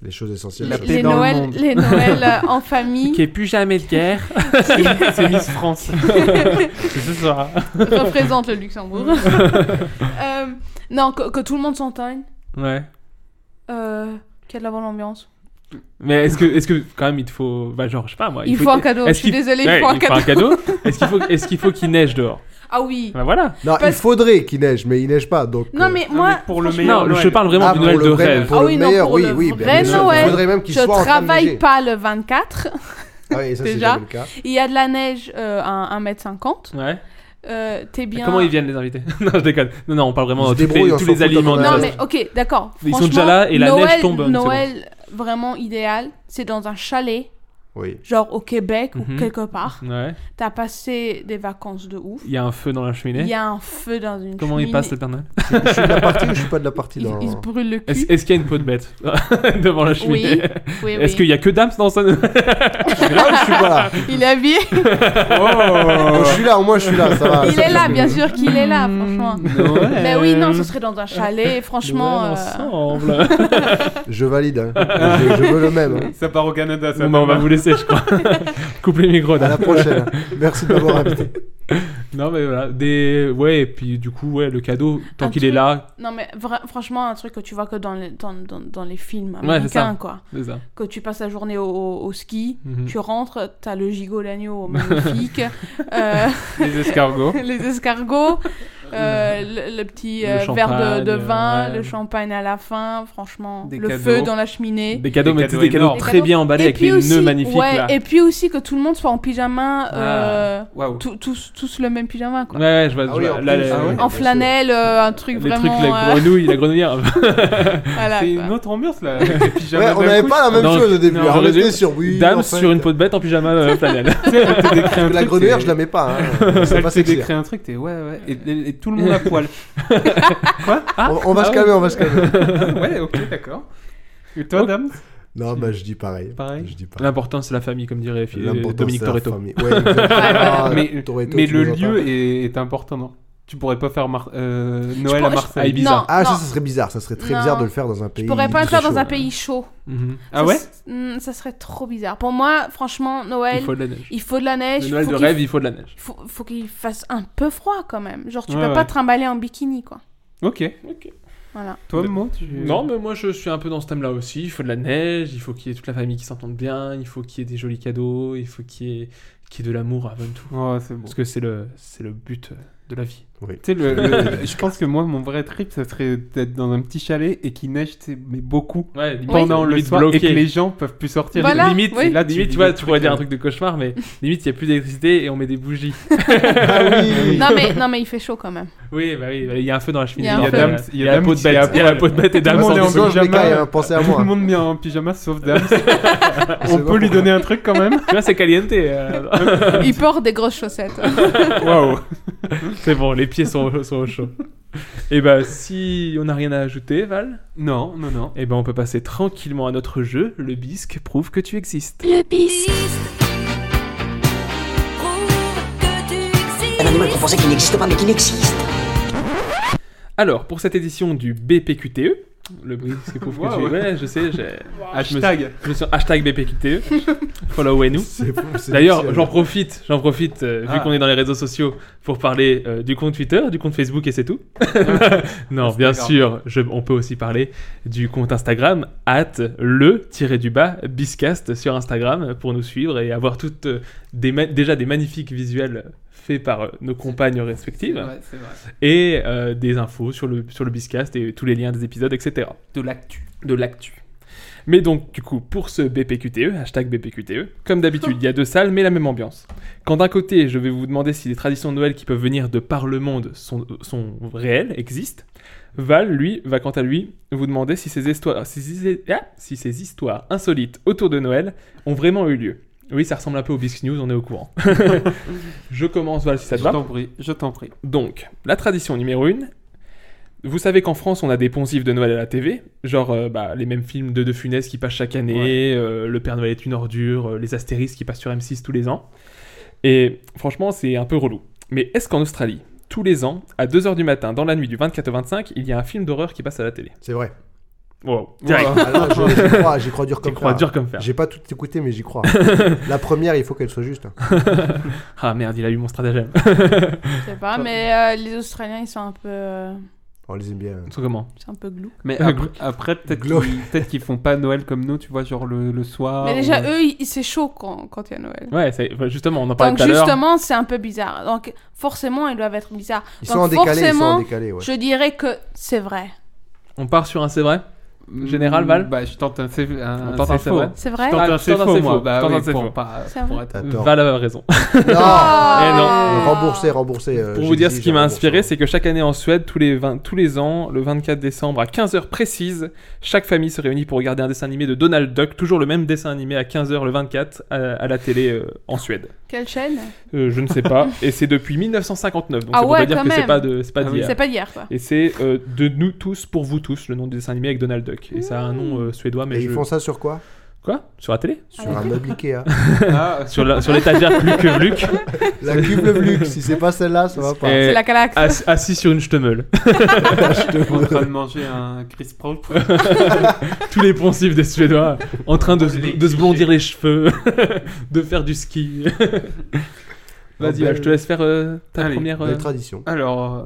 Speaker 2: Les choses essentielles.
Speaker 10: La
Speaker 2: les
Speaker 10: paix
Speaker 2: choses-
Speaker 11: les
Speaker 10: dans le
Speaker 11: Noëls
Speaker 10: monde.
Speaker 11: les Noëls, euh, en famille,
Speaker 9: Qu'il n'y ait plus jamais de guerre.
Speaker 10: C'est Miss France. C'est ce soir.
Speaker 11: représente le Luxembourg. Euh, non, que, que tout le monde s'entende,
Speaker 9: Ouais.
Speaker 11: euh, qu'il y a de la bonne ambiance.
Speaker 9: Mais est-ce que, est-ce que quand même il te faut, bah genre je sais pas moi.
Speaker 11: Il faut un cadeau,
Speaker 9: est-ce
Speaker 11: je suis
Speaker 9: qu'il-
Speaker 11: désolée, il
Speaker 9: Ouais,
Speaker 11: faut un cadeau.
Speaker 9: est-ce qu'il faut, est-ce qu'il faut qu'il neige dehors
Speaker 11: Ah oui
Speaker 9: Bah voilà.
Speaker 2: Non, il
Speaker 11: parce-
Speaker 2: faudrait qu'il neige, mais il neige pas. Donc, euh,
Speaker 11: Non, mais
Speaker 10: Non,
Speaker 11: moi...
Speaker 10: mais pour le
Speaker 11: franchement,
Speaker 10: meilleur
Speaker 9: Non, je
Speaker 10: Noël.
Speaker 9: parle vraiment
Speaker 2: ah,
Speaker 9: du
Speaker 2: pour
Speaker 9: Noël
Speaker 2: le
Speaker 9: de
Speaker 2: vrai-
Speaker 9: rêve.
Speaker 2: Pour
Speaker 11: Ah
Speaker 2: le
Speaker 11: oui, non,
Speaker 2: meilleur,
Speaker 11: pour
Speaker 2: oui,
Speaker 11: le
Speaker 2: oui. bien
Speaker 11: vrai
Speaker 2: sûr.
Speaker 11: Noël,
Speaker 2: Il faudrait même qu'il
Speaker 11: Je
Speaker 2: soit en train de
Speaker 11: travaille
Speaker 2: neiger.
Speaker 11: pas le 24,
Speaker 2: Ah oui, ça, c'est
Speaker 11: Déjà.
Speaker 2: jamais le cas.
Speaker 11: il y a de la neige euh, à 1m50,
Speaker 9: Ouais.
Speaker 11: euh, t'es bien...
Speaker 9: Comment ils viennent les invités Non, je déconne. Non, non, on parle vraiment
Speaker 2: Ils se
Speaker 9: de tous
Speaker 2: débrouillent,
Speaker 9: les,
Speaker 2: on
Speaker 9: tous
Speaker 2: s'en
Speaker 9: les
Speaker 2: fout
Speaker 9: aliments. de
Speaker 2: totalement.
Speaker 11: Non,
Speaker 9: la-
Speaker 2: Ouais.
Speaker 11: mais ok, d'accord.
Speaker 9: Ils sont
Speaker 11: Franchement,
Speaker 9: déjà là et la
Speaker 11: Noël,
Speaker 9: neige tombe, c'est bon.
Speaker 11: Noël, vraiment idéal, c'est dans un chalet,
Speaker 2: Oui.
Speaker 11: genre au Québec
Speaker 9: Mhm.
Speaker 11: ou quelque part.
Speaker 9: Ouais.
Speaker 11: T'as passé des vacances de ouf.
Speaker 9: Il y a un feu dans la cheminée.
Speaker 11: Il y a un feu dans une
Speaker 9: Comment
Speaker 11: cheminée.
Speaker 9: il passe le Père Noël
Speaker 2: Je suis de la partie ou je suis pas de la partie
Speaker 11: il,
Speaker 2: dans...
Speaker 11: il se brûle le cul.
Speaker 9: Est-ce est-ce qu'il y a une peau de bête devant la
Speaker 11: Oui,
Speaker 9: cheminée
Speaker 11: oui,
Speaker 9: Est-ce qu'il
Speaker 11: oui.
Speaker 9: y a que dames dans sa
Speaker 2: Ah, je suis pas là.
Speaker 11: Il est habillé.
Speaker 2: Oh, je suis là, au moins je suis là,
Speaker 9: Ah,
Speaker 2: ça va.
Speaker 11: il
Speaker 2: ça
Speaker 11: est
Speaker 2: va.
Speaker 11: là, bien sûr qu'il est là,
Speaker 9: Mm.
Speaker 11: franchement.
Speaker 10: Noël.
Speaker 11: Mais oui, non, ce serait dans un chalet, franchement.
Speaker 9: Noël
Speaker 11: euh,
Speaker 9: ensemble.
Speaker 2: Je valide, hein. je, je veux le même. hein.
Speaker 10: Ça part au Canada, ça.
Speaker 9: Bon, bah, on va vous laisser, je crois. Coupe les micros.
Speaker 2: À
Speaker 9: dames.
Speaker 2: la prochaine. hein. Merci de m'avoir invité.
Speaker 9: Non mais voilà, des ouais et puis du coup ouais le cadeau tant
Speaker 11: Un
Speaker 9: qu'il est
Speaker 11: truc-
Speaker 9: là,
Speaker 11: Non, mais vra- franchement, un truc que tu vois que dans les, dans, dans- dans les films
Speaker 9: c'est
Speaker 11: américains,
Speaker 9: ça.
Speaker 11: quoi.
Speaker 9: c'est ça.
Speaker 11: Que tu passes la journée au, au- au ski,
Speaker 9: Mhm.
Speaker 11: tu rentres, t'as le gigot d'agneau magnifique. euh,
Speaker 10: Les escargots.
Speaker 11: les escargots, euh, le, le petit
Speaker 9: Le
Speaker 11: euh, verre de-
Speaker 9: champagne,
Speaker 11: de, vin,
Speaker 9: ouais.
Speaker 11: le champagne à la fin, franchement,
Speaker 10: Des
Speaker 11: le
Speaker 10: cadeaux.
Speaker 11: feu dans la cheminée.
Speaker 9: Des cadeaux
Speaker 10: Des
Speaker 9: mais
Speaker 10: cadeaux
Speaker 9: c'est des cadeaux
Speaker 10: énormes.
Speaker 9: très bien emballés avec des nœuds magnifiques
Speaker 11: ouais,
Speaker 9: là. Ah.
Speaker 11: et puis aussi que tout le monde soit en pyjama, euh,
Speaker 10: Waouh.
Speaker 11: tous- tous, tous le même pyjama, quoi.
Speaker 9: Ouais, ouais, je vois,
Speaker 2: Ah
Speaker 9: je
Speaker 2: oui,
Speaker 9: vois.
Speaker 2: en
Speaker 9: Là,
Speaker 2: plus,
Speaker 9: la-
Speaker 2: ah ouais.
Speaker 11: En flanelle, euh, un truc
Speaker 9: les
Speaker 11: vraiment.
Speaker 9: trucs la
Speaker 11: euh,
Speaker 9: grenouille, hein. la grenouillère. Ah,
Speaker 11: voilà,
Speaker 10: C'est
Speaker 11: quoi.
Speaker 9: bah.
Speaker 10: une autre ambiance là. avec les pyjamas
Speaker 2: Ouais, on
Speaker 10: d'un
Speaker 2: n'avait
Speaker 10: coup.
Speaker 2: pas la même
Speaker 9: Non,
Speaker 2: chose au début.
Speaker 9: non,
Speaker 2: hein. on
Speaker 9: j'aurais
Speaker 2: restait
Speaker 9: dû-
Speaker 2: sur oui.
Speaker 9: Dame
Speaker 2: en fait.
Speaker 9: sur une peau de bête en pyjama euh, flanelle.
Speaker 10: Tu sais, elle te décrit un
Speaker 2: La
Speaker 10: truc,
Speaker 2: grenouillère,
Speaker 10: t'es-
Speaker 2: je la mets pas. Hein. C'est
Speaker 10: Elle
Speaker 2: pas
Speaker 10: te
Speaker 2: sexy.
Speaker 10: décrit un truc, t'es ouais, ouais. Et, et- et tout le monde à poil.
Speaker 2: On, on va
Speaker 10: Ah
Speaker 2: se
Speaker 10: oui.
Speaker 2: calmer, on va se calmer.
Speaker 10: ouais, ok, d'accord. Et toi, dame
Speaker 2: Non, bah je dis pareil.
Speaker 10: Pareil.
Speaker 2: Je dis pareil.
Speaker 9: L'important c'est la famille comme dirait Fi- euh,
Speaker 2: L'important,
Speaker 9: Dominique
Speaker 2: c'est la
Speaker 9: Toretto.
Speaker 2: famille. Ouais, exactement. Ah,
Speaker 10: Mais,
Speaker 2: Toretto,
Speaker 10: mais
Speaker 2: tu
Speaker 10: le
Speaker 2: nous entends
Speaker 10: lieu est, est important, non Tu pourrais pas faire Mar- euh,
Speaker 11: Je
Speaker 10: Noël
Speaker 11: pour-
Speaker 10: à
Speaker 11: je-
Speaker 10: Marseille.
Speaker 9: Ibiza.
Speaker 11: Non,
Speaker 2: Ah,
Speaker 11: non,
Speaker 2: ça, ça serait bizarre. Ça serait très
Speaker 11: Non.
Speaker 2: bizarre de le faire dans un pays.
Speaker 11: je pourrais pas le
Speaker 2: très
Speaker 11: faire dans
Speaker 9: hein.
Speaker 2: chaud.
Speaker 11: un pays chaud.
Speaker 9: Mhm.
Speaker 10: Ah
Speaker 11: Ça
Speaker 10: ouais
Speaker 11: s- mm, Ça serait trop bizarre. Pour moi, franchement,
Speaker 9: Il
Speaker 11: Noël,
Speaker 9: faut de la neige.
Speaker 11: de la neige.
Speaker 9: Le Noël
Speaker 11: faut
Speaker 9: de
Speaker 11: qu'il
Speaker 9: rêve, il faut de la neige.
Speaker 11: faut, faut qu'il fasse un peu froid quand même. Genre, tu
Speaker 10: Ouais,
Speaker 11: peux pas
Speaker 10: ouais.
Speaker 11: te trimballer en bikini, quoi.
Speaker 10: Ok.
Speaker 11: Voilà.
Speaker 10: Toi,
Speaker 9: Mais-
Speaker 10: moi, tu...
Speaker 11: Mm.
Speaker 9: Non, mais moi je suis un peu dans ce thème-là aussi. Il faut de la neige, il faut qu'il y ait toute la famille qui s'entende bien, il faut qu'il y ait des jolis cadeaux, il faut qu'il y ait, qu'il y ait de l'amour avant tout.
Speaker 10: Oh, c'est bon.
Speaker 9: Parce que c'est le, c'est le but euh, de la vie.
Speaker 2: Oui.
Speaker 10: Tu sais, le- le- je pense que moi, mon vrai trip, ça serait d'être dans un petit chalet et qu'il neige, tu sais, mais beaucoup
Speaker 9: Ouais,
Speaker 10: pendant le soir et que les gens peuvent plus sortir.
Speaker 11: Voilà.
Speaker 9: limite,
Speaker 11: oui.
Speaker 9: là,
Speaker 10: tu
Speaker 9: limite,
Speaker 10: dis
Speaker 9: tu vois,
Speaker 10: des
Speaker 9: tu
Speaker 10: trucs,
Speaker 9: pourrais dire
Speaker 10: euh,
Speaker 9: un truc de cauchemar, mais limite, il n'y a plus d'électricité et on met des bougies. Ah
Speaker 11: Non mais, non, mais il fait chaud quand même.
Speaker 9: Oui, bah oui, bah, il y a un feu dans la cheminée.
Speaker 11: Il y a un
Speaker 9: donc,
Speaker 11: feu.
Speaker 9: euh, Il y a la peau de bête, il y a la peau de bête et
Speaker 10: Tout le
Speaker 9: d'âme
Speaker 10: monde
Speaker 9: sans
Speaker 10: est en
Speaker 9: dessous.
Speaker 10: pyjama.
Speaker 2: Dommage, les gars, hein, pensez à
Speaker 10: Tout
Speaker 2: moi.
Speaker 10: le monde met en pyjama sauf Dams.
Speaker 2: Je
Speaker 10: On
Speaker 2: sais pas
Speaker 10: peut lui
Speaker 2: pourquoi.
Speaker 10: donner un truc quand
Speaker 9: Tu
Speaker 10: même.
Speaker 9: vois, Ah, c'est caliente. euh,
Speaker 11: Il porte des grosses chaussettes.
Speaker 10: Waouh.
Speaker 9: c'est bon, les pieds sont, au- sont au chaud. et bah, si on n'a rien à ajouter, Val,
Speaker 10: Non, non, non.
Speaker 9: et ben on peut passer tranquillement à notre jeu. Le bisque prouve que tu existes.
Speaker 8: le bisque,
Speaker 3: Un animal qu'on pensait qu'il n'existe pas, mais qu'il existe.
Speaker 9: Alors, pour cette édition du BPQTE, E, le bisque prouve que tu
Speaker 10: Wow.
Speaker 9: existes. Ouais, je sais, j'ai.
Speaker 10: Hashtag.
Speaker 9: Ah, Je suis hashtag BPQTE. Followez-nous.
Speaker 2: C'est fou, c'est
Speaker 9: D'ailleurs,
Speaker 2: difficile.
Speaker 9: j'en profite, j'en profite, euh,
Speaker 10: Ah.
Speaker 9: vu qu'on est dans les réseaux sociaux, pour parler euh, du compte Twitter, du compte Facebook et c'est tout. non, bien
Speaker 10: Instagram.
Speaker 9: sûr, je- on peut aussi parler du compte Instagram, at le-du-bas, biscast sur Instagram, pour nous suivre et avoir toutes, euh, des ma- déjà des magnifiques visuels faits par euh, nos compagnes respectives,
Speaker 10: Ouais, c'est vrai.
Speaker 9: et euh, des infos sur le, sur le biscast et tous les liens des épisodes, etc
Speaker 10: De l'actu.
Speaker 9: de l'actu. Mais donc, du coup, pour ce BPQTE, E, hashtag BPQTE, comme d'habitude, il y a deux salles, mais la même ambiance. Quand d'un côté, je vais vous demander si les traditions de Noël qui peuvent venir de par le monde sont, sont réelles, existent, Val, lui, va quant à lui vous demander si ces, histoires, si, ces- ah, si ces histoires insolites autour de Noël ont vraiment eu lieu. Oui, ça ressemble un peu au Bisque News, on est au courant. je commence, Val, si ça te
Speaker 10: je
Speaker 9: va.
Speaker 10: t'en prie, je t'en prie.
Speaker 9: Donc, la tradition numéro une. Vous savez qu'en France, on a des poncifs de Noël à la TV, genre euh, bah, les mêmes films de De Funès qui passent chaque année, euh, Le Père Noël est une ordure, euh, les Astéris qui passent sur M6 tous les ans. Et franchement, c'est un peu relou. Mais est-ce qu'en Australie, tous les ans, à 2h du matin, dans la nuit du 24 au 25, il y a un film d'horreur qui passe à la télé
Speaker 2: C'est vrai.
Speaker 9: Wow. Direct.
Speaker 2: Ah là, je- J'y crois, j'y crois dur
Speaker 9: Tu
Speaker 2: comme
Speaker 9: crois
Speaker 2: fer.
Speaker 9: dur comme fer.
Speaker 2: J'ai pas tout écouté, mais j'y crois. La première, il faut qu'elle soit juste. hein.
Speaker 9: Ah merde, il a eu mon stratagème.
Speaker 11: Je sais pas, mais euh, les Australiens ils sont un peu, euh,
Speaker 2: On Oh, les aime bien.
Speaker 9: Ils sont comment
Speaker 11: c'est un peu glauque.
Speaker 10: Mais
Speaker 9: Ah,
Speaker 10: après, après, peut-être
Speaker 2: Glow.
Speaker 10: qu'ils peut qu'ils font pas Noël comme nous, tu vois, genre le, le
Speaker 9: Ah
Speaker 10: soir.
Speaker 11: mais déjà
Speaker 10: ou-
Speaker 11: eux ils- c'est chaud quand quand il y a Noël.
Speaker 9: Ouais, c'est- enfin, justement, on en parlait
Speaker 11: Donc
Speaker 9: tout à l'heure.
Speaker 11: justement c'est un peu bizarre. Donc forcément ils doivent être bizarres.
Speaker 2: Ils
Speaker 11: Donc
Speaker 2: sont en décalé, ils sont
Speaker 11: forcément,
Speaker 2: en décalé, ouais.
Speaker 11: Je dirais que c'est vrai.
Speaker 9: On part sur un c'est vrai Général,
Speaker 10: Mm,
Speaker 9: Val
Speaker 10: Bah, je tente un c'est un,
Speaker 9: On tente un
Speaker 10: c'est
Speaker 9: c'est
Speaker 10: faux.
Speaker 9: vrai
Speaker 11: C'est
Speaker 10: Je
Speaker 11: vrai.
Speaker 10: tente
Speaker 9: Ah,
Speaker 10: un
Speaker 9: je
Speaker 10: c'est
Speaker 9: tente un
Speaker 10: faux,
Speaker 9: c'est
Speaker 10: moi.
Speaker 9: faux.
Speaker 10: Bah
Speaker 9: Je tente
Speaker 10: oui,
Speaker 9: un c'est
Speaker 10: pour
Speaker 9: faux.
Speaker 10: pas-
Speaker 11: C'est
Speaker 10: pour
Speaker 11: vrai.
Speaker 10: être-
Speaker 2: Attends.
Speaker 9: Val a raison. Eh non.
Speaker 11: Ah.
Speaker 2: Remboursé, remboursé. euh,
Speaker 9: Pour
Speaker 2: j'ai
Speaker 9: vous dire
Speaker 2: dit,
Speaker 9: ce
Speaker 2: j'ai
Speaker 9: qui m'a
Speaker 2: remboursé.
Speaker 9: inspiré, c'est que chaque année en Suède, tous les, 20 tous les ans, le 24 décembre à 15h précise, chaque famille se réunit pour regarder un dessin animé de Donald Duck, toujours le même dessin animé à 15h le 24 à, à la télé euh, en Suède.
Speaker 11: Quelle chaîne
Speaker 9: Euh, je ne sais pas. et c'est depuis 1959, donc
Speaker 11: Ah
Speaker 9: c'est pour
Speaker 11: ouais,
Speaker 9: pas dire
Speaker 11: quand
Speaker 9: que c'est
Speaker 11: même.
Speaker 9: pas de- c'est pas
Speaker 10: Ah oui.
Speaker 9: d'hier.
Speaker 11: C'est pas d'hier quoi.
Speaker 9: Et c'est euh, de nous tous pour vous tous, le nom du dessin animé avec Donald Duck. Et ça a un nom euh, suédois, mais
Speaker 2: Et
Speaker 9: je...
Speaker 2: ils font ça sur quoi
Speaker 9: Quoi Sur la télé
Speaker 2: Sur un
Speaker 11: d'accord.
Speaker 2: meuble Ikea.
Speaker 10: Ah,
Speaker 9: Sur la- sur l'étagère plus que Luc,
Speaker 2: La cube le Luc, si c'est pas celle-là, ça va pas.
Speaker 9: Et-
Speaker 11: C'est la Calax.
Speaker 9: ass- assis sur une ch'temeule.
Speaker 10: en train de manger un Chris Paul.
Speaker 9: tous les poncifs des Suédois en train de, se-
Speaker 10: Les
Speaker 9: de se blondir les cheveux, de faire du ski. Vas-y,
Speaker 2: belle-
Speaker 9: je te laisse faire euh, ta
Speaker 10: Allez,
Speaker 9: première. euh,
Speaker 2: Belle tradition.
Speaker 10: Alors, euh,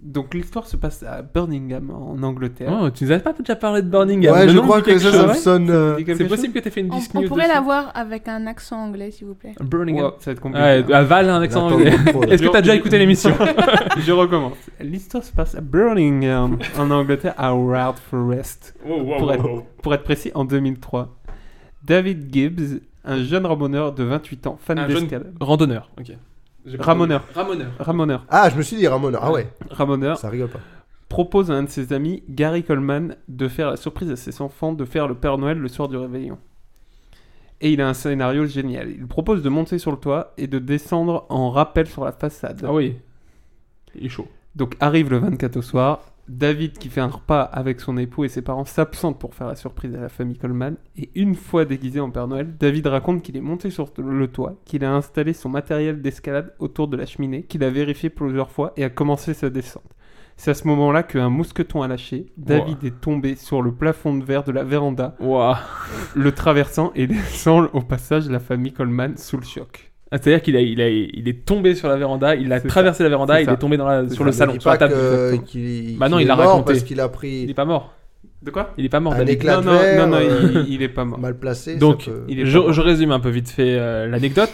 Speaker 10: donc l'histoire se passe à Birmingham, en Angleterre.
Speaker 9: Oh, tu nous avais pas déjà parlé de Birmingham
Speaker 2: Ouais,
Speaker 9: Le
Speaker 2: je
Speaker 9: nom
Speaker 2: crois
Speaker 9: dit quelque
Speaker 2: que ça,
Speaker 9: chose.
Speaker 2: ça me sonne. euh,
Speaker 10: Dis quelque
Speaker 9: C'est
Speaker 10: chose
Speaker 9: possible que t'aies fait une
Speaker 11: On,
Speaker 9: disque
Speaker 11: on
Speaker 9: news
Speaker 11: pourrait
Speaker 9: dessus.
Speaker 11: l'avoir avec un accent anglais s'il vous plaît.
Speaker 9: Birmingham.
Speaker 10: Ouais, ça va être compliqué. hein.
Speaker 9: Ouais, à Val, un accent
Speaker 2: l'attente
Speaker 9: anglais.
Speaker 2: de contrôle.
Speaker 9: Est-ce que t'as déjà écouté l'émission
Speaker 10: Je recommence. L'histoire se passe à Birmingham, en Angleterre, à Ward Forest. pour, être, pour être précis, en 2003. David Gibbs, un jeune ramoneur de 28 ans, fan
Speaker 9: Un jeune-
Speaker 10: d'escalade.
Speaker 9: Randonneur, ok. J'ai pas
Speaker 10: Ramoneur.
Speaker 9: compris. Ramoneur.
Speaker 10: Ramoneur,
Speaker 2: Ah, je me suis dit Ramon. Ah ouais,
Speaker 10: ramoneur
Speaker 2: ça rigole pas.
Speaker 10: propose à un de ses amis, Gary Coleman, de faire la surprise à ses enfants de faire le Père Noël le soir du réveillon. Et il a un scénario génial. Il propose de monter sur le toit et de descendre en rappel sur la façade.
Speaker 9: Ah oui. Il est chaud.
Speaker 10: Donc arrive le 24 au soir, David qui fait un repas avec son époux et ses parents s'absente pour faire la surprise à la famille Coleman, et une fois déguisé en Père Noël, David raconte qu'il est monté sur le toit, qu'il a installé son matériel d'escalade autour de la cheminée, qu'il a vérifié plusieurs fois et a commencé sa descente. C'est à ce moment-là qu'un mousqueton a lâché, David est tombé sur le plafond de verre de la véranda,
Speaker 9: Waouh.
Speaker 10: le traversant et laissant au passage la famille Coleman sous le choc.
Speaker 9: Ah, C'est-à-dire qu'il a, il a- il est tombé sur la véranda, il a
Speaker 10: C'est
Speaker 9: traversé la véranda,
Speaker 10: C'est
Speaker 9: il
Speaker 10: ça.
Speaker 9: est tombé dans la,
Speaker 10: C'est
Speaker 9: sur le
Speaker 10: ça.
Speaker 9: salon,
Speaker 2: dis
Speaker 9: sur la
Speaker 2: pas
Speaker 9: table.
Speaker 2: que-
Speaker 9: exactement.
Speaker 2: qu'il
Speaker 9: Bah non,
Speaker 2: qu'il
Speaker 9: il
Speaker 2: est
Speaker 9: a
Speaker 2: mort
Speaker 9: raconté.
Speaker 2: parce qu'il a
Speaker 9: Il est
Speaker 2: pris
Speaker 9: pas mort.
Speaker 10: De quoi
Speaker 9: Il est pas mort,
Speaker 2: un
Speaker 9: David.
Speaker 2: éclat
Speaker 10: Non,
Speaker 2: de
Speaker 10: non,
Speaker 2: verre,
Speaker 10: non, non,
Speaker 2: euh,
Speaker 10: il, il est pas mort.
Speaker 2: mal placé. euh, ça
Speaker 9: Donc,
Speaker 2: peut-
Speaker 10: Il est pas
Speaker 9: Je,
Speaker 10: mort.
Speaker 9: je résume un peu vite fait euh, l'anecdote.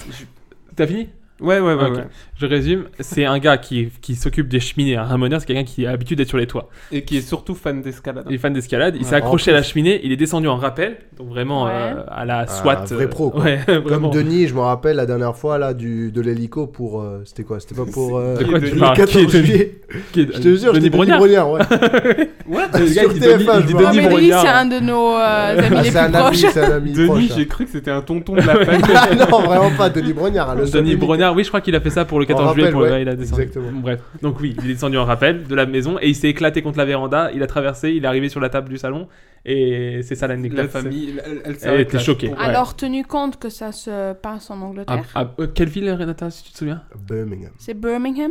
Speaker 9: T'as fini
Speaker 10: Ouais, ouais, ouais.
Speaker 9: Ok.
Speaker 10: ouais.
Speaker 9: Je résume. C'est un gars qui, qui s'occupe des cheminées. Un ramoneur, c'est quelqu'un qui a l'habitude d'être sur les toits.
Speaker 10: Et qui est surtout fan d'escalade. hein.
Speaker 9: Il est fan d'escalade. Il
Speaker 10: Ouais,
Speaker 9: s'est accroché
Speaker 2: en
Speaker 9: à la
Speaker 2: plus.
Speaker 9: cheminée. Il est descendu en rappel. Donc vraiment
Speaker 11: Ouais.
Speaker 9: euh, à la SWAT.
Speaker 2: un vrai
Speaker 9: euh,
Speaker 2: pro, quoi.
Speaker 9: Ouais, vraiment.
Speaker 2: Comme Denis, je me rappelle la dernière fois là du de l'hélico pour euh, c'était quoi C'était pas pour euh,
Speaker 9: De quoi
Speaker 2: le
Speaker 9: tu parles Qui
Speaker 2: 14
Speaker 9: est Denis
Speaker 2: juillet.
Speaker 9: Qui est-
Speaker 2: Je te jure,
Speaker 9: Denis
Speaker 2: j'étais Denis
Speaker 9: Brognard.
Speaker 2: Brognard,
Speaker 11: Euh,
Speaker 2: ouais.
Speaker 10: What
Speaker 9: Le gars,
Speaker 2: Sur
Speaker 9: il est
Speaker 2: TF1,
Speaker 9: Denis- il
Speaker 2: je
Speaker 9: est
Speaker 2: vois.
Speaker 11: Non,
Speaker 9: Denis
Speaker 11: mais lui,
Speaker 9: Brognard.
Speaker 11: c'est un de nos euh, amis
Speaker 2: Ah,
Speaker 11: les
Speaker 2: c'est
Speaker 11: plus
Speaker 2: un ami,
Speaker 11: proches.
Speaker 2: c'est un ami
Speaker 10: Denis,
Speaker 2: proche. hein.
Speaker 10: j'ai cru que c'était un tonton de la famille.
Speaker 2: Ah non, vraiment pas Denis Brognard, hein, le seul
Speaker 9: Denis
Speaker 2: unique.
Speaker 9: Brognard, oui, je crois qu'il a fait ça pour le 14
Speaker 2: En
Speaker 9: juillet.
Speaker 2: rappel,
Speaker 9: Pour le
Speaker 2: ouais,
Speaker 9: gars, il a descendu.
Speaker 2: exactement.
Speaker 9: Bon, Bref. Donc, oui, il est descendu en rappel de la maison et il s'est éclaté contre la véranda. Il a traversé, il est arrivé sur la table du salon et c'est ça l'anecdote.
Speaker 10: la famille, elle,
Speaker 9: Elle était choquée. Ouais.
Speaker 11: Alors, tenu compte que ça se passe en
Speaker 9: Ah,
Speaker 11: Angleterre,
Speaker 9: ah, euh, quelle ville, Renata, si tu te souviens
Speaker 2: Birmingham.
Speaker 11: c'est Birmingham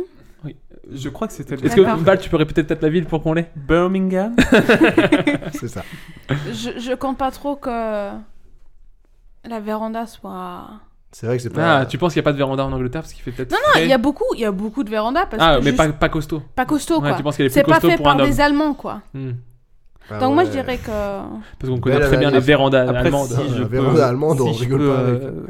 Speaker 10: Je crois que c'était
Speaker 9: Est-ce que
Speaker 11: D'accord.
Speaker 9: Val, tu peux répéter peut-être la ville pour qu'on l'ait
Speaker 10: Birmingham
Speaker 2: C'est ça.
Speaker 11: je, je compte pas trop que la véranda soit.
Speaker 2: C'est vrai que c'est pas.
Speaker 9: Ah, tu penses qu'il n'y a pas de véranda en Angleterre parce qu'il fait peut-être.
Speaker 11: Non, non, il y a beaucoup, il y a beaucoup de vérandas parce
Speaker 9: Ah,
Speaker 11: que
Speaker 9: mais
Speaker 11: juste
Speaker 9: pas, pas costaud.
Speaker 11: pas costaud
Speaker 9: Ouais,
Speaker 11: quoi.
Speaker 9: tu penses qu'elle est plus
Speaker 11: c'est pas
Speaker 9: costaud
Speaker 11: fait
Speaker 9: pour un
Speaker 11: par
Speaker 9: homme.
Speaker 11: des Allemands quoi.
Speaker 9: Hmm.
Speaker 2: Ah
Speaker 11: Donc moi
Speaker 2: ouais.
Speaker 11: je dirais que
Speaker 9: Parce qu'on connaît
Speaker 2: Belle
Speaker 9: très bien les
Speaker 2: analyse.
Speaker 9: vérandas
Speaker 10: Après,
Speaker 9: allemandes.
Speaker 10: si
Speaker 2: Ah,
Speaker 10: je
Speaker 2: la
Speaker 10: peux-
Speaker 2: véranda allemande, on
Speaker 10: si je
Speaker 2: rigole
Speaker 10: peux,
Speaker 2: pas avec.
Speaker 10: euh,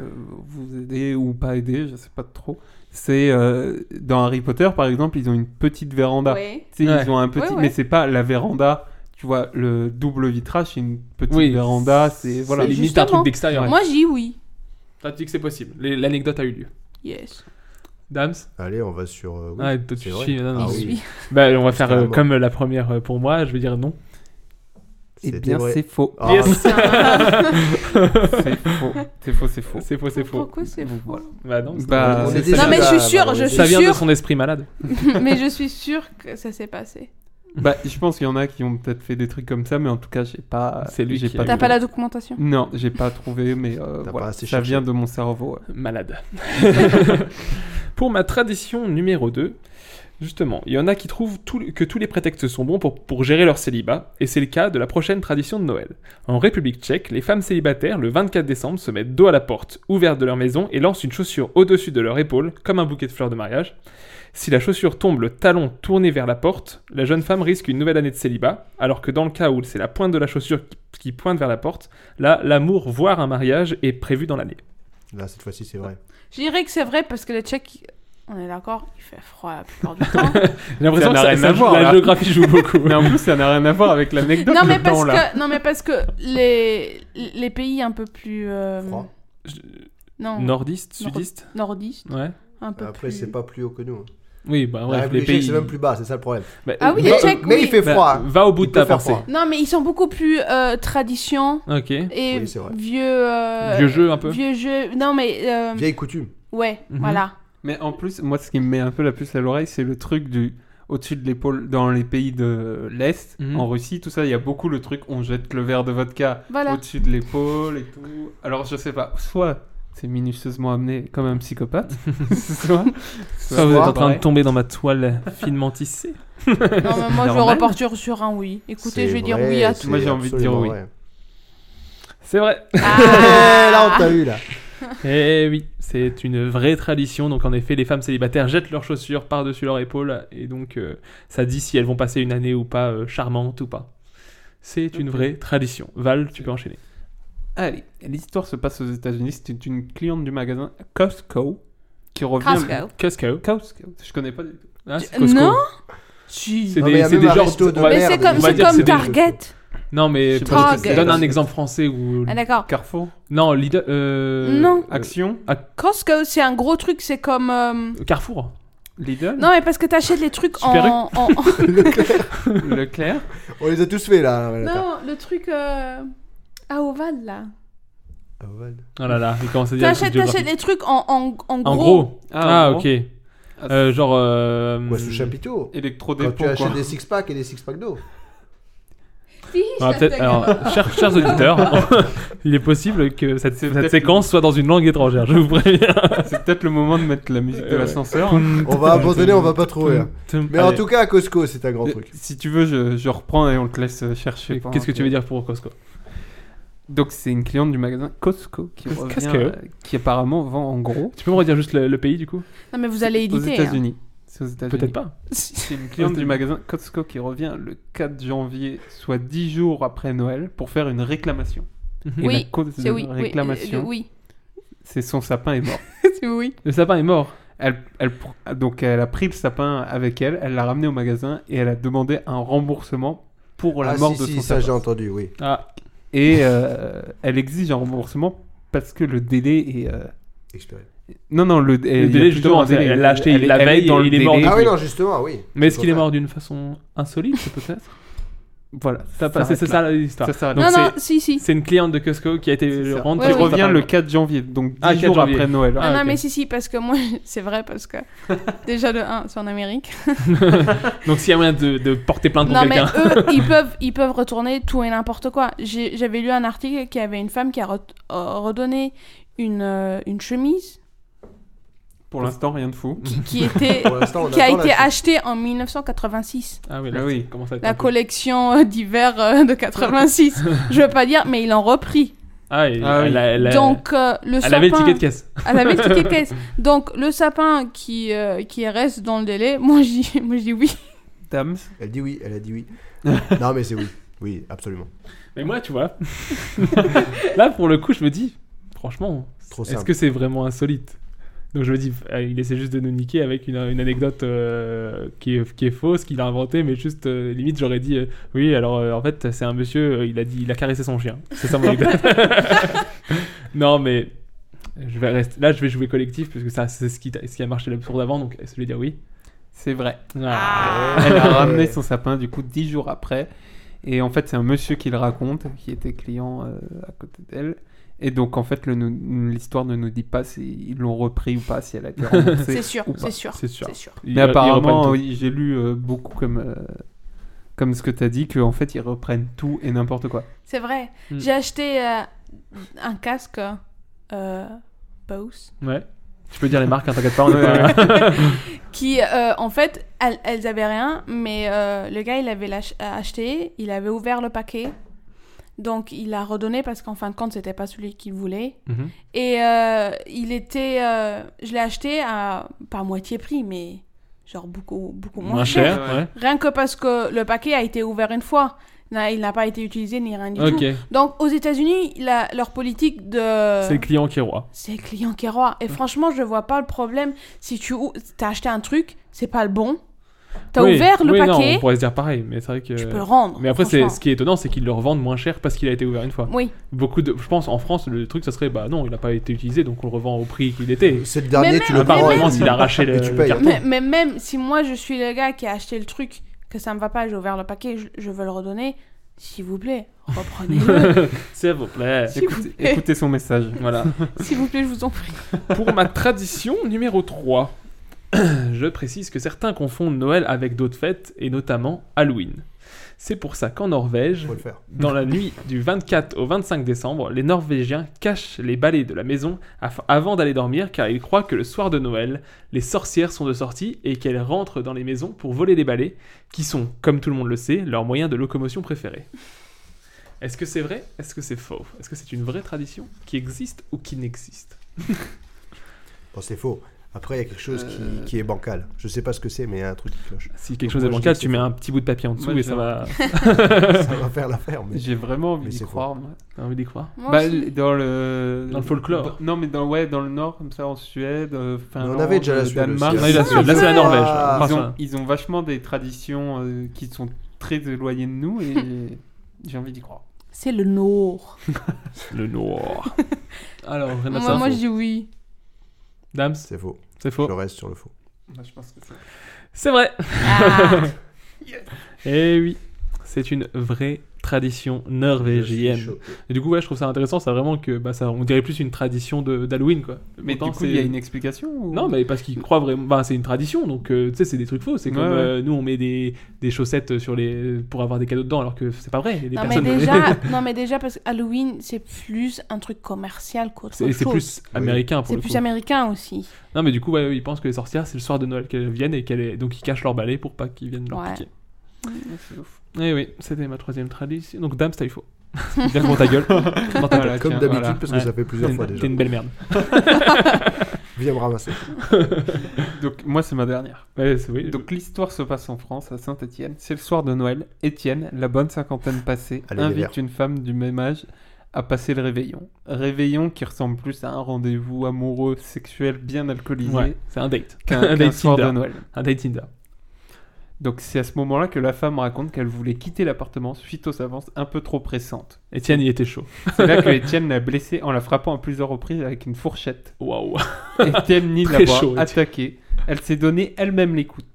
Speaker 10: vous aider ou pas aider, je sais pas trop. C'est euh, dans Harry Potter, par exemple, ils ont une petite véranda.
Speaker 11: oui.
Speaker 10: Tu sais,
Speaker 9: Ouais.
Speaker 10: ils ont un petit,
Speaker 11: Ouais, ouais.
Speaker 10: mais c'est pas la véranda. Tu vois, le double vitrage, c'est une petite
Speaker 9: Oui.
Speaker 10: véranda. C'est voilà.
Speaker 9: C'est
Speaker 11: juste-
Speaker 9: limite un
Speaker 11: justement.
Speaker 9: truc d'extérieur.
Speaker 11: Moi je dis oui.
Speaker 9: Toi, tu dis que c'est possible. Les- L'anecdote a eu lieu.
Speaker 11: Yes.
Speaker 9: Dams
Speaker 2: Allez, on va sur. euh, oui,
Speaker 9: Ah, toi,
Speaker 2: c'est
Speaker 9: tu
Speaker 2: vrai.
Speaker 9: suis. non, non.
Speaker 2: Ah oui.
Speaker 9: Bah, on va faire euh,
Speaker 2: Carrément.
Speaker 9: comme la première euh, pour moi. Je vais dire non.
Speaker 10: Eh
Speaker 2: C'était
Speaker 10: bien,
Speaker 2: vrai.
Speaker 10: c'est faux.
Speaker 2: Ah,
Speaker 9: Yes.
Speaker 10: c'est faux. C'est faux. C'est faux.
Speaker 9: C'est faux, c'est faux.
Speaker 11: Pourquoi c'est
Speaker 10: Bon,
Speaker 11: faux
Speaker 9: Bah,
Speaker 10: voilà.
Speaker 9: non, c'est-
Speaker 10: Bah,
Speaker 9: c'est-
Speaker 2: on était
Speaker 9: ça,
Speaker 11: Non mais
Speaker 9: vient-
Speaker 11: je
Speaker 2: déjà
Speaker 11: suis sûre, je
Speaker 2: valorisé.
Speaker 11: suis
Speaker 9: ça vient de
Speaker 11: sûre,
Speaker 9: son esprit malade.
Speaker 11: mais je suis sûre que ça s'est passé.
Speaker 10: Bah, je pense qu'il y en a qui ont peut-être fait des trucs comme ça, mais en tout cas, j'ai pas.
Speaker 9: C'est lui
Speaker 10: j'ai
Speaker 9: qui-
Speaker 11: T'as pas la documentation
Speaker 10: Non, j'ai pas trouvé, mais euh,
Speaker 2: T'as
Speaker 10: voilà,
Speaker 2: pas
Speaker 10: ça
Speaker 2: assez cherché.
Speaker 10: vient de mon cerveau. ouais.
Speaker 9: Malade. pour ma tradition numéro 2, justement, il y en a qui trouvent tout- que tous les prétextes sont bons pour, pour gérer leur célibat, et c'est le cas de la prochaine tradition de Noël. En République tchèque, les femmes célibataires, le 24 décembre, se mettent dos à la porte, ouvertes de leur maison, et lancent une chaussure au-dessus de leur épaule, comme un bouquet de fleurs de mariage. Si la chaussure tombe le talon tourné vers la porte, la jeune femme risque une nouvelle année de célibat, alors que dans le cas où c'est la pointe de la chaussure qui, qui pointe vers la porte, là, l'amour, voire un mariage, est prévu dans l'année.
Speaker 2: Là, cette fois-ci, c'est vrai.
Speaker 11: Je dirais que c'est vrai parce que le Tchèque, on est d'accord, il fait froid la plupart du temps.
Speaker 9: J'ai l'impression que
Speaker 10: Ça n'a
Speaker 9: ça,
Speaker 10: rien
Speaker 9: ça
Speaker 10: à
Speaker 9: joue-
Speaker 10: voir,
Speaker 9: la
Speaker 10: là.
Speaker 9: géographie joue beaucoup.
Speaker 10: Mais en plus, ça n'a rien à voir avec l'anecdote.
Speaker 11: non,
Speaker 10: le
Speaker 11: mais parce
Speaker 10: temps, là.
Speaker 11: que, non mais parce que les, les pays un peu plus... euh,
Speaker 2: Froid.
Speaker 11: Non,
Speaker 9: Nordiste,
Speaker 11: Nord-
Speaker 9: sudiste
Speaker 11: nordiste,
Speaker 9: Ouais.
Speaker 11: un peu
Speaker 2: Après,
Speaker 11: plus...
Speaker 2: c'est pas plus haut que nous.
Speaker 9: Oui, bah
Speaker 2: La
Speaker 9: bref, les
Speaker 2: République
Speaker 9: pays.
Speaker 2: tchèque, c'est même plus bas, c'est ça le problème.
Speaker 9: Bah,
Speaker 11: Ah oui,
Speaker 9: va-
Speaker 11: les
Speaker 2: mais,
Speaker 11: Tchèques,
Speaker 2: mais
Speaker 11: oui.
Speaker 2: il fait
Speaker 9: bah,
Speaker 2: froid.
Speaker 9: Va au bout
Speaker 2: Il
Speaker 9: de ta
Speaker 2: peut faire
Speaker 9: pensée.
Speaker 2: froid.
Speaker 11: Non mais ils sont beaucoup plus euh, tradition
Speaker 9: Ok.
Speaker 11: et
Speaker 2: Oui, c'est vrai.
Speaker 11: vieux... euh,
Speaker 9: Vieux jeu un peu.
Speaker 11: Vieux jeu, non mais... euh,
Speaker 2: Vieille coutume.
Speaker 11: Ouais,
Speaker 9: Mhm.
Speaker 11: voilà.
Speaker 10: Mais en plus, moi, ce qui me met un peu la puce à l'oreille, c'est le truc du au-dessus de l'épaule dans les pays de l'Est,
Speaker 9: Mhm.
Speaker 10: en Russie, tout ça, il y a beaucoup le truc on jette le verre de vodka
Speaker 11: Voilà.
Speaker 10: au-dessus de l'épaule et tout. Alors, je sais pas, soit c'est minutieusement amené comme un psychopathe, soit,
Speaker 9: Ça, vous êtes en train
Speaker 10: Ouais.
Speaker 9: de tomber dans ma toile finement tissée.
Speaker 11: Non, mais moi je vais
Speaker 10: normal.
Speaker 11: repartir sur un oui. Écoutez,
Speaker 2: C'est
Speaker 11: je vais dire
Speaker 2: vrai,
Speaker 11: oui à
Speaker 2: c'est
Speaker 11: tout.
Speaker 10: Moi, j'ai envie de dire
Speaker 2: absolument
Speaker 10: oui.
Speaker 2: vrai.
Speaker 9: C'est vrai.
Speaker 2: Eh, là,
Speaker 11: Ah.
Speaker 2: on t'a eu là.
Speaker 9: Eh oui, c'est une vraie tradition. Donc en effet, les femmes célibataires jettent leurs chaussures par-dessus leur épaule. Et donc, euh, ça dit si elles vont passer une année ou pas euh, charmante ou pas. C'est une vraie tradition. Val, tu peux enchaîner.
Speaker 10: Allez, l'histoire se passe aux États-Unis. C'est une cliente du magasin Costco qui revient.
Speaker 11: Costco.
Speaker 9: Costco.
Speaker 10: Costco. Je connais pas du tout.
Speaker 9: Ah, c'est
Speaker 11: Tu-
Speaker 9: Costco.
Speaker 11: non
Speaker 9: C'est
Speaker 2: Non, mais il y
Speaker 9: des,
Speaker 2: a
Speaker 9: c'est
Speaker 2: même
Speaker 9: des
Speaker 2: un
Speaker 9: genres.
Speaker 2: resto de
Speaker 9: on va-
Speaker 11: Mais
Speaker 2: merde,
Speaker 11: c'est comme,
Speaker 9: on va
Speaker 11: c'est
Speaker 9: dire que
Speaker 11: comme
Speaker 9: c'est des-
Speaker 11: Target.
Speaker 9: Non, mais
Speaker 10: Je sais pas
Speaker 11: ce que c'est.
Speaker 9: donne un exemple français ou.
Speaker 11: Ah, d'accord.
Speaker 10: Carrefour.
Speaker 9: Non, Lidl. euh,
Speaker 11: Non.
Speaker 10: Action.
Speaker 11: Costco, c'est un gros truc, c'est comme. euh,
Speaker 9: Carrefour.
Speaker 10: Lidl.
Speaker 11: Non, mais parce que t'achètes les trucs
Speaker 9: Super U.
Speaker 11: en. en- en-
Speaker 10: Leclerc.
Speaker 2: On les a tous fait là. là, là, là.
Speaker 11: non, le truc. euh, À ovale là.
Speaker 2: Ah, ouais.
Speaker 9: Oh là là, il commence à dire.
Speaker 11: T'achètes,
Speaker 9: des trucs
Speaker 11: t'achètes
Speaker 9: géographiques.
Speaker 11: les trucs en, en, en gros.
Speaker 9: En gros. Ah,
Speaker 10: en gros. Ah,
Speaker 9: ok. Euh, genre. Euh...
Speaker 2: Ouais, sous chapiteau. Quand
Speaker 10: Électrodépôt.
Speaker 2: tu achètes
Speaker 10: quoi.
Speaker 2: des six-packs et des six-packs d'eau.
Speaker 11: Si,
Speaker 9: on va
Speaker 11: je
Speaker 9: peut-être-
Speaker 11: t'attaque.
Speaker 9: Alors, chers, chers auditeurs, il est possible que cette, cette
Speaker 10: peut-être-
Speaker 9: séquence soit dans une langue étrangère, je vous préviens.
Speaker 10: C'est peut-être le moment de mettre la musique de
Speaker 9: Euh,
Speaker 10: l'ascenseur. hein.
Speaker 2: On va abandonner, on va pas trouver. hein. Mais en
Speaker 9: Allez,
Speaker 2: tout cas, Costco, c'est un grand
Speaker 10: Euh,
Speaker 2: truc.
Speaker 10: Si tu veux, je, je reprends et on te laisse euh, chercher. pendant
Speaker 9: Qu'est-ce que tu veux dire pour Costco
Speaker 10: Donc c'est une cliente du magasin Costco qui
Speaker 9: Costco.
Speaker 10: revient, euh, qui apparemment vend en gros.
Speaker 9: Tu peux me redire juste le, le pays du coup
Speaker 11: Non, mais vous allez
Speaker 10: Aux
Speaker 11: éditer. hein.
Speaker 10: États-Unis. C'est aux États-Unis.
Speaker 9: Peut-être pas.
Speaker 10: C'est une cliente du magasin Costco qui revient le 4 janvier, soit 10 jours après Noël, pour faire une réclamation. Et
Speaker 11: Oui,
Speaker 10: la cause de
Speaker 11: C'est oui, oui,
Speaker 10: réclamation,
Speaker 11: euh, oui,
Speaker 10: c'est son sapin est mort.
Speaker 11: c'est oui.
Speaker 9: Le sapin est mort.
Speaker 10: Elle, elle pr- donc elle a pris le sapin avec elle, elle l'a ramené au magasin et elle a demandé un remboursement pour la
Speaker 2: ah,
Speaker 10: mort
Speaker 2: si,
Speaker 10: de
Speaker 2: si,
Speaker 10: son
Speaker 2: ça j'ai
Speaker 10: sapin.
Speaker 2: entendu, oui.
Speaker 9: Ah,
Speaker 10: Et euh, elle exige un remboursement parce que le délai est... euh,
Speaker 2: Expérien.
Speaker 10: Non, non, le,
Speaker 9: le délai justement, elle l'a acheté la veille, il est mort.
Speaker 2: Ah oui,
Speaker 9: oui.
Speaker 2: non, justement, oui.
Speaker 9: mais est-ce qu'il est
Speaker 2: Contraire.
Speaker 9: mort d'une façon insolite peut-être
Speaker 10: Voilà,
Speaker 9: T'as pas- C'est c'est ça l'histoire.
Speaker 10: Ça s'arrête
Speaker 9: Donc
Speaker 11: non,
Speaker 9: c'est-
Speaker 11: non, si, si.
Speaker 9: C'est une cliente de Costco qui a
Speaker 10: C'est
Speaker 9: été
Speaker 10: ça.
Speaker 9: rentrée.
Speaker 10: Qui
Speaker 11: Ouais, ouais.
Speaker 10: revient le 4 janvier, donc 10
Speaker 9: Ah, 4
Speaker 10: jours
Speaker 9: janvier.
Speaker 10: après Noël.
Speaker 9: Ah,
Speaker 11: non,
Speaker 9: ok.
Speaker 11: mais si, si, parce que moi, c'est vrai, parce que déjà de 1, c'est en Amérique.
Speaker 9: Donc s'il y a moyen de, de porter plainte pour
Speaker 11: Non, mais
Speaker 9: quelqu'un.
Speaker 11: eux, ils peuvent, ils peuvent retourner tout et n'importe quoi. J'ai- J'avais lu un article qui avait une femme qui a re- euh, redonné une, euh, une chemise
Speaker 10: Pour l'instant, rien de fou.
Speaker 11: qui, qui était,
Speaker 2: Pour l'instant, on
Speaker 11: qui a
Speaker 2: attend
Speaker 11: été
Speaker 2: la suite.
Speaker 11: achetée en 1986.
Speaker 9: Ah oui,
Speaker 10: Ah
Speaker 9: là,
Speaker 10: oui.
Speaker 9: oui. Comment ça
Speaker 11: La collection euh, d'hiver euh, de 86. Je veux pas dire, mais ils l'ont repris.
Speaker 9: Ah, et
Speaker 10: Ah oui.
Speaker 9: elle, a- elle a-
Speaker 11: Donc, euh, le
Speaker 9: elle avait le
Speaker 11: sapin-
Speaker 9: ticket de caisse.
Speaker 11: Elle avait le ticket de caisse. Donc, le sapin qui, euh, qui reste dans le délai, moi, je dis- moi, je dis oui.
Speaker 10: Dame,
Speaker 2: Elle dit oui, elle a dit oui. non, mais c'est oui. Oui, absolument.
Speaker 9: Mais moi, tu vois, là pour le coup, je me dis, franchement,
Speaker 2: Trop
Speaker 9: est-ce
Speaker 2: simple.
Speaker 9: que c'est vraiment insolite Donc je me dis, euh, il essaie juste de nous niquer avec une, une anecdote euh, qui, est, qui est fausse, qu'il a inventée, mais juste euh, limite j'aurais dit, euh, oui, alors euh, en fait c'est un monsieur, euh, il a dit, il a caressé son chien. C'est ça mon anecdote. non mais je vais rester, là je vais jouer collectif parce que ça c'est ce qui, t'a- ce qui a marché le tour d'avant, donc je vais dire oui.
Speaker 10: c'est vrai.
Speaker 9: Ah.
Speaker 10: Elle a ramené son sapin, du coup, 10 jours après. Et en fait, c'est un monsieur qui le raconte, qui était client euh, à côté d'elle. Et donc, en fait, le nous- l'histoire ne nous dit pas s'ils l'ont repris ou pas, si elle a été
Speaker 11: C'est
Speaker 10: remboursée.
Speaker 11: sûr,
Speaker 10: ou pas.
Speaker 11: c'est sûr.
Speaker 9: C'est sûr.
Speaker 11: C'est sûr.
Speaker 9: Ils-
Speaker 10: Mais
Speaker 9: ils reprennent
Speaker 10: apparemment,
Speaker 9: tout.
Speaker 10: oui, j'ai lu euh, beaucoup comme, euh, comme ce que tu as dit, qu'en fait, ils reprennent tout et n'importe quoi.
Speaker 11: C'est vrai.
Speaker 9: Hmm.
Speaker 11: J'ai acheté euh, un casque euh, Bose
Speaker 9: Ouais. Tu peux dire les marques, hein, t'inquiète pas, on est
Speaker 10: Ouais.
Speaker 9: pas-
Speaker 11: qui, euh, en fait, elles, elles avaient rien, mais euh, le gars, il avait l'ach- euh, acheté, il avait ouvert le paquet, donc il l'a redonné parce qu'en fin de compte, c'était pas celui qu'il voulait.
Speaker 9: Mhm.
Speaker 11: Et euh, il était, euh, je l'ai acheté à pas moitié prix, mais genre beaucoup beaucoup moins,
Speaker 9: Moins cher, ouais.
Speaker 11: Rien que parce que le paquet a été ouvert une fois. N'a- Il n'a pas été utilisé ni rien du
Speaker 9: Ok,
Speaker 11: tout. Donc aux États-Unis, la- leur politique de
Speaker 9: c'est le client qui est roi.
Speaker 11: c'est le client qui est roi. Et franchement, je vois pas le problème. Si tu ou- t'as acheté un truc, c'est pas le bon. T'as
Speaker 9: Oui,
Speaker 11: ouvert le
Speaker 9: oui, non,
Speaker 11: paquet,
Speaker 9: on pourrait se dire pareil, mais c'est vrai que.
Speaker 11: tu peux le rendre.
Speaker 9: Mais après, c'est,
Speaker 11: franchement.
Speaker 9: ce qui est étonnant, c'est qu'ils le revendent moins cher parce qu'il a été ouvert une fois.
Speaker 11: Oui.
Speaker 9: Beaucoup de, je pense, en France, le truc, ça serait, bah non, il n'a pas été utilisé, donc on le revend au prix qu'il était.
Speaker 2: C'est le dernier,
Speaker 11: Mais
Speaker 2: tu
Speaker 11: même-
Speaker 2: le
Speaker 9: À part
Speaker 2: prends.
Speaker 9: au
Speaker 2: et-
Speaker 9: moment s'il a arraché le,
Speaker 2: Et tu
Speaker 9: le
Speaker 2: payes.
Speaker 9: carton.
Speaker 11: Mais, mais même si moi je suis le gars qui a acheté le truc, que ça me va pas, j'ai ouvert le paquet, je, je veux le redonner, s'il vous plaît, reprenez-le.
Speaker 9: S'il vous plaît.
Speaker 11: S'il vous
Speaker 10: Écoutez,
Speaker 11: plaît.
Speaker 10: écoutez son message.
Speaker 9: Voilà.
Speaker 11: s'il vous plaît, je vous en prie.
Speaker 9: Pour ma tradition numéro 3, je précise que certains confondent Noël avec d'autres fêtes, et notamment Halloween. C'est pour ça qu'en Norvège,
Speaker 2: Faut le faire.
Speaker 9: Dans la nuit du 24 au 25 décembre, les Norvégiens cachent les balais de la maison af- avant d'aller dormir car ils croient que le soir de Noël, les sorcières sont de sortie et qu'elles rentrent dans les maisons pour voler les balais, qui sont, comme tout le monde le sait, leur moyen de locomotion préféré. Est-ce que c'est vrai Est-ce que c'est faux Est-ce que c'est une vraie tradition qui existe ou qui n'existe
Speaker 2: Bon, c'est faux. Après, il y a quelque chose qui, qui est bancal. Je sais pas ce que c'est, mais il y a un truc qui cloche.
Speaker 9: Si quelque
Speaker 2: Donc
Speaker 9: chose est
Speaker 2: moi, je dis
Speaker 9: bancal,
Speaker 2: que
Speaker 9: tu
Speaker 2: c'est
Speaker 9: mets
Speaker 2: faux.
Speaker 9: un petit bout de papier en dessous
Speaker 10: Moi,
Speaker 9: et ça
Speaker 10: j'ai-
Speaker 9: va.
Speaker 2: Ça va faire l'affaire, mais
Speaker 10: J'ai vraiment envie
Speaker 2: Mais
Speaker 10: d'y
Speaker 2: c'est
Speaker 10: croire, moi.
Speaker 9: T'as envie d'y croire
Speaker 11: Moi
Speaker 10: Bah,
Speaker 11: aussi.
Speaker 10: l- dans le
Speaker 9: Dans le folklore.
Speaker 10: Dans- non mais dans ouais dans le nord comme ça en Suède euh, Finlande,
Speaker 2: avait déjà la Suède
Speaker 10: Danemark
Speaker 2: aussi.
Speaker 9: Non, il a-
Speaker 2: Ah,
Speaker 9: Là, c'est la
Speaker 2: ouais.
Speaker 9: Norvège.
Speaker 2: Ah,
Speaker 9: Enfin,
Speaker 10: ils, ont, ils ont vachement des traditions euh, qui sont très éloignées de nous et j'ai envie d'y croire
Speaker 11: C'est le Nord.
Speaker 9: Le noir. Alors, Renata,
Speaker 11: Moi, moi
Speaker 9: faux.
Speaker 11: je dis oui.
Speaker 9: Dams,
Speaker 2: c'est faux.
Speaker 9: c'est faux.
Speaker 2: Je reste sur le faux.
Speaker 10: je pense que c'est
Speaker 9: C'est vrai.
Speaker 11: Ah.
Speaker 9: Eh oui, c'est une vraie tradition
Speaker 2: Je suis
Speaker 9: norvégienne.
Speaker 2: choqué.
Speaker 9: Et du coup, ouais, je trouve ça intéressant, ça vraiment que bah, ça, on dirait plus une tradition de- d'Halloween, quoi.
Speaker 10: mais
Speaker 9: Pourtant,
Speaker 10: du coup
Speaker 9: c'est-
Speaker 10: il y a une explication ou...
Speaker 9: Non, mais parce qu'ils croient vraiment. Bah, c'est une tradition, donc euh, tu sais, c'est des trucs faux. C'est comme
Speaker 10: Ouais, ouais.
Speaker 9: euh, nous, on met des, des chaussettes sur les... pour avoir des cadeaux dedans, alors que c'est pas vrai. Les
Speaker 11: Non mais,
Speaker 9: personnes-
Speaker 11: déjà, non, mais déjà, parce que Halloween, c'est plus un truc commercial qu'autre
Speaker 9: C'est
Speaker 11: chose.
Speaker 9: c'est plus américain pour
Speaker 11: C'est
Speaker 9: le
Speaker 11: plus
Speaker 9: coup.
Speaker 11: américain aussi.
Speaker 9: Non, mais du coup, ouais, ils pensent que les sorcières, c'est le soir de Noël qu'elles viennent et qu'elles donc ils cachent leur balai pour pas qu'ils viennent leur
Speaker 11: Ouais.
Speaker 9: piquer. Eh oui, c'était ma troisième tradition. Donc, dame, c'était faux. Bien pour ta gueule. Dans ta
Speaker 10: Voilà,
Speaker 9: tête.
Speaker 2: Comme
Speaker 10: tiens,
Speaker 2: d'habitude,
Speaker 10: voilà.
Speaker 2: parce que
Speaker 9: Ouais.
Speaker 2: ça fait plusieurs
Speaker 9: T'es-
Speaker 2: fois déjà.
Speaker 9: T'es une belle merde.
Speaker 2: Viens me ramasser.
Speaker 10: Donc moi c'est ma dernière.
Speaker 9: Ouais, c'est- oui.
Speaker 10: Donc l'histoire se passe en France, à Saint-Étienne. C'est le soir de Noël. Étienne, la bonne cinquantaine passée,
Speaker 2: Allez, les verts.
Speaker 10: invite une femme du même âge à passer le réveillon. Réveillon qui ressemble plus à un rendez-vous amoureux, sexuel, bien alcoolisé
Speaker 9: Ouais, c'est un date.
Speaker 10: qu'un
Speaker 9: Un
Speaker 10: qu'un
Speaker 9: date
Speaker 10: soir de
Speaker 9: Tinder.
Speaker 10: Noël.
Speaker 9: Un date Tinder.
Speaker 10: Donc c'est à ce moment-là que la femme raconte qu'elle voulait quitter l'appartement suite aux avances un peu trop pressantes.
Speaker 9: Étienne, il était chaud.
Speaker 10: C'est là que Étienne l'a blessée en la frappant à plusieurs reprises avec une fourchette.
Speaker 9: Waouh.
Speaker 10: Étienne nie
Speaker 9: Très
Speaker 10: l'avoir
Speaker 9: chaud, Étienne.
Speaker 10: attaqué. Elle s'est donné elle-même les coups.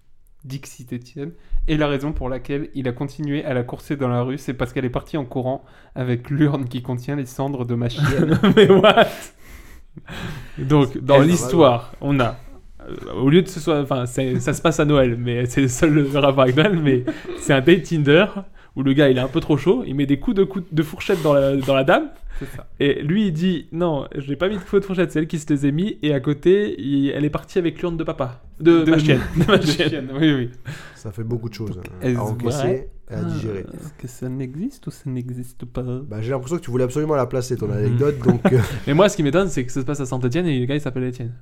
Speaker 10: Dixit Étienne. Et la raison pour laquelle il a continué à la courser dans la rue, c'est parce qu'elle est partie en courant avec l'urne qui contient les cendres de ma chienne.
Speaker 9: Mais what Donc, dans
Speaker 10: Elle-
Speaker 9: l'histoire, on a. euh, Au lieu de ce soit. Enfin, c'est- ça se passe à Noël, mais c'est le seul le rapport avec Noël, mais c'est un date Tinder où le gars il est un peu trop chaud, il met des coups de, coups de fourchette dans la, dans la dame,
Speaker 10: c'est ça.
Speaker 9: et lui il dit Non, je n'ai pas mis de coups de fourchette, c'est elle qui se les a mis, et à côté, il- elle est partie avec l'urne de papa. De, ma chienne. De ma
Speaker 10: de
Speaker 9: chienne.
Speaker 10: chienne, Oui, oui.
Speaker 2: Ça fait beaucoup de choses hein,
Speaker 10: est-ce
Speaker 2: à encaisser
Speaker 10: vrai
Speaker 2: et à digérer.
Speaker 10: Ah, Est-ce que ça n'existe ou ça n'existe pas
Speaker 2: Bah, J'ai l'impression que tu voulais absolument la placer, ton anecdote. donc, euh,
Speaker 9: Mais moi, ce qui m'étonne, c'est que ça se passe à Saint-Etienne et le gars il s'appelle Étienne.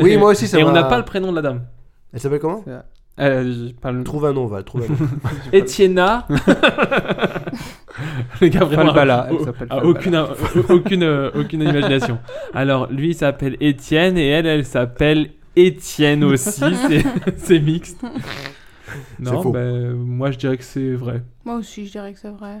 Speaker 2: Oui, moi aussi, ça
Speaker 9: Et on
Speaker 2: m'a-
Speaker 9: n'a pas le prénom de la dame.
Speaker 2: Elle s'appelle comment
Speaker 10: Ah, j'ai pas le
Speaker 2: Trouve un nom, Val. Trouve un nom.
Speaker 9: Etienna. le gars vraiment
Speaker 10: Falbala,
Speaker 9: a-
Speaker 10: elle s'appelle
Speaker 9: a
Speaker 10: Falbala.
Speaker 9: aucune, a- aucune, euh, aucune imagination. Alors lui il s'appelle Étienne et elle elle s'appelle Étienne aussi. C'est- C'est mixte. Non,
Speaker 2: faux.
Speaker 9: bah, moi je dirais que c'est vrai.
Speaker 11: Moi aussi, je dirais que c'est vrai.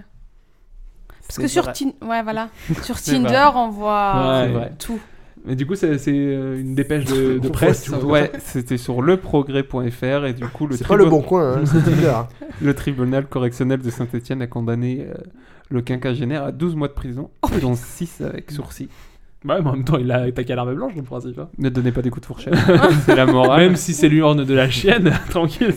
Speaker 11: Parce
Speaker 10: C'est
Speaker 11: que sur,
Speaker 10: vrai.
Speaker 11: Tin- ouais, voilà. sur
Speaker 10: C'est
Speaker 11: Tinder,
Speaker 10: vrai.
Speaker 11: on voit
Speaker 9: Ouais.
Speaker 11: euh,
Speaker 9: C'est vrai.
Speaker 11: tout.
Speaker 9: Mais du coup c'est c'est, euh, une dépêche de, de
Speaker 2: On
Speaker 9: presse. hein,
Speaker 2: voit tout.
Speaker 10: Ouais, c'était sur leprogrès.fr et du coup le,
Speaker 2: C'est pas le
Speaker 10: tribun-
Speaker 2: bon coin, hein, c'est Tinder. hein.
Speaker 10: le tribunal correctionnel de Saint-Etienne a condamné euh, le quinquagénaire à 12 mois de prison,
Speaker 9: Oh,
Speaker 10: dont 6 avec sourcil.
Speaker 9: Ouais, Bah, mais en même temps il a attaqué à l'arme blanche donc principe. hein.
Speaker 10: Ne donnez pas des coups de fourchette, c'est la morale.
Speaker 9: Ah. Même si c'est l'urne de la chienne, tranquille.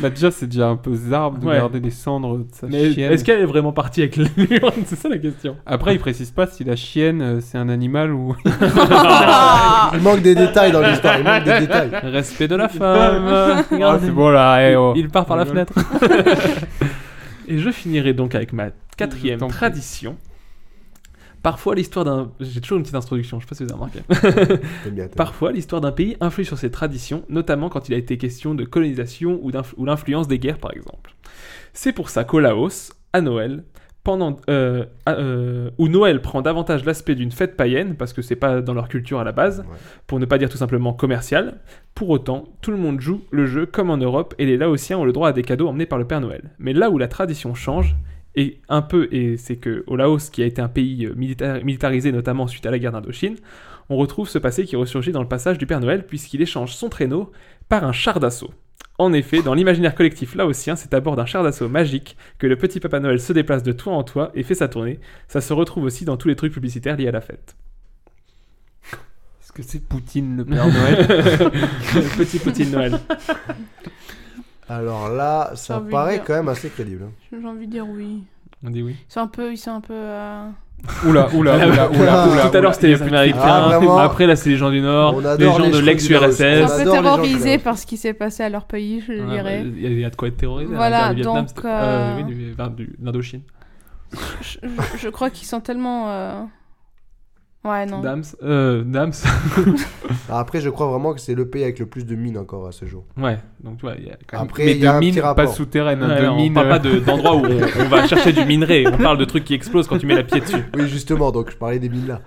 Speaker 10: Bah, déjà, c'est déjà un peu zarbe de
Speaker 9: Ouais.
Speaker 10: garder des cendres de sa
Speaker 9: Mais
Speaker 10: chienne.
Speaker 9: est-ce qu'elle est vraiment partie avec l'urne C'est ça la question.
Speaker 10: Après, il précise pas si la chienne euh, c'est un animal ou
Speaker 2: Il manque des détails dans l'histoire, il manque des détails.
Speaker 9: Respect de la femme.
Speaker 10: Ah,
Speaker 9: Regardez.
Speaker 10: c'est bon là. eh, oh.
Speaker 9: Il part par la
Speaker 10: Rigole.
Speaker 9: fenêtre. Et je finirai donc avec ma quatrième
Speaker 10: Je t'en prie.
Speaker 9: tradition. Parfois, l'histoire d'un. J'ai toujours une petite introduction, je sais pas si vous avez remarqué.
Speaker 2: T'aimes bien, t'aimes bien.
Speaker 9: Parfois, l'histoire d'un pays influe sur ses traditions, notamment quand il a été question de colonisation ou, d'inf- ou l'influence des guerres, par exemple. C'est pour ça qu'au Laos, à Noël, pendant, euh, à- euh, où Noël prend davantage l'aspect d'une fête païenne, parce que c'est pas dans leur culture à la base,
Speaker 2: Ouais.
Speaker 9: pour ne pas dire tout simplement commerciale, pour autant, tout le monde joue le jeu comme en Europe et les Laotiens ont le droit à des cadeaux emmenés par le Père Noël. Mais là où la tradition change, et un peu, et c'est que au Laos, qui a été un pays euh, milita- militarisé notamment suite à la guerre d'Indochine, on retrouve ce passé qui ressurgit dans le passage du Père Noël puisqu'il échange son traîneau par un char d'assaut. En effet, dans l'imaginaire collectif laotien, c'est à bord d'un char d'assaut magique que le petit Papa Noël se déplace de toit en toit et fait sa tournée. Ça se retrouve aussi dans tous les trucs publicitaires liés à la fête.
Speaker 10: Est-ce que c'est Poutine le Père Noël
Speaker 9: petit petit Noël.
Speaker 2: Alors là,
Speaker 11: J'ai
Speaker 2: ça
Speaker 11: envie de
Speaker 2: paraît
Speaker 11: dire.
Speaker 2: quand même assez crédible. hein.
Speaker 11: J'ai envie de dire oui.
Speaker 9: On dit oui.
Speaker 11: Ils sont un peu. Ils sont un peu euh,
Speaker 10: Oula, oula,
Speaker 2: Ah,
Speaker 10: oula, oula, oula,
Speaker 2: Tout à
Speaker 9: Tout à l'heure, c'était les Américains.
Speaker 2: Ah, vraiment
Speaker 9: Après, là, c'est les gens du Nord,
Speaker 2: On
Speaker 9: les
Speaker 2: adore
Speaker 9: gens
Speaker 2: les
Speaker 9: de
Speaker 2: gens
Speaker 11: ils
Speaker 2: du
Speaker 11: sont
Speaker 9: l'ex-URSS.
Speaker 11: un
Speaker 2: Nord.
Speaker 11: peu
Speaker 2: adore les gens qui
Speaker 11: terrorisés
Speaker 2: l'adorent.
Speaker 11: par ce qui s'est passé à leur pays, je
Speaker 9: Ouais, bah,
Speaker 11: dirais.
Speaker 9: Il y a- il y a de quoi être terrorisé.
Speaker 11: Voilà,
Speaker 9: la guerre du Vietnam,
Speaker 11: donc,
Speaker 9: c'était- euh,
Speaker 11: euh,
Speaker 9: oui, du- enfin, du- l'Indochine.
Speaker 11: Je, je- je crois qu'ils sont tellement. euh, Ouais, non.
Speaker 9: Dams. euh, Dams.
Speaker 2: Alors Après, je crois vraiment que c'est le pays avec le plus de mines encore à ce jour.
Speaker 9: Ouais, donc tu vois, il y a quand même.
Speaker 2: Après,
Speaker 10: Ah, Mais
Speaker 2: il y a
Speaker 10: de
Speaker 2: un
Speaker 10: mine,
Speaker 2: petit
Speaker 10: pas
Speaker 2: rapport.
Speaker 10: souterraine, hein,
Speaker 9: Ouais,
Speaker 10: de
Speaker 9: alors, on
Speaker 10: mine. euh,
Speaker 9: parle pas de- d'endroits où on, on va chercher du minerai, on parle de trucs qui explosent quand tu mets la pied dessus.
Speaker 2: Oui, justement, donc je parlais des mines là.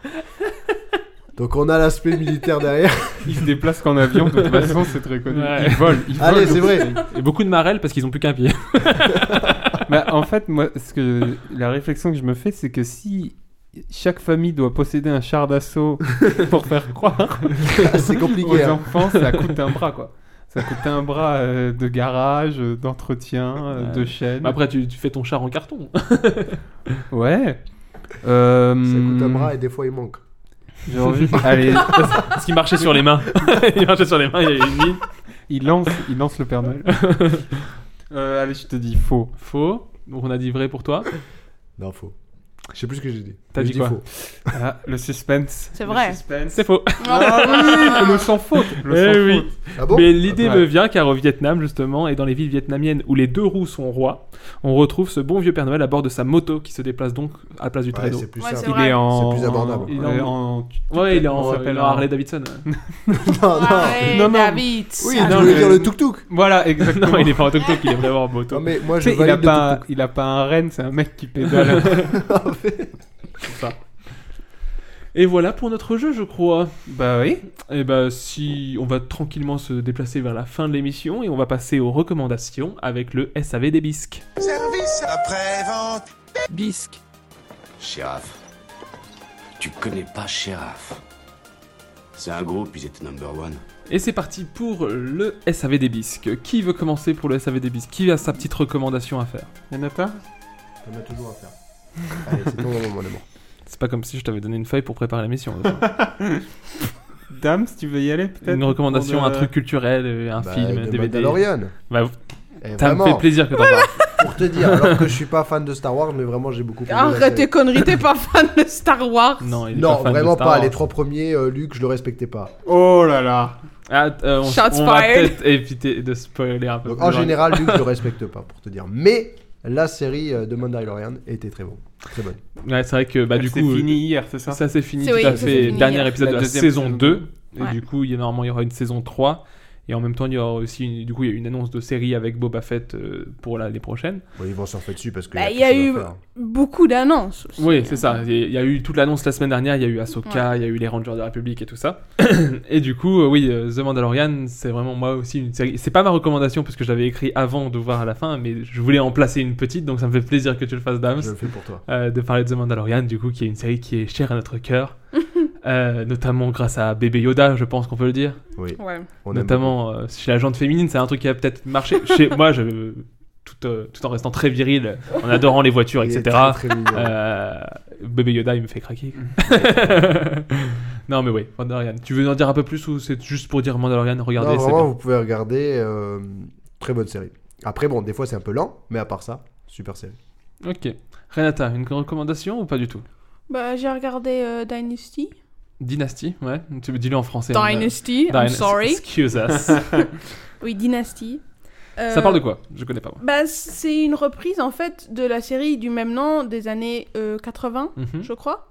Speaker 2: Donc on a l'aspect militaire derrière.
Speaker 10: Ils se déplacent qu'en avion, de toute façon, c'est très connu.
Speaker 9: Ouais.
Speaker 10: Ils volent, ils
Speaker 2: Allez,
Speaker 10: volent.
Speaker 2: c'est vrai.
Speaker 9: Et beaucoup de marelles parce qu'ils ont plus qu'un pied.
Speaker 10: Bah, en fait, moi, ce que, la réflexion que je me fais, c'est que si chaque famille doit posséder un char d'assaut pour faire croire
Speaker 2: c'est
Speaker 10: aux
Speaker 2: compliqué. hein.
Speaker 10: enfants, ça coûte un bras, quoi. Ça coûte un bras euh, de garage, euh, d'entretien, euh, de chaîne.
Speaker 9: Mais Après, tu, tu fais ton char en carton.
Speaker 10: Ouais. Euh,
Speaker 2: hein. Ça coûte
Speaker 9: Hmm.
Speaker 2: un bras et des fois il manque.
Speaker 10: j'ai envie- Allez,
Speaker 9: Parce qu'il marchait sur les mains. il marchait sur les mains, il y avait une mine.
Speaker 10: il lance, il lance le Père Noël. Euh, allez, je te dis faux.
Speaker 9: Faux. Donc on a dit vrai pour toi.
Speaker 2: Non, faux. Je sais plus ce que j'ai dit.
Speaker 10: T'as
Speaker 2: J'ai
Speaker 10: dit quoi
Speaker 2: faux.
Speaker 10: Ah, le suspense.
Speaker 11: C'est
Speaker 10: Le
Speaker 11: vrai.
Speaker 10: suspense. C'est faux.
Speaker 11: Ah.
Speaker 10: le sans faute. Le
Speaker 9: Eh
Speaker 10: sans
Speaker 9: oui.
Speaker 10: faute.
Speaker 2: Ah bon
Speaker 9: Mais l'idée
Speaker 10: Ouais.
Speaker 9: me vient car au Vietnam, justement, et dans les villes vietnamiennes où les deux roues sont rois, on retrouve ce bon vieux Père Noël à bord de sa moto qui se déplace donc à la place du
Speaker 2: Ouais,
Speaker 9: traîneau.
Speaker 2: c'est plus
Speaker 11: Ouais,
Speaker 2: simple.
Speaker 11: c'est
Speaker 10: Il
Speaker 11: vrai.
Speaker 10: est en.
Speaker 2: C'est plus abordable.
Speaker 10: Il est
Speaker 9: Ouais.
Speaker 10: en.
Speaker 9: Ouais, il est en,
Speaker 10: Ça s'appelle
Speaker 9: en
Speaker 10: un-
Speaker 9: Harley Davidson.
Speaker 2: Non, non.
Speaker 11: Arrête,
Speaker 10: non, non.
Speaker 11: ah David.
Speaker 2: Oui,
Speaker 10: Ah,
Speaker 2: je
Speaker 10: non,
Speaker 2: voulais
Speaker 10: mais-
Speaker 2: dire le tuk-tuk.
Speaker 10: Voilà, exactement.
Speaker 9: non, il est pas en tuk-tuk, il est vraiment en moto.
Speaker 2: Non, mais moi,
Speaker 10: Tu
Speaker 2: je
Speaker 10: sais, il, a
Speaker 2: valide le
Speaker 10: pas un, il a pas un renne, c'est un mec qui pédale.
Speaker 9: Et voilà pour notre jeu, je crois.
Speaker 10: bah oui.
Speaker 9: Et bah, si on va tranquillement se déplacer vers la fin de l'émission et on va passer aux recommandations avec le SAV des bisques.
Speaker 8: bisque,
Speaker 7: Shérif. Tu connais pas Shérif. C'est un groupe, ils étaient number one.
Speaker 9: Et c'est parti pour le SAV des bisques. Qui veut commencer pour le SAV des bisques Qui a sa petite recommandation à faire
Speaker 10: Il en a pas
Speaker 2: tuk-tuk. On a toujours à faire. Allez, c'est ton moment, mon amour.
Speaker 9: C'est pas comme si je t'avais donné une feuille pour préparer l'émission.
Speaker 10: Dame, si tu veux y aller peut-être
Speaker 9: une recommandation,
Speaker 10: pour
Speaker 9: un
Speaker 10: de-
Speaker 9: truc culturel, euh, un
Speaker 2: Bah,
Speaker 9: film, un
Speaker 2: de
Speaker 9: DVD.
Speaker 2: Mandalorian.
Speaker 9: Bah,
Speaker 2: Eh,
Speaker 9: ça me
Speaker 2: vraiment,
Speaker 9: fait plaisir que t'en parles.
Speaker 2: pour te dire, alors que je suis pas fan de Star Wars, mais vraiment, j'ai beaucoup aimé la
Speaker 11: Arrête tes
Speaker 2: série.
Speaker 11: conneries, t'es pas fan de Star Wars.
Speaker 9: Non, il est
Speaker 2: Non,
Speaker 9: pas fan de
Speaker 2: vraiment
Speaker 9: Star
Speaker 2: pas.
Speaker 9: Wars.
Speaker 2: Les trois premiers, euh, Luke, je le respectais pas.
Speaker 10: Oh là là
Speaker 9: Ah, euh, on,
Speaker 11: Shots
Speaker 9: on va
Speaker 11: fired.
Speaker 9: peut-être éviter de spoiler un peu.
Speaker 2: Donc,
Speaker 9: plus
Speaker 2: en
Speaker 9: loin.
Speaker 2: général, Luke, je le respecte pas, pour te dire. Mais la série euh, de Mandalorian était très bonne. Très bonne.
Speaker 9: Ouais, c'est vrai que bah, du
Speaker 10: C'est
Speaker 9: coup,
Speaker 10: fini hier, c'est ça
Speaker 9: ça c'est fini
Speaker 11: C'est-
Speaker 9: tout
Speaker 11: oui,
Speaker 9: à fait.
Speaker 11: ça, c'est fini. euh,
Speaker 9: Dernier épisode
Speaker 10: La
Speaker 9: de Hein. la
Speaker 10: deuxième
Speaker 9: saison
Speaker 10: saison.
Speaker 9: 2. Et
Speaker 11: Ouais.
Speaker 9: du coup, il y a- normalement, il y aura une saison 3. Et en même temps, il y aura aussi une, du coup, il y a une annonce de série avec Boba Fett euh, pour l'année prochaine.
Speaker 2: Bon, ils vont surfer dessus parce que.
Speaker 11: Bah,
Speaker 2: plus
Speaker 11: il y a
Speaker 2: chose à
Speaker 11: eu
Speaker 2: faire. hein.
Speaker 11: beaucoup d'annonces aussi.
Speaker 9: Oui, c'est ça. Il y a eu toute l'annonce la semaine dernière. Il y a eu Ahsoka, il y a eu les Rangers de la République et tout ça. et du coup, euh, oui, euh, The Mandalorian, c'est vraiment moi aussi une série. C'est pas ma recommandation parce que je l'avais écrit avant de voir à la fin, mais je voulais en placer une petite, donc ça me fait plaisir que tu le fasses, Dams,
Speaker 2: Je le fais pour toi.
Speaker 9: euh, de parler de The Mandalorian, du coup, qui est une série qui est chère à notre cœur, Euh, notamment grâce à Bébé Yoda, je pense qu'on peut le dire,
Speaker 2: Oui.
Speaker 11: Ouais.
Speaker 2: on aime
Speaker 9: notamment euh, chez la gente féminine. C'est un truc qui a peut-être marché. chez moi, je, tout, euh, tout en restant très viril, en adorant les voitures,
Speaker 2: beaucoup. Il est
Speaker 9: etc.
Speaker 2: très, très mignon.
Speaker 9: Euh, Bébé Yoda, il me fait craquer.
Speaker 2: Mm.
Speaker 9: non, mais oui, Mandalorian. Tu veux en dire un peu plus ou c'est juste pour dire Mandalorian Regardez,
Speaker 2: non,
Speaker 9: c'est
Speaker 2: vraiment,
Speaker 9: bien.
Speaker 2: vous pouvez regarder. euh, très bonne série. Après, bon, des fois, c'est un peu lent, mais à part ça, super série.
Speaker 9: Ok. Renata, une recommandation ou pas du tout
Speaker 11: Bah, j'ai regardé euh, Dynasty.
Speaker 9: Dynasty, ouais. Tu me dis-le en français. on a-
Speaker 11: Dynasty, I'm
Speaker 9: Dynasty,
Speaker 11: sorry.
Speaker 9: Excuse us.
Speaker 11: Oui, Dynasty. Euh,
Speaker 9: Ça parle de
Speaker 10: Euh,
Speaker 9: quoi Je connais pas moi.
Speaker 11: Bah, c'est une reprise en fait de la série du même nom des années euh, 80,
Speaker 9: Mhm.
Speaker 11: je crois.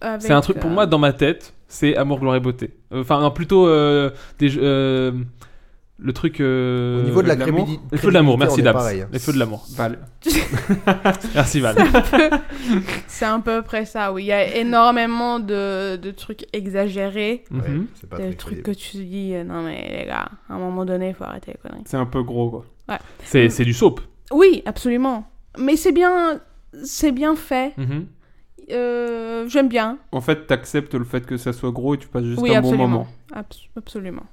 Speaker 11: Avec,
Speaker 9: C'est un truc pour
Speaker 11: euh,
Speaker 9: moi dans ma tête, c'est Amour, Gloire et Beauté. Enfin, non, plutôt euh, des jeux- euh, le truc. euh,
Speaker 2: Au niveau de la
Speaker 10: l'amour.
Speaker 2: crédit-
Speaker 9: Les feux de l'amour,
Speaker 2: crédibilité, on
Speaker 9: merci
Speaker 2: est
Speaker 9: Dabs.
Speaker 2: pareil, hein.
Speaker 9: Les feux de l'amour.
Speaker 10: Val.
Speaker 9: Merci Val.
Speaker 11: C'est à peu près ça, oui. Il y a énormément de, de trucs exagérés.
Speaker 2: Ouais,
Speaker 9: Mhm.
Speaker 2: c'est pas
Speaker 11: Des
Speaker 2: Bah, très
Speaker 11: trucs
Speaker 2: crédible.
Speaker 11: que tu te dis, euh, non mais les gars, à un moment donné, il faut arrêter les conneries.
Speaker 10: C'est un peu gros quoi.
Speaker 9: C'est c'est du soap.
Speaker 11: Oui, absolument. Mais c'est bien, c'est bien fait.
Speaker 9: Mhm.
Speaker 11: Euh, J'aime bien.
Speaker 10: En fait, t'acceptes le fait que ça soit gros et tu passes juste
Speaker 11: oui,
Speaker 10: un
Speaker 11: absolument.
Speaker 10: bon moment.
Speaker 11: Abs- absolument.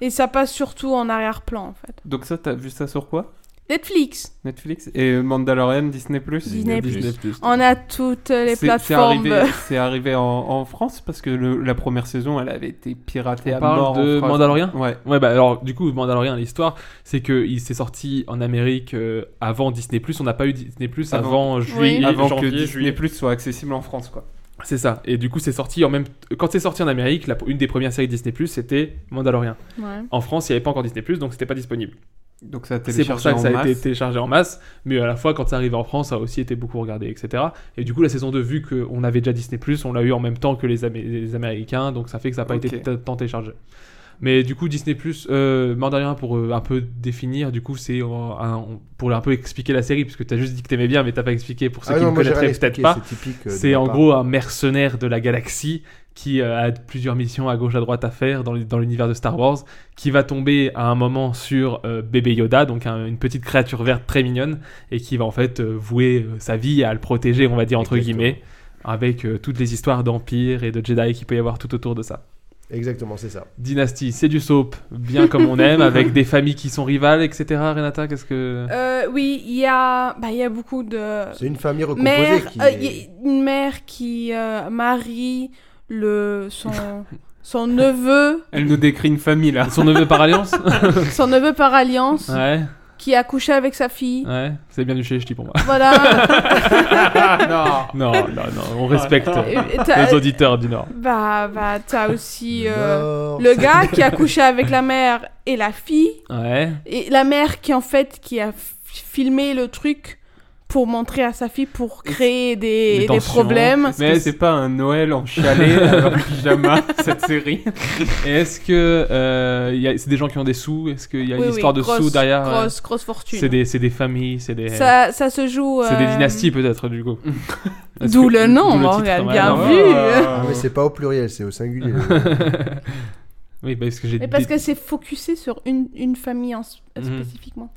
Speaker 11: Et ça passe surtout en arrière-plan, en fait.
Speaker 10: Donc ça, t'as vu ça sur quoi
Speaker 11: Netflix,
Speaker 10: Netflix et Mandalorian, Disney Plus.
Speaker 11: Disney+.
Speaker 9: Disney+.
Speaker 11: on a toutes les
Speaker 10: C'est- c'est
Speaker 11: plateformes.
Speaker 10: arrivé- C'est arrivé, en, en France parce que le- la première saison, elle avait été piratée
Speaker 9: On
Speaker 10: à
Speaker 9: parle
Speaker 10: mort. en
Speaker 9: de
Speaker 10: France.
Speaker 9: Mandalorian
Speaker 10: Ouais.
Speaker 9: Ouais, bah alors, du coup, Mandalorian, l'histoire, c'est que il s'est sorti en Amérique euh, avant Disney. On n'a pas eu Disney avant,
Speaker 10: Avant.
Speaker 9: juillet,
Speaker 11: Oui.
Speaker 10: Avant
Speaker 9: janvier,
Speaker 10: que Disney
Speaker 9: juillet.
Speaker 10: Plus soit accessible en France quoi.
Speaker 9: C'est ça. Et du coup, c'est sorti en même. Quand c'est sorti en Amérique, la- une des premières séries Disney c'était Mandalorian.
Speaker 11: Ouais.
Speaker 9: En France, il n'y avait pas encore Disney donc c'était pas disponible.
Speaker 10: Donc ça a
Speaker 9: C'est pour ça que
Speaker 10: en
Speaker 9: ça a
Speaker 10: masse.
Speaker 9: été téléchargé en masse, mais à la fois, quand ça arrive en France, ça a aussi été beaucoup regardé, etc. Et du coup, la saison 2, vu qu'on avait déjà Disney on l'a eu en même temps que les, Amé- les Américains, donc ça fait que ça n'a pas
Speaker 10: Ok.
Speaker 9: été t- tant téléchargé. Mais du coup, Disney euh, Mandalorian, pour euh, un peu définir, du coup, c'est euh, un- pour un peu expliquer la série, puisque t'as juste dit que t'aimais bien, mais t'as pas expliqué pour ceux
Speaker 2: Ah
Speaker 9: qui
Speaker 2: non,
Speaker 9: ne
Speaker 2: moi, j'ai rien
Speaker 9: connaîtraient peut-être
Speaker 2: expliqué,
Speaker 9: pas.
Speaker 2: C'est typique, euh, de
Speaker 9: C'est
Speaker 2: ma
Speaker 9: en
Speaker 2: part.
Speaker 9: gros un mercenaire de la galaxie qui euh, a plusieurs missions à gauche à droite à faire dans, l- dans l'univers de Star Wars, qui va tomber à un moment sur euh, bébé Yoda, donc un- une petite créature verte très mignonne, et qui va en fait euh, vouer euh, sa vie à le protéger, on va dire entre
Speaker 2: Exactement.
Speaker 9: guillemets, avec euh, toutes les histoires d'Empire et de Jedi qu'il peut y avoir tout autour de ça.
Speaker 2: Exactement, c'est
Speaker 9: Euh,
Speaker 2: ça.
Speaker 9: Dynasty, c'est du soap, bien comme on aime, avec des familles qui sont rivales, etc. Renata, qu'est-ce que...
Speaker 11: Euh, oui, il y a, bah, il y a beaucoup de
Speaker 2: C'est une famille recomposée
Speaker 11: mères,
Speaker 2: qui.
Speaker 11: euh,
Speaker 2: est-
Speaker 11: y a une mère qui euh, marie le son son neveu,
Speaker 10: Elle nous décrit une famille là.
Speaker 9: Son neveu par alliance
Speaker 11: son neveu par alliance.
Speaker 9: Ouais.
Speaker 11: qui a couché avec sa fille.
Speaker 9: Ouais, c'est bien du chez pour moi.
Speaker 11: Voilà.
Speaker 9: non, non, non,
Speaker 11: Ah,
Speaker 9: on respecte
Speaker 11: Et t'as-
Speaker 9: les auditeurs du Nord.
Speaker 11: Bah, bah, t'as aussi euh, le gars qui a couché avec la mère et la fille.
Speaker 9: Ouais.
Speaker 11: Et la mère qui, en fait, qui a f- filmé le truc pour montrer à sa fille pour créer des, des
Speaker 10: tensions.
Speaker 11: problèmes.
Speaker 10: Mais c'est pas un Noël en chalet, alors pyjama, cette série.
Speaker 9: Et est-ce que euh, il y a- c'est des gens qui ont des sous Est-ce qu'il y a une
Speaker 11: Oui, oui,
Speaker 9: histoire de
Speaker 11: grosse-
Speaker 9: sous derrière euh,
Speaker 11: grosse- grosse fortune.
Speaker 9: C'est des, c'est des familles, c'est des.
Speaker 11: Ça, ça se joue.
Speaker 9: C'est des
Speaker 11: euh,
Speaker 9: dynasties peut-être du coup. Parce
Speaker 11: D'où
Speaker 9: que-
Speaker 11: le nom,
Speaker 9: titre,
Speaker 11: Morgane,
Speaker 9: ouais.
Speaker 11: bien
Speaker 9: Ah.
Speaker 11: vu.
Speaker 2: Ah, mais c'est pas au pluriel, c'est au singulier.
Speaker 9: oui, parce que j'ai.
Speaker 11: Mais parce
Speaker 9: dit-
Speaker 11: que c'est focusé sur une, une famille en s-
Speaker 9: Mhm.
Speaker 11: spécifiquement.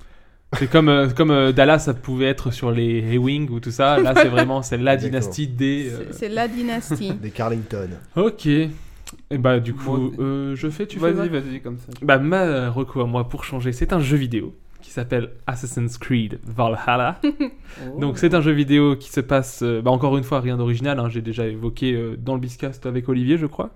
Speaker 9: C'est comme euh, comme euh, Dallas, ça pouvait être sur les Ewing ou tout ça. Là, c'est vraiment c'est la dynastie des. euh,
Speaker 11: C'est la dynastie.
Speaker 2: Des Carlington.
Speaker 9: Ok. Et bah du coup, euh, je fais, tu fais.
Speaker 10: Vas-y,
Speaker 9: Val
Speaker 10: vas-y, comme ça.
Speaker 9: Bah ma reco à moi pour changer, c'est un jeu vidéo qui s'appelle Assassin's Creed Valhalla. Donc c'est un jeu vidéo qui se passe, euh, bah, encore une fois rien d'original, hein, j'ai déjà évoqué euh, dans le Biscast avec Olivier je crois.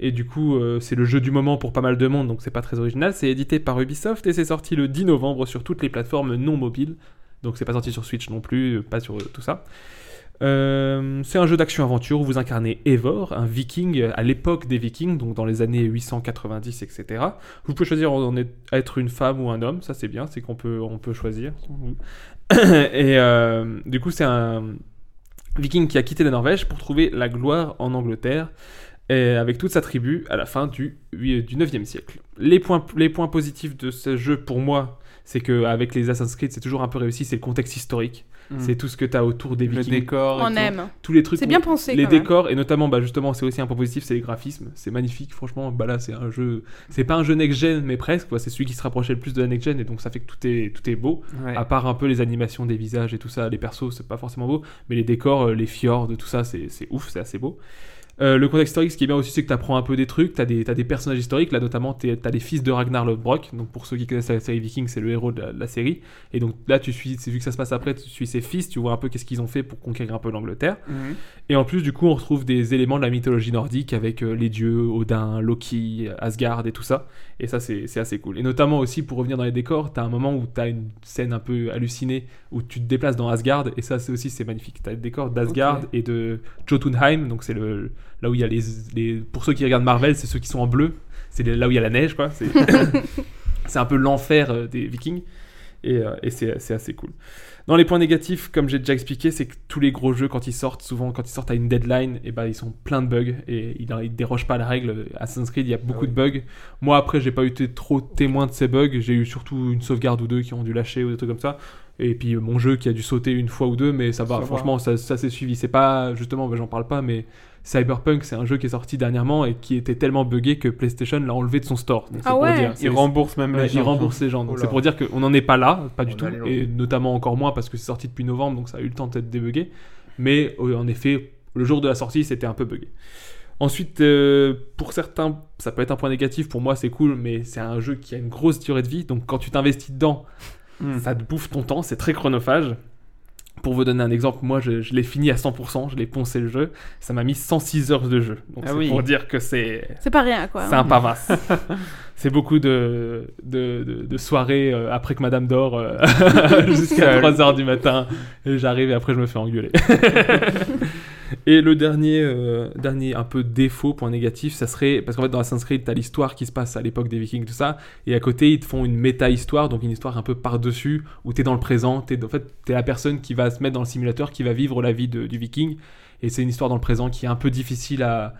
Speaker 9: Et du coup euh, c'est le jeu du moment pour pas mal de monde donc c'est pas très original. C'est édité par Ubisoft et c'est sorti le 10 novembre sur toutes les plateformes non mobiles. Donc c'est pas sorti sur Switch non plus, euh, pas sur euh, tout ça. Euh, c'est un jeu d'action-aventure où vous incarnez Eivor, un viking euh, à l'époque des vikings, donc dans les années 890, etc. Vous pouvez choisir en être- à être une femme ou un homme, ça c'est bien, c'est qu'on peut, on peut choisir. Et euh, du coup, c'est un viking qui a quitté la Norvège pour trouver la gloire en Angleterre, et avec toute sa tribu à la fin du, huit- euh, du 9e siècle. Les points, les points positifs de ce jeu pour moi, c'est qu'avec les Assassin's Creed, c'est toujours un peu réussi, c'est le contexte historique.
Speaker 10: Mm.
Speaker 9: C'est tout ce que tu as autour des
Speaker 10: Le
Speaker 9: vikings.
Speaker 10: décor
Speaker 11: et On tout. aime.
Speaker 9: Tous les trucs.
Speaker 11: C'est
Speaker 9: où-
Speaker 11: bien pensé,
Speaker 9: hein. Les
Speaker 11: quand même.
Speaker 9: décors, et notamment, bah, justement, c'est aussi un point positif, c'est les graphismes. C'est magnifique, franchement. Bah, là, c'est un jeu. C'est pas un jeu next-gen, mais presque. quoi. C'est celui qui se rapprochait le plus de la next-gen, et donc ça fait que tout est, tout est beau.
Speaker 10: Ouais.
Speaker 9: À part un peu les animations des visages et tout ça, les persos, c'est pas forcément beau. Mais les décors, euh, les fjords, tout ça, c'est c'est ouf, c'est assez beau. Euh, le contexte historique, ce qui est bien aussi, c'est que tu apprends un peu des trucs, tu as, des personnages historiques, là notamment tu as les fils de Ragnar Lodbrok, donc pour ceux qui connaissent la série Viking, c'est le héros de la, de la série, et donc là tu suis, c'est- vu que ça se passe après, tu suis ses fils, tu vois un peu qu'est-ce qu'ils ont fait pour conquérir un peu l'Angleterre,
Speaker 10: Mhm.
Speaker 9: et en plus du coup on retrouve des éléments de la mythologie nordique avec euh, les dieux, Odin, Loki, Asgard et tout ça, et ça c'est c'est assez cool. Et notamment aussi pour revenir dans les décors, tu as un moment où tu as une scène un peu hallucinée où tu te déplaces dans Asgard, et ça c'est aussi c'est magnifique, tu as le décor d'Asgard
Speaker 10: Ok.
Speaker 9: et de Jotunheim, donc c'est le là où il y a les, les- pour ceux qui regardent Marvel, c'est ceux qui sont en bleu, c'est les- là où il y a la neige quoi, c'est c'est un peu l'enfer euh, des Vikings et, euh, et c'est c'est assez cool. Dans les points négatifs, comme j'ai déjà expliqué, c'est que tous les gros jeux quand ils sortent, souvent quand ils sortent à une deadline, et ben ils sont pleins de bugs et ils, ils dérogent pas à la règle. Assassin's Creed, il y a beaucoup de bugs. Moi après, j'ai pas été trop témoin de ces bugs, j'ai eu surtout une sauvegarde ou deux qui ont dû lâcher ou des trucs comme ça. Et puis euh, mon jeu qui a dû sauter une fois ou deux, mais ça va,
Speaker 10: Ça va.
Speaker 9: franchement, ça, ça s'est suivi. C'est pas, justement, bah, j'en parle pas, mais Cyberpunk, c'est un jeu qui est sorti dernièrement et qui était tellement buggé que PlayStation l'a enlevé de son store. Donc,
Speaker 10: Ah
Speaker 9: c'est pour
Speaker 10: ouais.
Speaker 9: dire,
Speaker 10: Il
Speaker 9: c'est-
Speaker 10: rembourse même les
Speaker 9: Ouais,
Speaker 10: gens.
Speaker 9: Il rembourse les gens. Donc
Speaker 10: Oh là.
Speaker 9: c'est pour dire qu'on n'en est pas là, pas du
Speaker 10: On
Speaker 9: tout,
Speaker 10: allait loin.
Speaker 9: et notamment encore moins parce que c'est sorti depuis novembre, donc ça a eu le temps d'être débugué. Mais euh, en effet, le jour de la sortie, c'était un peu buggé. Ensuite, euh, pour certains, ça peut être un point négatif. Pour moi, c'est cool, mais c'est un jeu qui a une grosse durée de vie. Donc, quand tu t'investis dedans,
Speaker 10: Hmm.
Speaker 9: ça te bouffe ton temps. C'est très chronophage. Pour vous donner un exemple, moi, je, je l'ai fini à 100%. Je l'ai poncé le jeu. Ça m'a mis 106 heures de jeu. Donc,
Speaker 10: Ah
Speaker 9: c'est
Speaker 10: oui.
Speaker 9: pour dire que c'est.
Speaker 11: C'est pas rien, quoi. hein.
Speaker 9: C'est un pavasse. c'est beaucoup de, de, de- de soirées euh, après que Madame dort euh, jusqu'à
Speaker 10: Seule.
Speaker 9: 3h du matin. Et j'arrive et après je me fais engueuler. et le dernier, euh, dernier un peu défaut, point négatif, ça serait. Parce qu'en fait, dans Assassin's Creed, t'as l'histoire qui se passe à l'époque des Vikings, tout ça. Et à côté, ils te font une méta-histoire, donc une histoire un peu par-dessus, où t'es dans le présent. T'es, en fait, t'es la personne qui va se mettre dans le simulateur, qui va vivre la vie de- du Viking. Et c'est une histoire dans le présent qui est un peu difficile à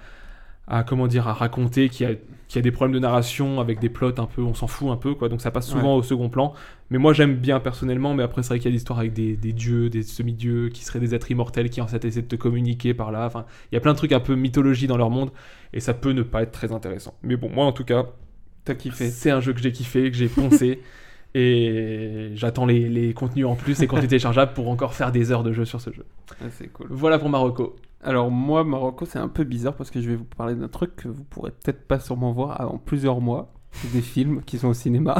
Speaker 9: à comment dire à raconter qui a qui a des problèmes de narration avec des plots un peu on s'en fout un peu quoi donc ça passe souvent
Speaker 10: Ouais.
Speaker 9: au second plan mais moi j'aime bien personnellement mais après c'est vrai qu'il y a des histoires avec des, des dieux des semi-dieux qui seraient des êtres immortels qui en fait essaient de te communiquer par là enfin il y a plein de trucs un peu mythologie dans leur monde et ça peut ne pas être très intéressant mais bon moi en tout cas
Speaker 10: T'as kiffé.
Speaker 9: c'est un jeu que j'ai kiffé que j'ai poncé et j'attends les, les contenus en plus et contenus téléchargeables pour encore faire des heures de jeu sur ce jeu
Speaker 10: Ah, c'est cool.
Speaker 9: voilà pour Marocco
Speaker 10: Alors moi, Marocco, c'est un peu bizarre parce que je vais vous parler d'un truc que vous pourrez peut-être pas sûrement voir avant plusieurs mois. des films qui sont au cinéma.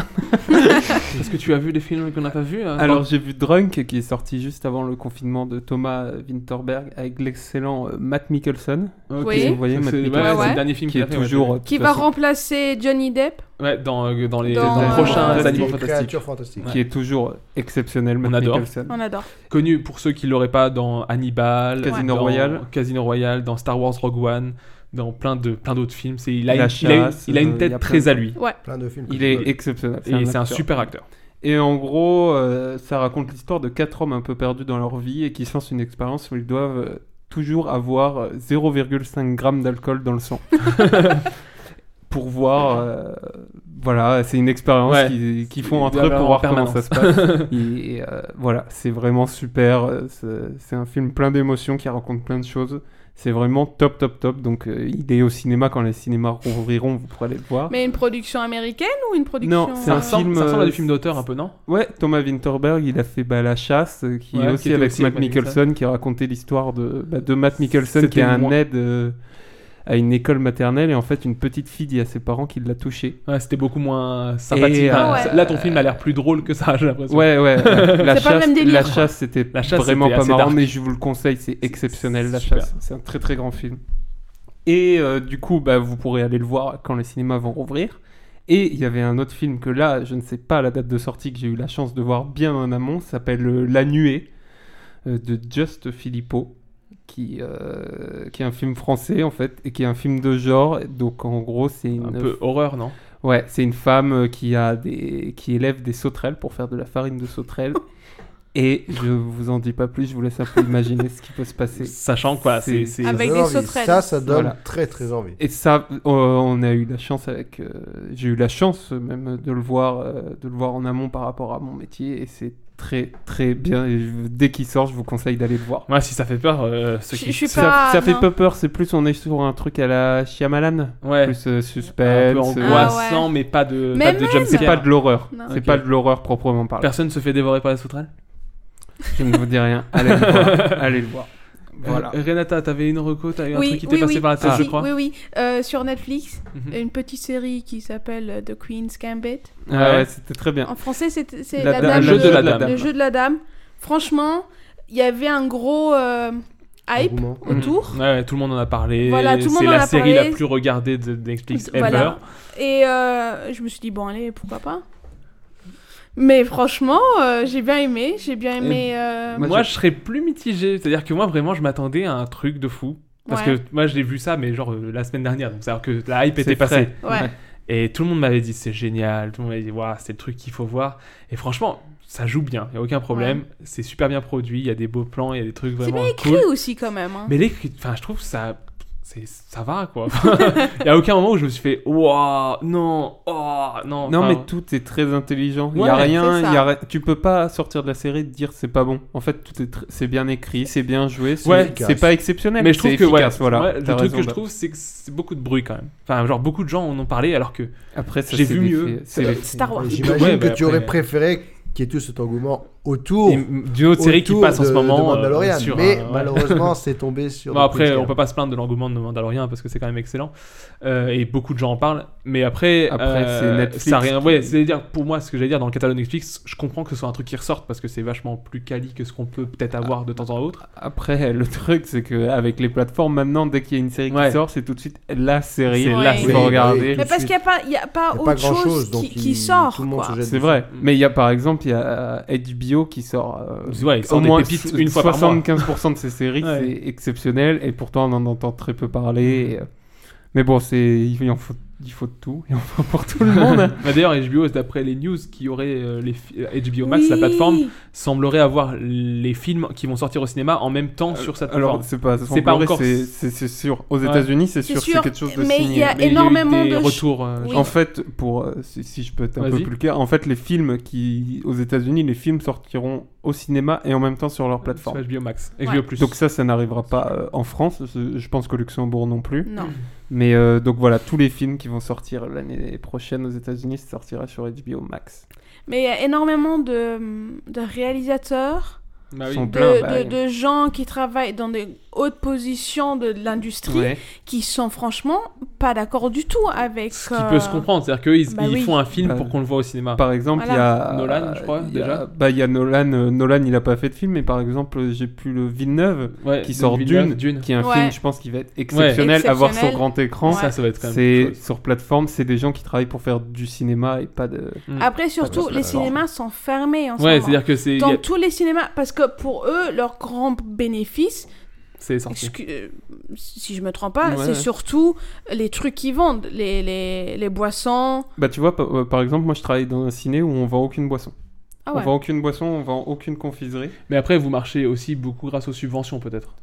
Speaker 5: Est-ce que tu as vu des films qu'on n'a pas vus
Speaker 9: euh,
Speaker 5: hein
Speaker 10: Alors j'ai vu Drunk qui est sorti juste avant le confinement de Thomas Winterberg avec l'excellent euh, Matt Mickelson.
Speaker 11: Ok. Oui.
Speaker 10: Vous voyez
Speaker 9: Ça,
Speaker 10: Matt
Speaker 9: c'est- ouais,
Speaker 10: Mickelson,
Speaker 9: ouais, c'est le dernier film
Speaker 10: qui
Speaker 9: qu'il
Speaker 10: est
Speaker 9: a fait, ouais,
Speaker 10: toujours
Speaker 9: c'est-
Speaker 10: euh, de
Speaker 11: Qui
Speaker 10: toute
Speaker 11: va
Speaker 10: façon,
Speaker 11: remplacer Johnny Depp
Speaker 9: Ouais, dans, euh, dans les,
Speaker 11: Dans,
Speaker 9: dans les
Speaker 11: euh,
Speaker 9: prochains
Speaker 10: Fantastique.
Speaker 9: animaux fantastiques.
Speaker 2: Créature fantastique.
Speaker 10: qui est toujours euh, exceptionnel. Matt
Speaker 9: On adore.
Speaker 10: Mickelson.
Speaker 11: On adore.
Speaker 9: Connu pour ceux qui l'auraient pas dans Hannibal,
Speaker 10: Casino
Speaker 9: dans
Speaker 10: Royale.
Speaker 9: Casino Royale, dans Star Wars Rogue One, dans plein de plein d'autres films. C'est il a,
Speaker 10: La
Speaker 9: une, il a une-
Speaker 10: chasse,
Speaker 9: il a une
Speaker 10: euh, il y
Speaker 9: tête
Speaker 10: a plein
Speaker 9: très
Speaker 10: de-
Speaker 9: à lui.
Speaker 11: Ouais.
Speaker 2: Plein de films.
Speaker 10: Il est exceptionnel.
Speaker 9: Et c'est un
Speaker 10: acteur.
Speaker 9: super acteur.
Speaker 10: Et en gros, euh, ça raconte l'histoire de quatre hommes un peu perdus dans leur vie et qui se lancent une expérience où ils doivent euh, toujours avoir euh, 0,5 g d'alcool dans le sang. pour voir. euh, voilà, c'est une expérience
Speaker 9: Ouais.
Speaker 10: qu'ils qu'ils font
Speaker 9: Il
Speaker 10: entre
Speaker 9: doit
Speaker 10: eux pour
Speaker 9: avoir
Speaker 10: voir
Speaker 9: en
Speaker 10: comment ça
Speaker 9: permanence.
Speaker 10: se passe. et euh, voilà, c'est vraiment super. euh, C'est c'est un film plein d'émotions qui raconte plein de choses. C'est vraiment top, top, top. Donc, euh, il est au cinéma quand les cinémas rouvriront, vous pourrez aller le voir.
Speaker 11: Mais une production américaine ou une production.
Speaker 10: Non, c'est
Speaker 9: Ça
Speaker 10: un
Speaker 11: euh,
Speaker 10: film,
Speaker 9: ressemble, ça ressemble à
Speaker 10: euh,
Speaker 9: des films d'auteur un peu, non
Speaker 10: Ouais, Thomas Winterberg, il a fait bah, La Chasse, euh, qui
Speaker 9: Ouais,
Speaker 10: est
Speaker 9: qui
Speaker 10: aussi
Speaker 9: était
Speaker 10: avec
Speaker 9: aussi
Speaker 10: Matt
Speaker 9: avec Matt
Speaker 10: Mickelson, qui racontait l'histoire de, bah, de Matt Mickelson, qui
Speaker 9: C'était
Speaker 10: est un
Speaker 9: moins-
Speaker 10: aide euh, à une école maternelle, et en fait, une petite fille dit à ses parents qu'il l'a touché.
Speaker 9: Ouais, c'était beaucoup moins sympathique.
Speaker 10: Et,
Speaker 9: Enfin,
Speaker 11: euh,
Speaker 9: Là, ton film a l'air plus drôle que ça, j'ai l'impression.
Speaker 10: Ouais, ouais, la, la
Speaker 11: C'est pas le
Speaker 10: chasse,
Speaker 11: même délire,
Speaker 10: la
Speaker 11: quoi.
Speaker 10: chasse, c'était
Speaker 9: La Chasse,
Speaker 10: vraiment
Speaker 9: c'était
Speaker 10: pas
Speaker 9: assez
Speaker 10: marrant,
Speaker 9: dark.
Speaker 10: mais je vous le conseille, c'est exceptionnel, La
Speaker 9: super.
Speaker 10: Chasse. C'est un très très grand film. Et euh, du coup, bah, vous pourrez aller le voir quand les cinémas vont rouvrir. Et il y avait un autre film que là, je ne sais pas la date de sortie, que j'ai eu la chance de voir bien en amont, ça s'appelle euh, La Nuée euh, de Just Filippo, qui, euh, qui est un film français en fait, et qui est un film de genre. Donc en gros, c'est une
Speaker 9: Un peu horreur, non
Speaker 10: Ouais, c'est une femme euh, qui a des qui élève des sauterelles pour faire de la farine de sauterelles. Et je vous en dis pas plus, je vous laisse un peu imaginer ce qui peut se passer.
Speaker 9: Sachant quoi, c'est.
Speaker 10: C'est-
Speaker 9: c'est-
Speaker 11: Avec des
Speaker 2: envie.
Speaker 11: sauterelles.
Speaker 2: Ça, ça donne
Speaker 10: Voilà.
Speaker 2: très très envie.
Speaker 10: Et ça, euh, on a eu la chance avec, euh, j'ai eu la chance euh, même de le voir, euh, de le voir en amont par rapport à mon métier, et c'est très très bien. Et je- dès qu'il sort, je vous conseille d'aller le voir.
Speaker 9: Ouais, si ça fait peur, euh, ceux
Speaker 11: Je-
Speaker 9: qui.
Speaker 11: je suis
Speaker 10: Ça,
Speaker 11: pas-
Speaker 10: ça fait
Speaker 11: non.
Speaker 10: pas peur, c'est plus on est sur un truc à la Shyamalan,
Speaker 9: Ouais.
Speaker 10: plus euh,
Speaker 9: Un peu
Speaker 10: suspense. euh,
Speaker 9: angoissant,
Speaker 11: Ah ouais.
Speaker 9: mais pas de,
Speaker 11: Mais
Speaker 9: pas de
Speaker 11: même.
Speaker 9: jumpscare.
Speaker 10: c'est pas de l'horreur,
Speaker 11: Non.
Speaker 10: c'est
Speaker 9: Ok.
Speaker 10: pas de l'horreur proprement parlé.
Speaker 9: Personne se fait dévorer par la sauterelle
Speaker 10: Je ne vous dis rien. Allez le voir. Allez le voir. Voilà.
Speaker 9: Euh, Renata, t'avais une reco, t'avais un truc
Speaker 11: Oui,
Speaker 9: qui t'est
Speaker 11: oui,
Speaker 9: passé
Speaker 11: oui,
Speaker 9: par la tête,
Speaker 11: si,
Speaker 9: je crois.
Speaker 11: oui, oui. Euh, sur Netflix,
Speaker 9: Mhm.
Speaker 11: une petite série qui s'appelle euh, The Queen's Gambit.
Speaker 10: Ah ouais,
Speaker 9: Ouais.
Speaker 10: c'était très bien.
Speaker 11: En français, c'est c'est
Speaker 10: La
Speaker 11: la,
Speaker 10: dame-
Speaker 11: dame.
Speaker 9: le jeu de la dame.
Speaker 11: Le jeu de la dame. Franchement, il y avait un gros euh, hype
Speaker 2: Engouement.
Speaker 9: Mhm.
Speaker 11: autour.
Speaker 9: Ouais, ouais, tout le monde en a parlé.
Speaker 11: Voilà, tout le
Speaker 9: c'est
Speaker 11: monde en
Speaker 9: la
Speaker 11: a
Speaker 9: série
Speaker 11: parlé.
Speaker 9: la plus regardée de de Netflix ever.
Speaker 11: Voilà. Et euh, je me suis dit, bon, allez, pourquoi pas mais franchement, euh, j'ai bien aimé, j'ai bien aimé. euh,
Speaker 9: Moi,
Speaker 10: Moi,
Speaker 9: je... serais plus mitigé. C'est-à-dire que moi, vraiment, je m'attendais à un truc de fou. Parce
Speaker 11: Ouais.
Speaker 9: que moi, j'ai vu ça, mais genre euh, la semaine dernière. Donc, c'est-à-dire que la hype
Speaker 10: C'est
Speaker 9: était
Speaker 10: frais.
Speaker 9: passée.
Speaker 11: ouais.
Speaker 9: Et tout le monde m'avait dit c'est génial, tout le monde m'avait dit waouh, c'est le truc qu'il faut voir. Et franchement, ça joue bien, il n'y a aucun problème, c'est super bien produit, il y a des beaux plans, il y a des trucs
Speaker 11: C'est
Speaker 9: vraiment
Speaker 11: bien écrit
Speaker 9: cool.
Speaker 11: aussi quand même. hein.
Speaker 9: Mais l'écrit, enfin je trouve ça c'est ça va quoi. Il y a aucun moment où je me suis fait waouh, non, oh non.
Speaker 10: Non,
Speaker 9: enfin,
Speaker 10: mais tout est très intelligent. Il y a
Speaker 11: Ouais,
Speaker 10: rien,
Speaker 11: c'est ça.
Speaker 10: il y a... ri- tu peux pas sortir de la série et te dire c'est pas bon. En fait, tout est tr- c'est bien écrit, c'est bien joué, c'est
Speaker 9: Ouais.
Speaker 10: c'est pas exceptionnel.
Speaker 9: mais je trouve
Speaker 10: c'est
Speaker 9: que ouais,
Speaker 10: efficace, voilà.
Speaker 9: ouais,
Speaker 10: T'as
Speaker 9: le truc
Speaker 10: raison,
Speaker 9: que je
Speaker 10: bah.
Speaker 9: trouve c'est que c'est beaucoup de bruit quand même. Enfin genre beaucoup de gens en ont parlé alors que
Speaker 10: bah. Après, ça,
Speaker 9: j'ai
Speaker 10: c'est
Speaker 9: vu
Speaker 10: des
Speaker 9: mieux.
Speaker 10: faits- c'est les-
Speaker 11: Star Wars.
Speaker 2: J'imagine
Speaker 9: Ouais,
Speaker 2: que
Speaker 9: bah,
Speaker 2: tu
Speaker 9: après-
Speaker 2: aurais préféré qu'il y ait tout cet engouement autour.
Speaker 9: Et d'une autre série qui
Speaker 2: autour
Speaker 9: passe en
Speaker 2: de-
Speaker 9: ce
Speaker 2: de
Speaker 9: moment euh,
Speaker 2: Mandalorian.
Speaker 9: sur
Speaker 2: mais
Speaker 9: un- ouais.
Speaker 2: malheureusement, c'est tombé sur.
Speaker 9: Bon,
Speaker 2: The
Speaker 9: après,
Speaker 2: Queen's
Speaker 9: on peut pas se plaindre de l'engouement de Mandalorian parce que c'est quand même excellent Euh, et beaucoup de gens en parlent. Mais après,
Speaker 10: Après,
Speaker 9: euh,
Speaker 10: c'est Netflix
Speaker 9: Ça a rien.
Speaker 10: qui-
Speaker 9: Ouais, c'est dire pour moi ce que j'allais dire dans le catalogue Netflix, je comprends que ce soit un truc qui ressorte parce que c'est vachement plus quali que ce qu'on peut peut-être avoir de temps en autre.
Speaker 10: Après, le truc, c'est que avec les plateformes maintenant, dès qu'il y a une série
Speaker 9: Ouais.
Speaker 10: qui sort, c'est tout de suite la série.
Speaker 9: C'est
Speaker 10: qu'il
Speaker 11: la
Speaker 10: faut
Speaker 11: série.
Speaker 10: regarder.
Speaker 11: Mais parce qu'il n'y a pas, il y a pas
Speaker 2: Il y a
Speaker 11: autre
Speaker 2: pas
Speaker 11: chose,
Speaker 2: grand-chose, donc
Speaker 11: qui,
Speaker 2: il-
Speaker 11: qui sort.
Speaker 2: tout le monde
Speaker 11: quoi.
Speaker 2: se jette
Speaker 10: C'est vrai.
Speaker 9: Mm.
Speaker 10: Mais il y a par exemple, il y a euh, HBO qui sort euh,
Speaker 9: Ouais, ils sortent des pépites
Speaker 10: so-
Speaker 9: une fois par mois.
Speaker 10: 75% de ces séries,
Speaker 9: Ouais.
Speaker 10: c'est exceptionnel et pourtant on en entend très peu
Speaker 9: Mm.
Speaker 10: parler. et, euh, Mais bon, c'est il en faut il faut de tout, il en faut pour tout le monde.
Speaker 9: Bah, D'ailleurs, HBO, d'après les news qui auraient euh, les fi- euh, HBO Max, la
Speaker 11: Oui.
Speaker 9: plateforme, semblerait avoir les films qui vont sortir au cinéma en même temps sur cette plateforme.
Speaker 10: Euh, Alors, c'est pas
Speaker 9: C'est
Speaker 10: semblerait,
Speaker 9: pas encore-
Speaker 10: c'est c'est- c'est sûr aux
Speaker 9: Ouais.
Speaker 10: États-Unis, c'est sûr,
Speaker 11: C'est
Speaker 10: c'est
Speaker 11: sûr,
Speaker 10: quelque chose de
Speaker 11: mais il
Speaker 10: signé.
Speaker 11: y a
Speaker 9: Mais il y a eu
Speaker 11: énormément
Speaker 9: des
Speaker 11: de ch-
Speaker 9: retours. euh,
Speaker 11: Oui.
Speaker 10: En fait, pour euh, si, si je peux être un peu
Speaker 9: Vas-y.
Speaker 10: plus le clair, en fait, les films qui aux États-Unis, les films sortiront au cinéma et en même temps sur leur plateforme.
Speaker 9: sur HBO Max,
Speaker 11: Ouais.
Speaker 9: HBO Plus. Bah
Speaker 10: Donc ça, ça n'arrivera pas euh, en France. Je je pense qu'au Luxembourg non plus.
Speaker 11: Non.
Speaker 10: Mais euh, donc voilà, tous les films qui vont sortir l'année prochaine aux États-Unis sortira sur HBO Max.
Speaker 11: Mais il y a énormément de, de réalisateurs,
Speaker 10: Bah oui.
Speaker 11: de,
Speaker 10: Sont pleins, bah
Speaker 11: de-
Speaker 10: oui.
Speaker 11: de gens qui travaillent dans des hautes positions de, de l'industrie
Speaker 9: Ouais.
Speaker 11: qui sont franchement pas d'accord du tout avec. euh,
Speaker 9: Qui peut se comprendre, c'est-à-dire qu'ils ils
Speaker 11: Bah oui.
Speaker 9: font un film
Speaker 10: Bah,
Speaker 9: pour qu'on le voit au cinéma.
Speaker 10: Par exemple, il y a
Speaker 9: Nolan, je crois,
Speaker 10: il y a-
Speaker 9: déjà.
Speaker 10: Bah, il y a Nolan. euh, Nolan, il a pas fait de film, mais par exemple, j'ai pu le Villeneuve
Speaker 9: Ouais,
Speaker 10: qui
Speaker 9: donc
Speaker 10: sort
Speaker 9: Villeneuve,
Speaker 10: Dune,
Speaker 9: Dune.
Speaker 10: qui est un
Speaker 9: Ouais.
Speaker 10: film, je pense, qui va être exceptionnel à voir sur
Speaker 9: Exceptionnel.
Speaker 10: grand écran.
Speaker 9: Ça, ça va être quand même
Speaker 10: C'est
Speaker 9: quelque chose.
Speaker 10: sur plateforme, c'est des gens qui travaillent pour faire du cinéma et pas de.
Speaker 11: Après,
Speaker 10: pas
Speaker 11: surtout,
Speaker 10: de
Speaker 11: les
Speaker 10: plateforme.
Speaker 11: cinémas sont fermés en ce
Speaker 10: Ouais,
Speaker 11: moment.
Speaker 10: c'est-à-dire que c'est-
Speaker 11: Dans
Speaker 10: y a-
Speaker 11: tous les cinémas, parce que pour eux, leur grand bénéfice,
Speaker 9: C'est sorti.
Speaker 11: excu- euh, si je me trompe pas,
Speaker 10: Ouais,
Speaker 11: c'est
Speaker 10: ouais.
Speaker 11: surtout les trucs qu'ils vendent, les, les, les boissons.
Speaker 10: Bah tu vois, par, euh, par exemple, moi je travaille dans un ciné où on vend aucune boisson.
Speaker 11: Ah
Speaker 10: On
Speaker 11: ouais.
Speaker 10: vend aucune boisson, on vend aucune confiserie.
Speaker 9: Mais après, vous marchez aussi beaucoup grâce aux subventions, peut-être.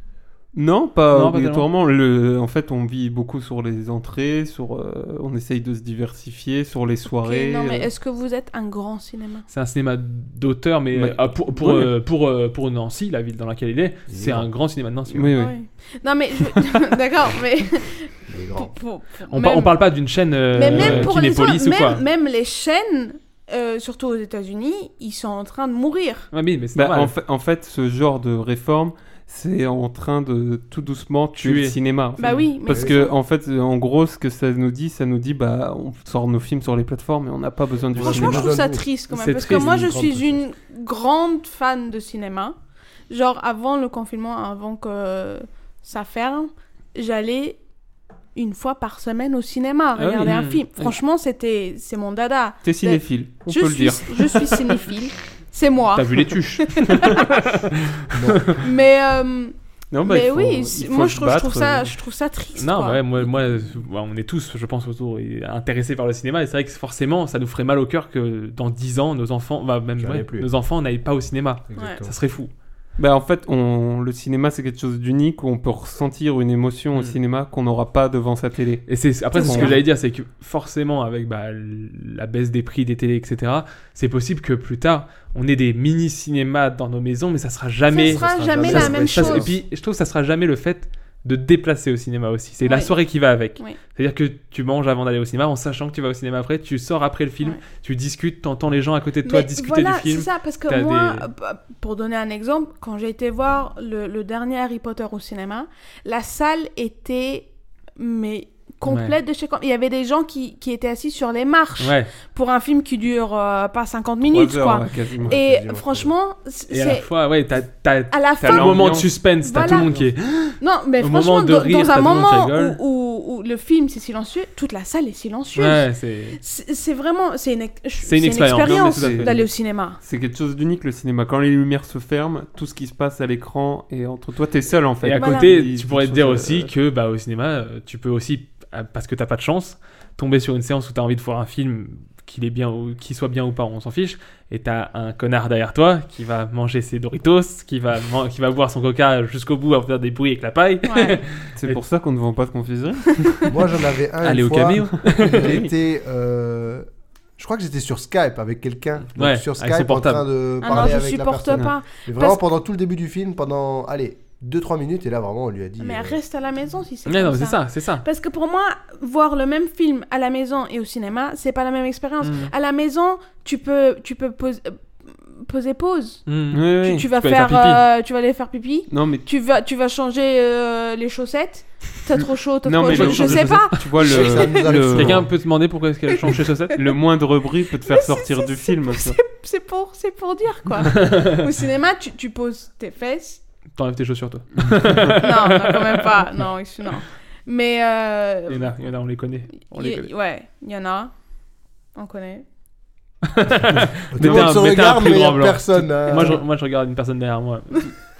Speaker 10: Non, pas
Speaker 9: Non, pas
Speaker 10: obligatoirement. le, en fait, on vit beaucoup sur les entrées, sur, euh, on essaye de se diversifier, sur les soirées.
Speaker 11: Ok, non, mais
Speaker 10: euh,
Speaker 11: est-ce que vous êtes un grand cinéma
Speaker 9: C'est un cinéma d'auteur, mais
Speaker 10: Mais-
Speaker 9: euh, pour, pour,
Speaker 10: Ouais.
Speaker 9: euh, pour, euh, pour Nancy, la ville dans laquelle il est, c'est
Speaker 10: Ouais.
Speaker 9: un grand cinéma de Nancy.
Speaker 10: Oui, Bah, oui.
Speaker 11: Non, mais je- d'accord, mais. Pour- pour- pour-
Speaker 9: On, par-
Speaker 11: même-
Speaker 9: on parle pas d'une chaîne euh,
Speaker 11: Mais même pour les
Speaker 9: Kinépolis
Speaker 11: autres,
Speaker 9: ou quoi.
Speaker 11: même, même les chaînes, euh, surtout aux États-Unis, ils sont en train de mourir.
Speaker 9: Ah,
Speaker 10: Bah,
Speaker 9: normal.
Speaker 10: en, fait, en fait, ce genre de réforme, c'est en train de tout doucement tuer
Speaker 9: Tuer.
Speaker 10: le cinéma. en fait.
Speaker 11: Bah oui, mais
Speaker 10: Parce
Speaker 11: c'est
Speaker 10: que,
Speaker 11: ça.
Speaker 10: en fait, en gros, ce que ça nous dit, ça nous dit, bah, on sort nos films sur les plateformes et on n'a pas besoin du
Speaker 11: Franchement,
Speaker 10: cinéma.
Speaker 11: je trouve ça triste quand même.
Speaker 10: C'est
Speaker 11: Parce que
Speaker 10: triste.
Speaker 11: moi, je suis une grande fan de cinéma. Genre, avant le confinement, avant que ça ferme, j'allais une fois par semaine au cinéma
Speaker 10: Ah oui.
Speaker 11: regarder un
Speaker 10: Mmh.
Speaker 11: film.
Speaker 10: Oui.
Speaker 11: Franchement, c'était c'est mon dada.
Speaker 10: T'es cinéphile, on
Speaker 11: je
Speaker 10: peut le
Speaker 11: suis,
Speaker 10: dire.
Speaker 11: Je suis cinéphile. C'est moi.
Speaker 9: T'as vu les tuches.
Speaker 11: mais euh,
Speaker 9: Non, bah, il
Speaker 11: mais
Speaker 9: faut-
Speaker 11: oui,
Speaker 9: il
Speaker 11: c'est-
Speaker 9: faut
Speaker 11: moi,
Speaker 9: se
Speaker 11: je trouve, je, trouve
Speaker 9: battre,
Speaker 11: ça,
Speaker 9: euh.
Speaker 11: je trouve ça triste.
Speaker 9: Non,
Speaker 11: quoi.
Speaker 9: ouais, moi, moi, euh, ouais, on est tous, je pense, autour et intéressés par le cinéma. Et c'est vrai que forcément, ça nous ferait mal au cœur que dans 10 ans, nos enfants, bah, même
Speaker 10: J'en ai
Speaker 9: ouais,
Speaker 10: plus.
Speaker 9: nos enfants n'aillent pas au cinéma.
Speaker 10: Exactement.
Speaker 9: Ça serait fou.
Speaker 10: Bah, en fait, on, le cinéma, c'est quelque chose d'unique où on peut ressentir une émotion
Speaker 9: Mm.
Speaker 10: au cinéma qu'on n'aura pas devant sa télé.
Speaker 9: Et c'est après, c'est ce
Speaker 10: Bon.
Speaker 9: que j'allais dire, c'est que forcément, avec bah, l- la baisse des prix des télés, etc., c'est possible que plus tard, on ait des mini-cinémas dans nos maisons, mais ça sera jamais.
Speaker 11: sera Ça sera jamais jamais la même
Speaker 9: ça-
Speaker 11: chose.
Speaker 9: Et puis, je trouve que ça sera jamais le fait de te déplacer au cinéma aussi. C'est la
Speaker 11: Ouais.
Speaker 9: soirée qui va avec.
Speaker 11: Ouais.
Speaker 9: C'est-à-dire que tu manges avant d'aller au cinéma, en sachant que tu vas au cinéma après, tu sors après le film, tu discutes, t'entends les gens à côté de toi
Speaker 11: Mais
Speaker 9: discuter
Speaker 11: voilà,
Speaker 9: du film.
Speaker 11: C'est ça, parce que
Speaker 9: t'as
Speaker 11: moi,
Speaker 9: des-
Speaker 11: euh, bah, pour donner un exemple, quand j'ai été voir le, le dernier Harry Potter au cinéma, la salle était mais complète de chez com- Il y avait des gens qui, qui étaient assis sur les marches
Speaker 9: Ouais.
Speaker 11: pour un film qui dure euh, pas 50 minutes,
Speaker 9: heures,
Speaker 11: quoi.
Speaker 9: ouais, quasiment.
Speaker 11: Et
Speaker 9: Quasiment.
Speaker 11: franchement, c-
Speaker 9: Et à la
Speaker 11: c'est
Speaker 9: fois, ouais, t'as, t'as-
Speaker 11: à la
Speaker 9: t'as
Speaker 11: fin-
Speaker 9: le moment de suspense, t'as tout le monde qui est.
Speaker 11: Non, mais
Speaker 9: Au
Speaker 11: franchement,
Speaker 9: moment de
Speaker 11: dans-
Speaker 9: rire,
Speaker 11: dans
Speaker 9: t'as
Speaker 11: un
Speaker 9: tout le monde qui
Speaker 11: moment
Speaker 9: rigole.
Speaker 11: où, où- où le film c'est silencieux, toute la salle est silencieuse.
Speaker 10: Ouais,
Speaker 9: c'est-
Speaker 11: c'est c'est vraiment c'est une, ex-
Speaker 10: C'est une expérience, Non, mais tout à fait.
Speaker 11: d'aller au cinéma.
Speaker 10: C'est quelque chose d'unique le cinéma. Quand les lumières se ferment, tout ce qui se passe à l'écran et entre toi, t'es seul en fait.
Speaker 9: Et à
Speaker 10: Voilà.
Speaker 9: côté,
Speaker 10: Il-
Speaker 9: tu pourrais te
Speaker 10: quelque
Speaker 9: dire
Speaker 10: chose,
Speaker 9: aussi que
Speaker 10: euh,
Speaker 9: bah, au cinéma, euh, tu peux aussi, euh, parce que t'as pas de chance, tomber sur une séance où t'as envie de voir un film qu'il est bien ou qu'il soit bien ou pas, on s'en fiche, et t'as un connard derrière toi qui va manger ses Doritos, qui va man- qui va boire son Coca jusqu'au bout, à faire des bruits avec la paille.
Speaker 10: C'est pour ça qu'on ne vend pas de confiserie.
Speaker 2: Moi, j'en avais un.
Speaker 9: Aller
Speaker 2: une
Speaker 9: au
Speaker 2: fois.
Speaker 9: caméo.
Speaker 2: J'étais. euh, Je crois que j'étais sur Skype avec quelqu'un. Donc,
Speaker 9: Ouais,
Speaker 2: sur
Speaker 9: avec
Speaker 2: Skype
Speaker 9: son
Speaker 2: en
Speaker 9: portable.
Speaker 2: train de
Speaker 11: Ah non,
Speaker 2: parler
Speaker 11: je
Speaker 2: avec la
Speaker 11: supporte
Speaker 2: personne.
Speaker 11: pas.
Speaker 2: Mais vraiment
Speaker 11: Parce-
Speaker 2: pendant tout le début du film, pendant allez 2-3 minutes, et là vraiment on lui a dit.
Speaker 11: Mais
Speaker 2: euh,
Speaker 11: reste à la maison si c'est
Speaker 2: Mais
Speaker 11: comme
Speaker 2: non, mais c'est ça, c'est ça.
Speaker 11: Parce que pour moi, voir le même film à la maison et au cinéma, c'est pas la même expérience.
Speaker 9: Mm.
Speaker 11: À la maison, tu peux, tu peux pose- euh, poser pause.
Speaker 9: Mm.
Speaker 10: Oui,
Speaker 11: Tu,
Speaker 10: oui.
Speaker 11: tu vas
Speaker 10: Tu peux aller
Speaker 11: faire,
Speaker 10: faire pipi.
Speaker 11: euh, tu vas aller faire pipi.
Speaker 10: Non, mais-
Speaker 11: tu vas, tu vas changer euh, les chaussettes. T'as trop chaud, t'as trop chaud.
Speaker 10: le-
Speaker 11: Je sais pas.
Speaker 10: Tu vois, le, le-
Speaker 9: Quelqu'un peut demander pourquoi est-ce qu'elle change ses chaussettes
Speaker 10: le moindre bruit peut te faire sortir du film. ça.
Speaker 11: C'est pour, c'est pour dire quoi. au cinéma, tu, tu poses tes fesses.
Speaker 9: T'enlèves tes chaussures, toi.
Speaker 11: Non, non, quand même pas. Non, je suis- non. Mais euh,
Speaker 9: Il y en a, il y en a, on les connaît. On les
Speaker 11: Y-
Speaker 9: connaît.
Speaker 11: ouais, il y en a. On connaît.
Speaker 9: Mettez
Speaker 2: monde se
Speaker 9: mettez
Speaker 2: regarde,
Speaker 9: plus
Speaker 2: mais y a
Speaker 9: grand blanc.
Speaker 2: personne, euh.
Speaker 9: Moi, je, moi, je regarde une personne derrière moi.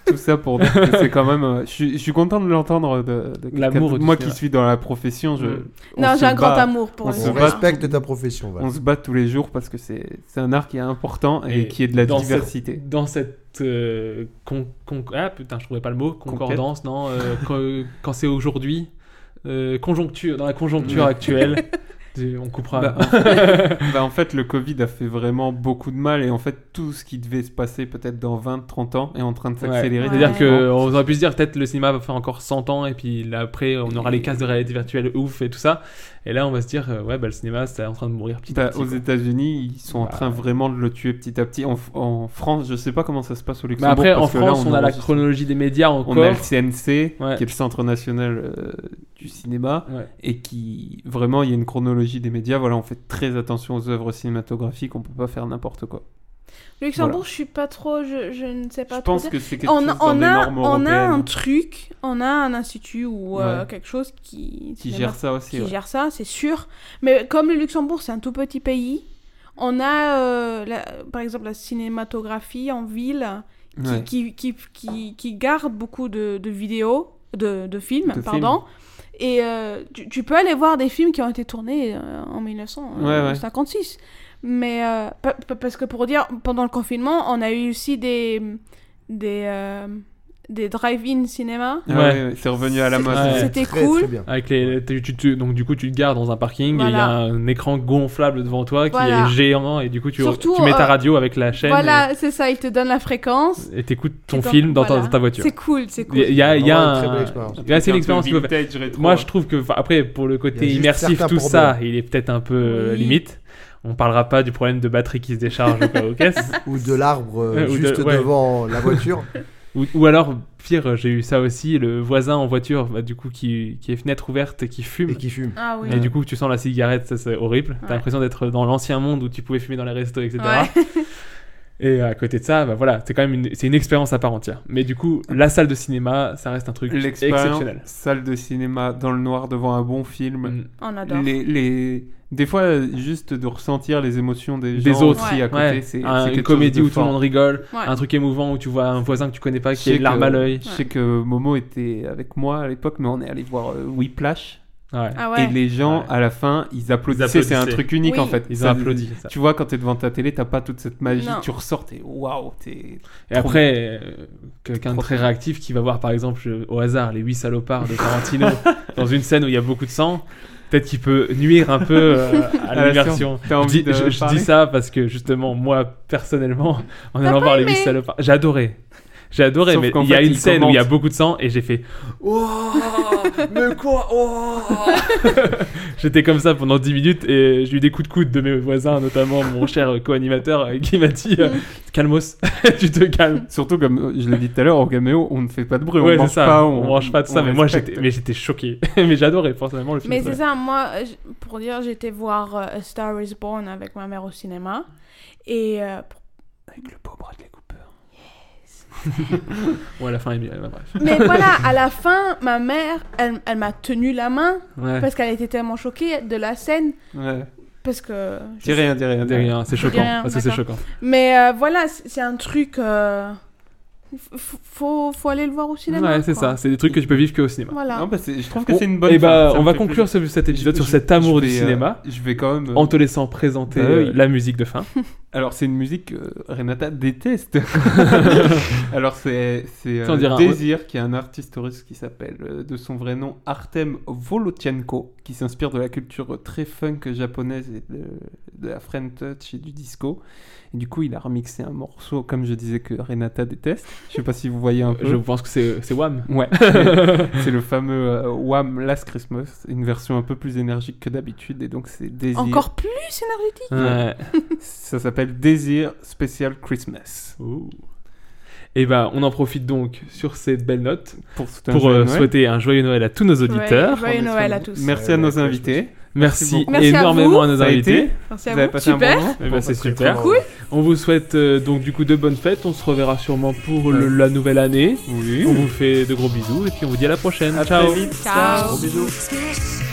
Speaker 10: Tout ça pour dire que c'est quand même. euh, Je suis- je suis content de l'entendre. De, de quelqu'un-
Speaker 9: L'amour du
Speaker 10: Moi
Speaker 9: cinéma.
Speaker 10: qui suis dans la profession, je.
Speaker 9: Mm.
Speaker 10: on
Speaker 11: Non,
Speaker 10: se
Speaker 11: j'ai un grand
Speaker 10: bat-
Speaker 11: amour pour
Speaker 10: on
Speaker 11: le
Speaker 10: se
Speaker 11: cinéma.
Speaker 10: bat-
Speaker 2: Respecte ta profession, voilà.
Speaker 10: On se bat tous les jours parce que c'est c'est un art qui est important et, qui est de la
Speaker 9: dans
Speaker 10: diversité.
Speaker 9: cette- dans cette. euh, con- con- ah putain, je trouvais pas le mot. Concordance, non euh, Quand, quand c'est aujourd'hui. euh, conjoncture, dans la conjoncture
Speaker 10: Mm.
Speaker 9: actuelle. On coupera.
Speaker 10: Bah, en, fait, bah, en fait, le Covid a fait vraiment beaucoup de mal et en fait, tout ce qui devait se passer peut-être dans 20-30 ans est en train de
Speaker 9: Ouais.
Speaker 10: s'accélérer.
Speaker 9: C'est-à-dire qu'on aurait pu se dire peut-être le cinéma va faire encore 100 ans et puis là, après, on aura les cases de réalité virtuelle ouf et tout ça. Et là, on va se dire, euh, ouais, bah, le cinéma, c'est en train de mourir petit à
Speaker 10: Bah,
Speaker 9: petit.
Speaker 10: aux
Speaker 9: quoi.
Speaker 10: États-Unis, ils sont en train vraiment de le tuer petit à petit. En, en France, je sais pas comment ça se passe au
Speaker 9: Mais
Speaker 10: Luxembourg.
Speaker 9: après, en
Speaker 10: parce que là,
Speaker 9: France, on, a la
Speaker 10: enregistre-
Speaker 9: chronologie des médias encore.
Speaker 10: On a le CNC,
Speaker 9: Ouais.
Speaker 10: qui est le Centre National euh, du Cinéma,
Speaker 9: Ouais.
Speaker 10: et qui vraiment, il y a une chronologie des médias. Voilà, on fait très attention aux œuvres cinématographiques, on peut pas faire n'importe quoi.
Speaker 11: Luxembourg, je suis pas trop, je, je ne sais pas
Speaker 10: Je
Speaker 11: trop.
Speaker 10: pense
Speaker 11: dire.
Speaker 10: que c'est quelque
Speaker 11: on,
Speaker 10: chose
Speaker 11: on
Speaker 10: dans les
Speaker 11: a,
Speaker 10: normes
Speaker 11: on a un
Speaker 10: européennes.
Speaker 11: truc, on a un institut ou euh,
Speaker 10: Ouais.
Speaker 11: quelque chose qui,
Speaker 10: Qui
Speaker 11: cinéma-
Speaker 10: gère ça aussi,
Speaker 11: Qui
Speaker 10: ouais.
Speaker 11: gère ça, c'est sûr. Mais comme le Luxembourg, c'est un tout petit pays, on a euh, la- par exemple la cinématographie en ville qui,
Speaker 10: Ouais.
Speaker 11: qui, qui, qui- qui garde beaucoup de, de vidéos, de, de films,
Speaker 10: De
Speaker 11: pardon. Et euh, tu, tu peux aller voir des films qui ont été tournés euh, en 1956. Mais euh, pa- pa- parce que pour dire, pendant le confinement, on a eu aussi des, des, euh, des drive-in cinéma.
Speaker 10: Ah ouais, ouais, c'est revenu à la mode.
Speaker 11: Ouais. C'était Très, cool. très bien.
Speaker 9: Avec les, tu- tu- tu- donc du coup, tu te gardes dans un parking et il y
Speaker 11: Voilà.
Speaker 9: a un écran gonflable devant toi qui
Speaker 11: Voilà.
Speaker 9: est géant et du coup, tu,
Speaker 11: Surtout,
Speaker 9: tu mets ta
Speaker 11: euh,
Speaker 9: radio avec la chaîne.
Speaker 11: Voilà, c'est ça, ils te donnent la fréquence.
Speaker 9: et t'écoutes ton
Speaker 11: Et donc,
Speaker 9: film dans, ta-
Speaker 11: voilà.
Speaker 9: dans ta voiture.
Speaker 11: C'est cool, c'est cool.
Speaker 9: Il y a, il y a
Speaker 2: Vraiment une
Speaker 9: un-
Speaker 2: très belle expérience.
Speaker 9: il y a- c'est une expérience
Speaker 10: Un peu
Speaker 9: qui peut faire.
Speaker 10: vintage, rétro,
Speaker 9: Moi,
Speaker 10: ouais.
Speaker 9: je trouve que, enfin, après, pour le
Speaker 10: Il y
Speaker 9: côté
Speaker 10: a juste
Speaker 9: immersif, tout
Speaker 10: certains
Speaker 9: ça,
Speaker 10: problèmes.
Speaker 9: il est peut-être un peu euh,
Speaker 10: Oui.
Speaker 9: limite. On parlera pas du problème de batterie qui se décharge au cas où caisse.
Speaker 2: Ou de l'arbre euh,
Speaker 9: Euh, ou de-
Speaker 2: juste
Speaker 9: ouais.
Speaker 2: devant la voiture.
Speaker 9: Ou, ou alors, pire, euh, j'ai eu ça aussi, le voisin en voiture, bah, du coup, qui, qui est fenêtre ouverte et qui fume. Et
Speaker 2: qui fume.
Speaker 11: Ah oui.
Speaker 9: Et du coup, tu sens la cigarette, ça c'est horrible.
Speaker 11: Ouais.
Speaker 9: T'as l'impression d'être dans l'ancien monde où tu pouvais fumer dans les restos, etc.
Speaker 11: Ouais.
Speaker 9: Et à côté de ça, bah voilà, c'est quand même une, c'est une expérience à part entière. Mais du coup, la salle de cinéma, ça reste un truc
Speaker 10: L'expérience,
Speaker 9: exceptionnel.
Speaker 10: salle de cinéma dans le noir devant un bon
Speaker 9: Mm.
Speaker 10: film.
Speaker 11: On adore.
Speaker 10: Les, les- Des fois, juste de ressentir les émotions des,
Speaker 9: Des
Speaker 10: gens
Speaker 9: autres,
Speaker 10: aussi à côté,
Speaker 9: Ouais.
Speaker 10: c'est
Speaker 9: Un-
Speaker 10: c'est
Speaker 9: une
Speaker 10: quelque
Speaker 9: comédie
Speaker 10: chose
Speaker 9: où
Speaker 10: de
Speaker 9: tout le
Speaker 10: fort.
Speaker 9: monde rigole,
Speaker 11: Ouais.
Speaker 9: un truc émouvant où tu vois un voisin que tu connais pas
Speaker 10: Je
Speaker 9: qui a
Speaker 10: sais
Speaker 9: une larme
Speaker 10: que-
Speaker 9: à l'œil.
Speaker 10: Je sais que Momo était avec moi à l'époque, mais on est allé voir euh, Whiplash.
Speaker 9: Ah ouais.
Speaker 10: Et les gens, à la fin, ils applaudissaient. C'est un
Speaker 9: applaudissaient.
Speaker 10: truc unique
Speaker 9: Oui.
Speaker 10: en fait.
Speaker 9: Ils
Speaker 10: Ça,
Speaker 9: applaudissent, c'est ça.
Speaker 10: Tu vois, quand t'es devant ta télé, t'as pas toute cette magie.
Speaker 9: Non.
Speaker 10: Tu ressors, t'es waouh, t'es.
Speaker 9: Et
Speaker 10: trop-
Speaker 9: après, euh, quelqu'un de
Speaker 10: Trop
Speaker 9: très
Speaker 10: bien.
Speaker 9: réactif qui va voir par exemple je- au hasard les 8 salopards de Tarantino dans une scène où il y a beaucoup de sang, peut-être qu'il peut nuire un peu euh,
Speaker 10: À
Speaker 9: à
Speaker 10: la
Speaker 9: l'immersion.
Speaker 10: science. T'as envie
Speaker 9: Je, dis-
Speaker 10: de
Speaker 9: je- je
Speaker 10: parler
Speaker 9: dis ça parce que justement, moi personnellement, en
Speaker 10: T'as
Speaker 9: allant
Speaker 10: pas
Speaker 9: voir les 8
Speaker 10: aimé
Speaker 9: salopards, j'ai adoré. J'ai adoré,
Speaker 10: Sauf
Speaker 9: mais
Speaker 10: qu'en
Speaker 9: il y a
Speaker 10: fait,
Speaker 9: une
Speaker 10: il
Speaker 9: scène où il y a
Speaker 10: commente.
Speaker 9: beaucoup de sang et j'ai fait.
Speaker 3: Oh, mais quoi Oh
Speaker 9: J'étais comme ça pendant 10 minutes et j'ai eu des coups de coude de mes voisins, notamment mon cher co-animateur euh, qui m'a dit euh, Calmos, tu te calmes.
Speaker 10: Surtout comme euh, je l'ai dit tout à l'heure, au caméo, on ne fait pas de bruit,
Speaker 9: Ouais,
Speaker 10: on
Speaker 9: c'est
Speaker 10: mange
Speaker 9: ça.
Speaker 10: pas,
Speaker 9: on mange pas de ça,
Speaker 10: on
Speaker 9: mais moi
Speaker 10: respecte.
Speaker 9: j'étais, mais j'étais choqué. mais j'adorais forcément le film.
Speaker 11: Mais
Speaker 9: ouais.
Speaker 11: c'est ça, moi, euh, j- pour dire, j'étais voir euh, A Star is Born avec ma mère au cinéma. Et. euh, pour-
Speaker 9: Ouais, à la fin, il ouais, bref.
Speaker 11: Mais voilà, à la fin, ma mère, elle, elle m'a tenu la main
Speaker 9: Ouais.
Speaker 11: parce qu'elle était tellement choquée de la scène.
Speaker 10: Ouais.
Speaker 11: Parce que. je
Speaker 10: Dis rien, dis rien,
Speaker 9: Dis rien, c'est
Speaker 11: Dis
Speaker 9: choquant.
Speaker 11: rien,
Speaker 9: parce que c'est
Speaker 11: d'accord.
Speaker 9: choquant.
Speaker 11: Mais euh, voilà, c'est c'est un truc. euh, f- f- faut, faut aller le voir au cinéma.
Speaker 9: Ouais, c'est
Speaker 11: quoi.
Speaker 9: ça. C'est des trucs que tu peux vivre qu'au cinéma.
Speaker 11: Voilà.
Speaker 10: Non, bah, c'est- je trouve que c'est une bonne
Speaker 9: Et
Speaker 10: fin,
Speaker 9: bah,
Speaker 10: ça
Speaker 9: on
Speaker 10: me
Speaker 9: va
Speaker 10: fait
Speaker 9: conclure
Speaker 10: plaisir.
Speaker 9: ce- cet épisode
Speaker 10: Je-
Speaker 9: sur
Speaker 10: je-
Speaker 9: cet amour
Speaker 10: je
Speaker 9: du
Speaker 10: vais, euh,
Speaker 9: cinéma.
Speaker 10: je vais quand même.
Speaker 9: En te laissant présenter
Speaker 10: Bah oui.
Speaker 9: euh, la musique de fin.
Speaker 10: Alors, c'est une musique que Renata déteste. Alors, c'est c'est,
Speaker 9: Ça, on
Speaker 10: euh,
Speaker 9: dirait un-
Speaker 10: Désir, qui est un artiste russe qui s'appelle euh, de son vrai nom Artem Volotchenko, qui s'inspire de la culture très funk japonaise et de, de la French touch et du disco. Et du coup, il a remixé un morceau, comme je disais, que Renata déteste. Je sais pas si vous voyez un peu.
Speaker 9: Je pense que c'est c'est Wham.
Speaker 10: Ouais, c'est le fameux euh, Wham Last Christmas, une version un peu plus énergique que d'habitude, et donc c'est Désir.
Speaker 11: Encore plus énergétique.
Speaker 10: Ouais. Ça s'appelle Désir Spécial Christmas.
Speaker 9: Et bah, on en profite donc sur cette belle note
Speaker 10: pour,
Speaker 11: un joyeux
Speaker 9: euh,
Speaker 10: Noël.
Speaker 9: souhaiter un joyeux Noël à tous nos auditeurs.
Speaker 11: Joyeux Prenez soin Noël de à vous. tous.
Speaker 10: Merci à nos invités.
Speaker 9: Merci
Speaker 10: beaucoup.
Speaker 9: Merci à énormément vous. à nos
Speaker 10: Ça a
Speaker 9: invités.
Speaker 10: été
Speaker 11: Merci à
Speaker 10: Vous avez
Speaker 11: vous.
Speaker 10: passé un
Speaker 11: Super.
Speaker 10: bon moment
Speaker 9: Eh ben, c'est
Speaker 10: Très,
Speaker 9: super.
Speaker 10: très bon.
Speaker 9: On vous souhaite euh, donc du coup de bonnes fêtes. On se reverra sûrement pour le- la nouvelle année. On vous fait de gros bisous et puis on vous dit à la prochaine. Ciao.
Speaker 10: très vite. Ciao. Gros bisous.
Speaker 13: Christmas.